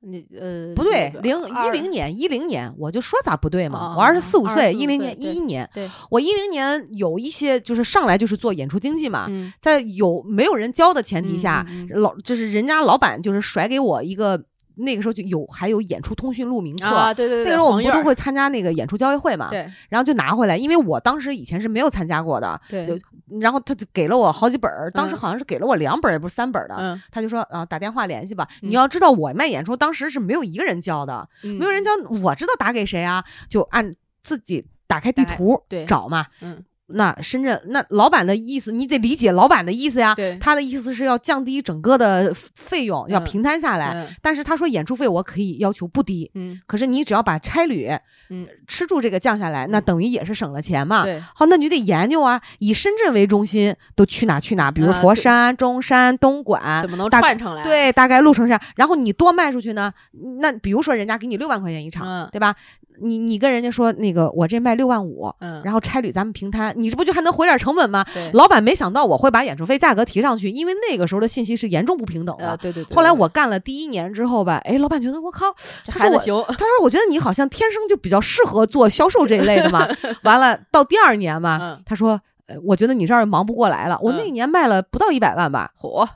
[SPEAKER 1] 你呃
[SPEAKER 2] 不对，
[SPEAKER 1] 那个
[SPEAKER 2] 零一
[SPEAKER 1] 二
[SPEAKER 2] 零年一零年，我就说咋不对嘛？
[SPEAKER 1] 哦
[SPEAKER 2] 我二十四五
[SPEAKER 1] 24
[SPEAKER 2] 岁，
[SPEAKER 1] 岁
[SPEAKER 2] 一零年一
[SPEAKER 1] 对
[SPEAKER 2] 一年，
[SPEAKER 1] 对，
[SPEAKER 2] 我一零年有一些就是上来就是做演出经济嘛，
[SPEAKER 1] 嗯
[SPEAKER 2] 在有没有人教的前提下，
[SPEAKER 1] 嗯嗯
[SPEAKER 2] 老就是人家老板就是甩给我一个。那个时候就有还有演出通讯录名册，
[SPEAKER 1] 啊，对对对，
[SPEAKER 2] 那个时候我们
[SPEAKER 1] 黄页
[SPEAKER 2] 不都
[SPEAKER 1] 儿
[SPEAKER 2] 会参加那个演出交易会嘛？
[SPEAKER 1] 对
[SPEAKER 2] 然后就拿回来，因为我当时以前是没有参加过的，
[SPEAKER 1] 对
[SPEAKER 2] 有，然后他就给了我好几本儿，当时
[SPEAKER 1] 嗯
[SPEAKER 2] 好像是给了我两本儿，也不是三本儿的。
[SPEAKER 1] 嗯，
[SPEAKER 2] 他就说啊，打电话联系吧。
[SPEAKER 1] 嗯
[SPEAKER 2] 你要知道，我卖演出当时是没有一个人教的，
[SPEAKER 1] 没
[SPEAKER 2] 没有人教，我知道打给谁啊，就按自己打开地
[SPEAKER 1] 打开
[SPEAKER 2] 图
[SPEAKER 1] 对
[SPEAKER 2] 找嘛。
[SPEAKER 1] 嗯
[SPEAKER 2] 那深圳那老板的意思，你得理解老板的意思呀。
[SPEAKER 1] 对
[SPEAKER 2] 他的意思是要降低整个的费用，要
[SPEAKER 1] 嗯
[SPEAKER 2] 平摊下来。
[SPEAKER 1] 嗯
[SPEAKER 2] 但是他说演出费我可以要求不低，
[SPEAKER 1] 嗯
[SPEAKER 2] 可是你只要把差旅、
[SPEAKER 1] 嗯，
[SPEAKER 2] 吃住这个降下来，那等于也是省了钱嘛。
[SPEAKER 1] 对，
[SPEAKER 2] 好，那你得研究啊，以深圳为中心都去哪去哪，比如
[SPEAKER 1] 啊
[SPEAKER 2] 佛
[SPEAKER 1] 这
[SPEAKER 2] 山、中山、东莞
[SPEAKER 1] 怎，么能
[SPEAKER 2] 大
[SPEAKER 1] 串成来？，
[SPEAKER 2] 对，大概路程上，然后你多卖出去呢，那比如说人家给你六万块钱一场，
[SPEAKER 1] 嗯
[SPEAKER 2] 对吧？你你跟人家说那个我这卖六万五，
[SPEAKER 1] 嗯，
[SPEAKER 2] 然后差旅咱们平摊，你这不就还能回点成本吗？
[SPEAKER 1] 对，
[SPEAKER 2] 老板没想到我会把演出费价格提上去，因为那个时候的信息是严重不平等的。
[SPEAKER 1] 呃，对对对。
[SPEAKER 2] 后来
[SPEAKER 1] 对
[SPEAKER 2] 我干了第一年之后吧，哎，老板觉得我靠，
[SPEAKER 1] 这
[SPEAKER 2] 他
[SPEAKER 1] 孩
[SPEAKER 2] 说
[SPEAKER 1] 子
[SPEAKER 2] 我
[SPEAKER 1] 行，
[SPEAKER 2] 他说我觉得你好像天生就比较适合做销售这一类的嘛。完了到第二年嘛，
[SPEAKER 1] 嗯
[SPEAKER 2] 他说。呃我觉得你这儿忙不过来了。我那
[SPEAKER 1] 嗯
[SPEAKER 2] 年卖了不到一百万吧，
[SPEAKER 1] 火，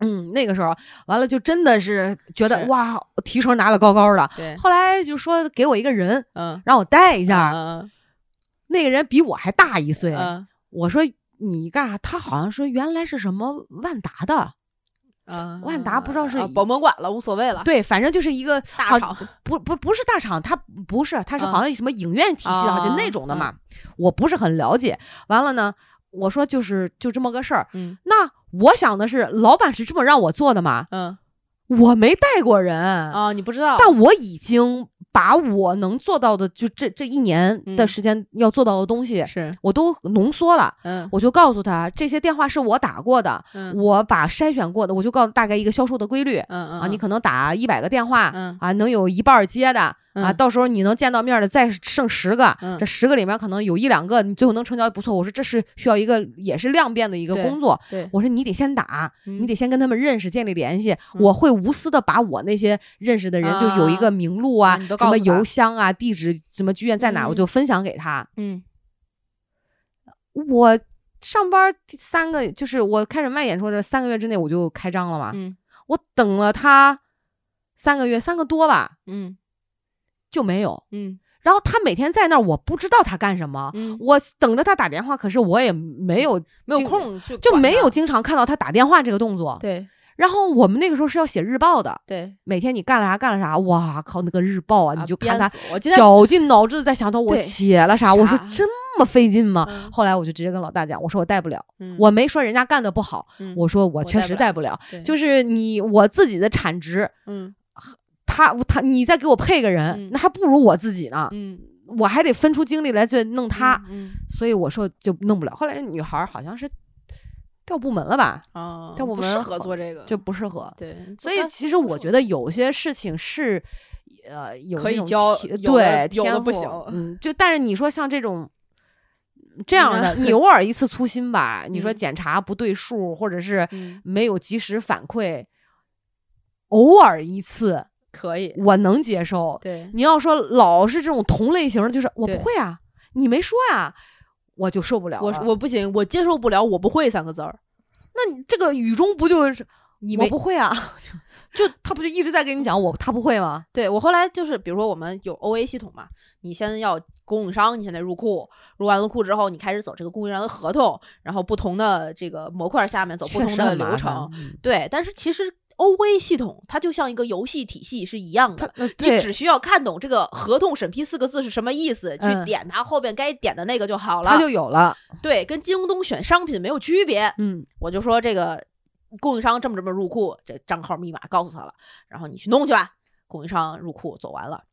[SPEAKER 2] 嗯，那个时候完了就真的是觉得
[SPEAKER 1] 是
[SPEAKER 2] 哇，提成拿的高高的。
[SPEAKER 1] 对，
[SPEAKER 2] 后来就说给我一个人
[SPEAKER 1] 嗯，
[SPEAKER 2] 让我带一
[SPEAKER 1] 这
[SPEAKER 2] 下，
[SPEAKER 1] 嗯
[SPEAKER 2] 那个人比我还大一岁。
[SPEAKER 1] 嗯
[SPEAKER 2] 我说你干啥？他好像说原来是什么万达
[SPEAKER 1] 啊
[SPEAKER 2] 的，
[SPEAKER 1] 嗯，
[SPEAKER 2] 万达不知道是
[SPEAKER 1] 啊
[SPEAKER 2] 以
[SPEAKER 1] 保门馆了，无所谓了，
[SPEAKER 2] 对，反正就是一个
[SPEAKER 1] 大
[SPEAKER 2] 好
[SPEAKER 1] 厂，
[SPEAKER 2] 不不不是大厂，他不是，他是
[SPEAKER 1] 嗯
[SPEAKER 2] 好像什么影院体系的，
[SPEAKER 1] 啊
[SPEAKER 2] 就那种的嘛。我不是很了解。完了呢，我说就是就这么个事儿。
[SPEAKER 1] 嗯
[SPEAKER 2] 那我想的是，老板是这么让我做的嘛，
[SPEAKER 1] 嗯
[SPEAKER 2] 我没带过人
[SPEAKER 1] 啊，你不知道，
[SPEAKER 2] 但我已经把我能做到的，就这这一年的
[SPEAKER 1] 嗯
[SPEAKER 2] 时间要做到的东西，
[SPEAKER 1] 是，
[SPEAKER 2] 我都浓缩了。
[SPEAKER 1] 嗯
[SPEAKER 2] 我就告诉他，这些电话是我打过的，
[SPEAKER 1] 嗯
[SPEAKER 2] 我把筛选过的，我就告诉大概一个销售的规律。
[SPEAKER 1] 嗯嗯
[SPEAKER 2] 啊，你可能打一百个电话，
[SPEAKER 1] 嗯
[SPEAKER 2] 啊，能有一半儿接的，啊，
[SPEAKER 1] 嗯
[SPEAKER 2] 到时候你能见到面儿的再剩十个，
[SPEAKER 1] 嗯
[SPEAKER 2] 这十个里面可能有一两个你最后能成交不错。我说这是需要一个也是量变的一个
[SPEAKER 1] 对
[SPEAKER 2] 工作，
[SPEAKER 1] 对，
[SPEAKER 2] 我说你得先打，你
[SPEAKER 1] 你
[SPEAKER 2] 得先跟他们认识，建立联系。我会无私的把我那些认识的人，就有一个
[SPEAKER 1] 嗯啊
[SPEAKER 2] 名录
[SPEAKER 1] 啊
[SPEAKER 2] 啊，
[SPEAKER 1] 你
[SPEAKER 2] 什
[SPEAKER 1] 都告
[SPEAKER 2] 么
[SPEAKER 1] 诉他
[SPEAKER 2] 邮箱啊、地址、什么剧院在哪儿，我
[SPEAKER 1] 嗯
[SPEAKER 2] 就分享给他。
[SPEAKER 1] 嗯
[SPEAKER 2] 我上班第三个，就是我开始卖演出这三个月之内，我就开张了嘛。
[SPEAKER 1] 嗯
[SPEAKER 2] 我等了他三个月，三个多吧，
[SPEAKER 1] 嗯
[SPEAKER 2] 就没有。
[SPEAKER 1] 嗯
[SPEAKER 2] 然后他每天在那儿，我不知道他干什么。
[SPEAKER 1] 嗯，
[SPEAKER 2] 我等着他打电话，可是我也没有
[SPEAKER 1] 没有
[SPEAKER 2] 经
[SPEAKER 1] 空去，
[SPEAKER 2] 就没有，经常看到他打电话这个动作。
[SPEAKER 1] 对
[SPEAKER 2] 然后我们那个时候是要写日报的，
[SPEAKER 1] 对，
[SPEAKER 2] 每天你干了啥干了啥，哇靠，那个日报啊，
[SPEAKER 1] 啊
[SPEAKER 2] 你就
[SPEAKER 1] 憋
[SPEAKER 2] 看他
[SPEAKER 1] 死我今天
[SPEAKER 2] 绞尽脑汁在想，到我
[SPEAKER 1] 对
[SPEAKER 2] 写了啥，我说
[SPEAKER 1] 啥
[SPEAKER 2] 这么费劲吗？
[SPEAKER 1] 嗯
[SPEAKER 2] 后来我就直接跟老大讲，我说我带不了，
[SPEAKER 1] 嗯
[SPEAKER 2] 我没说人家干的不好，
[SPEAKER 1] 嗯
[SPEAKER 2] 我说我
[SPEAKER 1] 我
[SPEAKER 2] 确
[SPEAKER 1] 带
[SPEAKER 2] 实
[SPEAKER 1] 不
[SPEAKER 2] 带不了，
[SPEAKER 1] 对
[SPEAKER 2] 就是你我自己的产值，
[SPEAKER 1] 嗯
[SPEAKER 2] 他他你再给我配个人，
[SPEAKER 1] 嗯
[SPEAKER 2] 那还不如我自己呢，
[SPEAKER 1] 嗯
[SPEAKER 2] 我还得分出精力来再弄他，
[SPEAKER 1] 嗯
[SPEAKER 2] 所以我说就弄不了。后来女孩儿好像是调部门了吧，
[SPEAKER 1] 嗯啊，
[SPEAKER 2] 但我
[SPEAKER 1] 不
[SPEAKER 2] 们
[SPEAKER 1] 适合
[SPEAKER 2] 好
[SPEAKER 1] 做这个，
[SPEAKER 2] 就不适合。
[SPEAKER 1] 对，
[SPEAKER 2] 所以其实我觉得有些事情是，呃，有
[SPEAKER 1] 可
[SPEAKER 2] 那
[SPEAKER 1] 以
[SPEAKER 2] 种
[SPEAKER 1] 教
[SPEAKER 2] 天
[SPEAKER 1] 有的
[SPEAKER 2] 对
[SPEAKER 1] 有的
[SPEAKER 2] 天
[SPEAKER 1] 不
[SPEAKER 2] 赋
[SPEAKER 1] 行
[SPEAKER 2] 嗯，就但是你说像这种这
[SPEAKER 1] (laughs)
[SPEAKER 2] 样的，你偶尔一次粗心吧，你说
[SPEAKER 1] 嗯
[SPEAKER 2] 检查不对数，或者
[SPEAKER 1] (laughs)
[SPEAKER 2] 是
[SPEAKER 1] 嗯
[SPEAKER 2] 没有及时反馈，偶尔一次
[SPEAKER 1] 可以，
[SPEAKER 2] 我能接受。
[SPEAKER 1] 对
[SPEAKER 2] 你要说老是这种同类型的，就是我
[SPEAKER 1] 对
[SPEAKER 2] 不会啊，你没说啊，我就受不了
[SPEAKER 1] 我
[SPEAKER 2] 了
[SPEAKER 1] 我不行，我接受不了，我不会三个字儿，
[SPEAKER 2] 那你这个语中不就是
[SPEAKER 1] 你
[SPEAKER 2] 我
[SPEAKER 1] 没
[SPEAKER 2] 不会啊？就就他不就一直在跟你讲我他不会吗？
[SPEAKER 1] 对我后来就是，比如说我们有 OA 系统嘛，你先要供应商，你先得入库，入完了库之后，你开始走这个供应商的合同，然后不同的这个模块下面走不
[SPEAKER 2] 确
[SPEAKER 1] 同
[SPEAKER 2] 实
[SPEAKER 1] 的
[SPEAKER 2] 很
[SPEAKER 1] 流
[SPEAKER 2] 麻
[SPEAKER 1] 程
[SPEAKER 2] 烦。。嗯
[SPEAKER 1] 对，但是其实 OA 系统它就像一个游戏体系是一样的，
[SPEAKER 2] 呃
[SPEAKER 1] 你
[SPEAKER 2] 对
[SPEAKER 1] 只需要看懂这个合同审批四个字是什么意思，
[SPEAKER 2] 嗯
[SPEAKER 1] 去点它后边该点的那个就好了。
[SPEAKER 2] 它就有了。
[SPEAKER 1] 对，跟京东选商品没有区别。
[SPEAKER 2] 嗯，
[SPEAKER 1] 我就说这个供应商这么这么入库，这账号密码告诉他了，然后你去弄去吧。供应商入库走完了，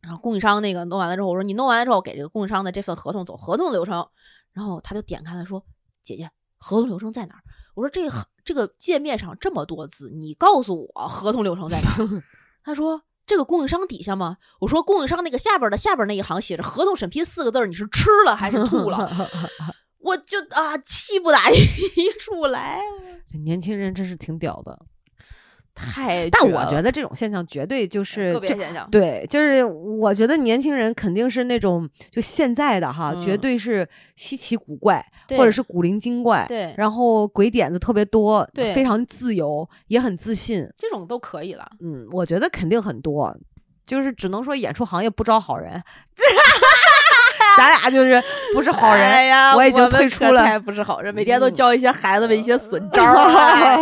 [SPEAKER 1] 然后供应商那个弄完了之后，我说你弄完了之后给这个供应商的这份合同走合同流程，然后他就点开了说姐姐合同流程在哪儿？我说这个这个界面上这么多字，你告诉我合同流程在哪儿？他说。这个供应商底下吗？我说供应商那个下边儿的下边儿那一行写着“合同审批”四个字儿，你是吃了还是吐
[SPEAKER 2] (laughs)
[SPEAKER 1] 了？我就啊气不打一 (laughs) 处来，
[SPEAKER 2] 这年轻人真是挺屌的。
[SPEAKER 1] (laughs) 太
[SPEAKER 2] 但我觉
[SPEAKER 1] 得
[SPEAKER 2] 得这种现象绝对就是
[SPEAKER 1] 个别
[SPEAKER 2] 就
[SPEAKER 1] 现象，
[SPEAKER 2] 对，就是我觉得年轻人肯定是那种就现在的哈，
[SPEAKER 1] 嗯
[SPEAKER 2] 绝对是稀奇古怪，
[SPEAKER 1] 对
[SPEAKER 2] 或者是古灵精怪，
[SPEAKER 1] 对
[SPEAKER 2] 然后鬼点子特别多，
[SPEAKER 1] 对
[SPEAKER 2] 非常自由，也很自信。
[SPEAKER 1] 这种都可以了。
[SPEAKER 2] 嗯，我觉得肯定很多，就是只能说演出行业不招好人。 (laughs) 咱俩就是不是好人。
[SPEAKER 1] 哎呀，
[SPEAKER 2] 我已经
[SPEAKER 1] 们
[SPEAKER 2] 退出
[SPEAKER 1] 可
[SPEAKER 2] 了
[SPEAKER 1] 太不是好人，每天都
[SPEAKER 2] 嗯
[SPEAKER 1] 教一些孩子们一些损 (laughs) 招
[SPEAKER 2] (laughs)
[SPEAKER 1] 儿哎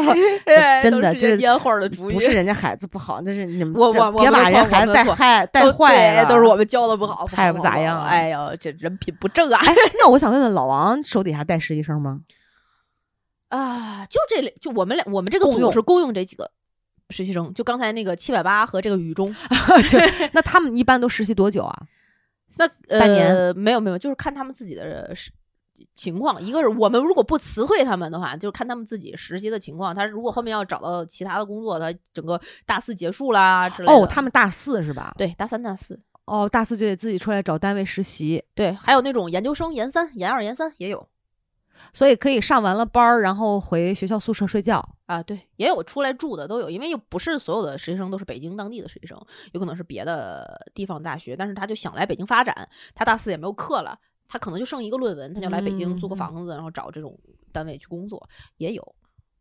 [SPEAKER 1] 哎，
[SPEAKER 2] 真
[SPEAKER 1] 都
[SPEAKER 2] 的
[SPEAKER 1] 是些
[SPEAKER 2] 这
[SPEAKER 1] 蔫花儿的主意，
[SPEAKER 2] 不是人家孩子不好，那是你们
[SPEAKER 1] 我
[SPEAKER 2] 这
[SPEAKER 1] 我我
[SPEAKER 2] 别
[SPEAKER 1] 们
[SPEAKER 2] 把
[SPEAKER 1] 错
[SPEAKER 2] 人
[SPEAKER 1] 我
[SPEAKER 2] 孩子
[SPEAKER 1] 们
[SPEAKER 2] 带
[SPEAKER 1] 错
[SPEAKER 2] 坏带
[SPEAKER 1] 都
[SPEAKER 2] 坏
[SPEAKER 1] 对
[SPEAKER 2] 了，
[SPEAKER 1] 都是
[SPEAKER 2] (laughs)
[SPEAKER 1] 我们教的不好，
[SPEAKER 2] 太
[SPEAKER 1] 不
[SPEAKER 2] 不
[SPEAKER 1] 好
[SPEAKER 2] 咋
[SPEAKER 1] 好
[SPEAKER 2] 样了
[SPEAKER 1] 哎呦，这人品不
[SPEAKER 2] (laughs)
[SPEAKER 1] 正啊！
[SPEAKER 2] 哎，那我想问问老王手底下带实习
[SPEAKER 1] (laughs)
[SPEAKER 2] 生吗？
[SPEAKER 1] 啊，就这里，就我们俩，我们这个
[SPEAKER 2] 共
[SPEAKER 1] 组
[SPEAKER 2] 用
[SPEAKER 1] 是共用这几个实习生，就刚才那个七百八和这个雨中，
[SPEAKER 2] 就那他们一般都实习多久啊？
[SPEAKER 1] 那呃
[SPEAKER 2] 半年
[SPEAKER 1] 没有没有，就是看他们自己的呃实情况。一个是我们如果不辞退他们的话，就是看他们自己实习的情况。他如果后面要找到其他的工作，他整个大四结束啦之类的。
[SPEAKER 2] 哦，他们大四是吧？
[SPEAKER 1] 对大三大四。
[SPEAKER 2] 哦，大四就得自己出来找单位实习，
[SPEAKER 1] 对，还有那种研究生研三、研二、研三也有
[SPEAKER 2] 所以可以上完了班儿，然后回学校宿舍睡觉。
[SPEAKER 1] 啊，对，也有出来住的都有，因为又不是所有的实习生都是北京当地的实习生，有可能是别的地方大学，但是他就想来北京发展，他大四也没有课了，他可能就剩一个论文，他就来北京租个
[SPEAKER 2] 嗯
[SPEAKER 1] 房子，然后找这种单位去工作，也有。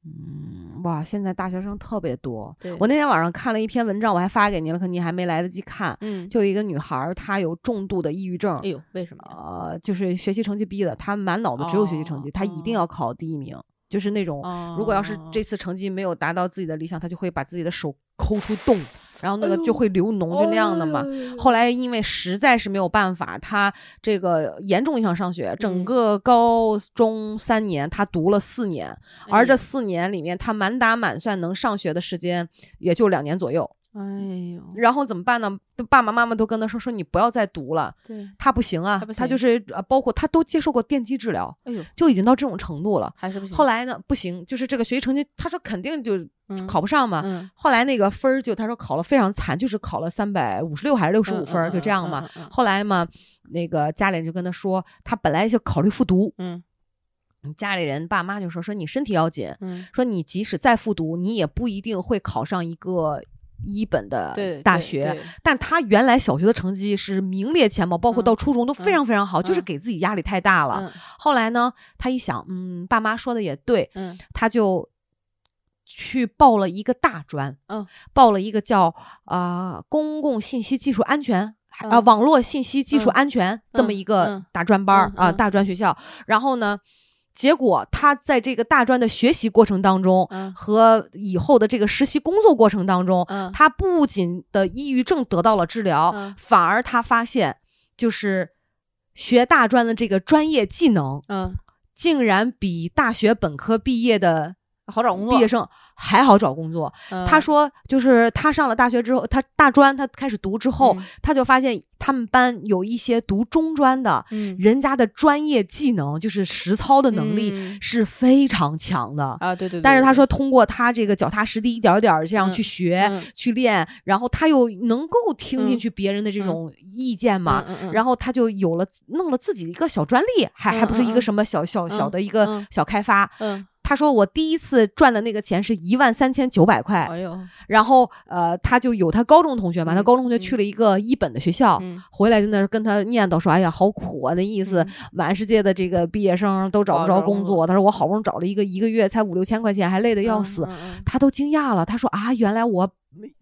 [SPEAKER 2] 嗯，哇，现在大学生特别多。
[SPEAKER 1] 对
[SPEAKER 2] 我那天晚上看了一篇文章，我还发给你了，可你还没来得及看。
[SPEAKER 1] 嗯，
[SPEAKER 2] 就有一个女孩儿，她有重度的抑郁症
[SPEAKER 1] 哎，呦，为什么呀？
[SPEAKER 2] 呃，就是学习成绩逼的，她满脑子只有学习成绩，
[SPEAKER 1] 哦
[SPEAKER 2] 她一定
[SPEAKER 1] 哦
[SPEAKER 2] 要考第一名，就是那种
[SPEAKER 1] 哦
[SPEAKER 2] 如果要是这次成绩没有达到自己的理想，她就会把自己的手抠出洞，然后那个
[SPEAKER 1] 哎呦哎
[SPEAKER 2] 就会流脓，就那样的嘛。后
[SPEAKER 1] 来
[SPEAKER 2] 来因为实在是没有办法，他这个严重影响上学，整
[SPEAKER 1] 嗯
[SPEAKER 2] 个高中三年他读了四年，
[SPEAKER 1] 哎
[SPEAKER 2] 而这，四年里面他满打满算能上学的时间也就两年左右。
[SPEAKER 1] 哎呦，
[SPEAKER 2] 然后怎么办呢？爸爸妈妈都跟他说说你不要再读了，
[SPEAKER 1] 对，
[SPEAKER 2] 他不行啊，
[SPEAKER 1] 他不
[SPEAKER 2] 他
[SPEAKER 1] 行
[SPEAKER 2] 就是呃，包括他都接受过电击治疗，
[SPEAKER 1] 哎呦，
[SPEAKER 2] 就已经到这种程度了。
[SPEAKER 1] 还是不行。
[SPEAKER 2] 后来呢，不行，就是这个学习成绩，他说肯定就
[SPEAKER 1] 嗯
[SPEAKER 2] 考不上嘛。
[SPEAKER 1] 嗯，
[SPEAKER 2] 后来那个分儿就他说考了非常惨，就是考了三百五十六还是六十五分儿，就这样嘛。
[SPEAKER 1] 嗯。嗯
[SPEAKER 2] 后来嘛，那个家里人就跟他说，他本来就考虑复读，
[SPEAKER 1] 嗯
[SPEAKER 2] 家里人爸妈就说说你身体要紧，
[SPEAKER 1] 嗯，
[SPEAKER 2] 说你即使再复读，你也不一定会考上一个一本的
[SPEAKER 1] 对，
[SPEAKER 2] 呃大
[SPEAKER 1] 对
[SPEAKER 2] 学。
[SPEAKER 1] 对
[SPEAKER 2] 但他原来小学的成绩是名列前茅，包括
[SPEAKER 1] 嗯
[SPEAKER 2] 到初中都非常非常好，就是
[SPEAKER 1] 嗯
[SPEAKER 2] 给自己压力太大了。
[SPEAKER 1] 嗯
[SPEAKER 2] 后来呢，他一想，嗯，爸妈说的也对，
[SPEAKER 1] 嗯
[SPEAKER 2] 他就去报了一个大专，
[SPEAKER 1] 嗯，
[SPEAKER 2] 报了一个叫啊、呃公共信息技术安全。还啊，
[SPEAKER 1] 嗯
[SPEAKER 2] 网络信息技术
[SPEAKER 1] 嗯
[SPEAKER 2] 安全、这么
[SPEAKER 1] 嗯
[SPEAKER 2] 一个
[SPEAKER 1] 嗯
[SPEAKER 2] 大专班儿、
[SPEAKER 1] 嗯
[SPEAKER 2] 啊，
[SPEAKER 1] 嗯
[SPEAKER 2] 大专学校。然后呢，结果他在这个大专的学习过程当中，
[SPEAKER 1] 嗯
[SPEAKER 2] 和以后的这个实习工作过程当中，
[SPEAKER 1] 嗯
[SPEAKER 2] 他不仅的抑郁症得到了治疗，
[SPEAKER 1] 嗯
[SPEAKER 2] 反而他发现，就是学大专的这个专业技能，
[SPEAKER 1] 嗯，
[SPEAKER 2] 竟然比大学本科毕业的
[SPEAKER 1] 好找工作。
[SPEAKER 2] 毕业生还好找工作。
[SPEAKER 1] 嗯
[SPEAKER 2] 他说，就是他上了大学之后，他大专他开始读之后，
[SPEAKER 1] 嗯
[SPEAKER 2] 他就发现他们班有一些读中专的，
[SPEAKER 1] 嗯
[SPEAKER 2] 人家的专业技能就是实操的能力
[SPEAKER 1] 嗯
[SPEAKER 2] 是非常强的。
[SPEAKER 1] 啊，对对对。
[SPEAKER 2] 但是他
[SPEAKER 1] 对
[SPEAKER 2] 说，通过他这个脚踏实地，一点儿点儿这
[SPEAKER 1] 嗯
[SPEAKER 2] 样去学、
[SPEAKER 1] 嗯
[SPEAKER 2] 去练，然后他又能够听进
[SPEAKER 1] 嗯
[SPEAKER 2] 去别人的这
[SPEAKER 1] 嗯
[SPEAKER 2] 种意见嘛，
[SPEAKER 1] 嗯嗯嗯
[SPEAKER 2] 然后他就有了弄了自己一个小专利，还还不是
[SPEAKER 1] 嗯
[SPEAKER 2] 一
[SPEAKER 1] 嗯
[SPEAKER 2] 个
[SPEAKER 1] 嗯
[SPEAKER 2] 什么小小小
[SPEAKER 1] 嗯
[SPEAKER 2] 的一个
[SPEAKER 1] 嗯
[SPEAKER 2] 小开发。
[SPEAKER 1] 嗯，
[SPEAKER 2] 他说我第一次赚的那个钱是一万三千九百块，
[SPEAKER 1] 哎呦，
[SPEAKER 2] 然后呃，他就有他高中同学嘛，他
[SPEAKER 1] 嗯
[SPEAKER 2] 高中同学
[SPEAKER 1] 嗯
[SPEAKER 2] 去了一个一本的学校。
[SPEAKER 1] 嗯，
[SPEAKER 2] 回来在那儿跟他念叨说：“哎呀，好苦啊！那意思，
[SPEAKER 1] 嗯
[SPEAKER 2] 满世界的这个毕业生都找不
[SPEAKER 1] 不好
[SPEAKER 2] 着
[SPEAKER 1] 找工
[SPEAKER 2] 工作。”他说：“我好不容易找了一个，一个月才五六千块钱，还累得要
[SPEAKER 1] 嗯
[SPEAKER 2] 死。
[SPEAKER 1] 嗯嗯
[SPEAKER 2] 他都惊讶了，他说啊，原来我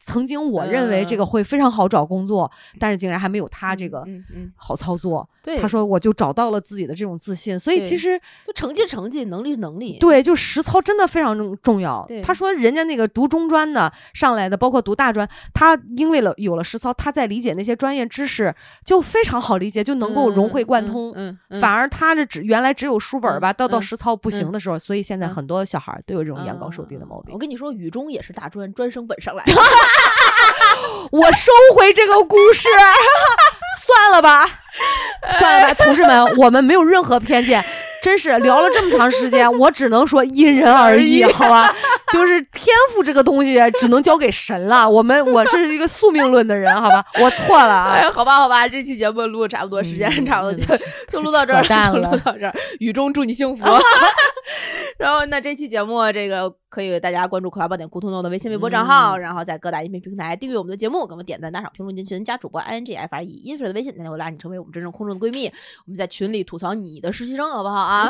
[SPEAKER 2] 曾经我认为这
[SPEAKER 1] 嗯
[SPEAKER 2] 个会非常好找工作，但是竟然还没有他这个
[SPEAKER 1] 嗯嗯，
[SPEAKER 2] 好操作。
[SPEAKER 1] 对，
[SPEAKER 2] 他说我就找到了自己的这种自信，所以其
[SPEAKER 1] 对
[SPEAKER 2] 实
[SPEAKER 1] 就成绩成绩，能力是能力。
[SPEAKER 2] 对，就实操真的非常重要
[SPEAKER 1] 对。
[SPEAKER 2] 他说人家那个读中专的上来的，包括读大专，他因为了有了实操，他在理解那些专业知识就非常好理解，就能够融会贯通。
[SPEAKER 1] 嗯，嗯嗯
[SPEAKER 2] 反而他这只原来只有书本儿吧，
[SPEAKER 1] 嗯
[SPEAKER 2] 到到
[SPEAKER 1] 嗯
[SPEAKER 2] 实操不行的时候，所以现在
[SPEAKER 1] 嗯啊
[SPEAKER 2] 很多小孩儿都有这种眼高手低的毛病
[SPEAKER 1] 我。跟你说，雨中也是大专专升本上来的。
[SPEAKER 2] 我收回这个故
[SPEAKER 1] (laughs)
[SPEAKER 2] 事，算了吧，
[SPEAKER 1] 哎
[SPEAKER 2] 算了吧，同志们，我们没有任何偏见，真是聊了这么长
[SPEAKER 1] (laughs)
[SPEAKER 2] 时间，我只能说因人而
[SPEAKER 1] 哎
[SPEAKER 2] 异，好吧？就是天赋这个东西只能交给神了，我们我这是一个宿命论的人，好吧？我错了啊。
[SPEAKER 1] 哎，好吧，好吧，这期节目录得差不多，时间
[SPEAKER 2] 嗯
[SPEAKER 1] 差不多
[SPEAKER 2] 嗯
[SPEAKER 1] 就就录到这儿，
[SPEAKER 2] 扯
[SPEAKER 1] (laughs)
[SPEAKER 2] 淡
[SPEAKER 1] 就
[SPEAKER 2] 了
[SPEAKER 1] 录到这儿。雨中祝你幸
[SPEAKER 2] (laughs)
[SPEAKER 1] 福。 (laughs) 然后，那这期节目这个可以大家关注《葵花宝典》库通诺的微信、微博账
[SPEAKER 2] 嗯
[SPEAKER 1] 号，然后在各大音频平台订阅我们的节目，给我们点赞、打赏、评论、进群，加主播 i n g f r e 音水的微信，那就拉你成为我们真正空中的闺蜜。我们在群里吐槽你的实习生，好不好啊？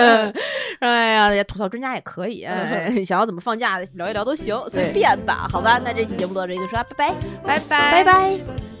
[SPEAKER 1] (laughs) 哎呀，也吐槽专家也可以，哎 (laughs) 想要怎么放假聊一聊都行，随
[SPEAKER 2] 嗯对
[SPEAKER 1] 啊便吧，好吧？那这期节目到这里就说，拜拜，
[SPEAKER 2] 拜
[SPEAKER 1] 拜
[SPEAKER 2] 拜
[SPEAKER 1] 拜。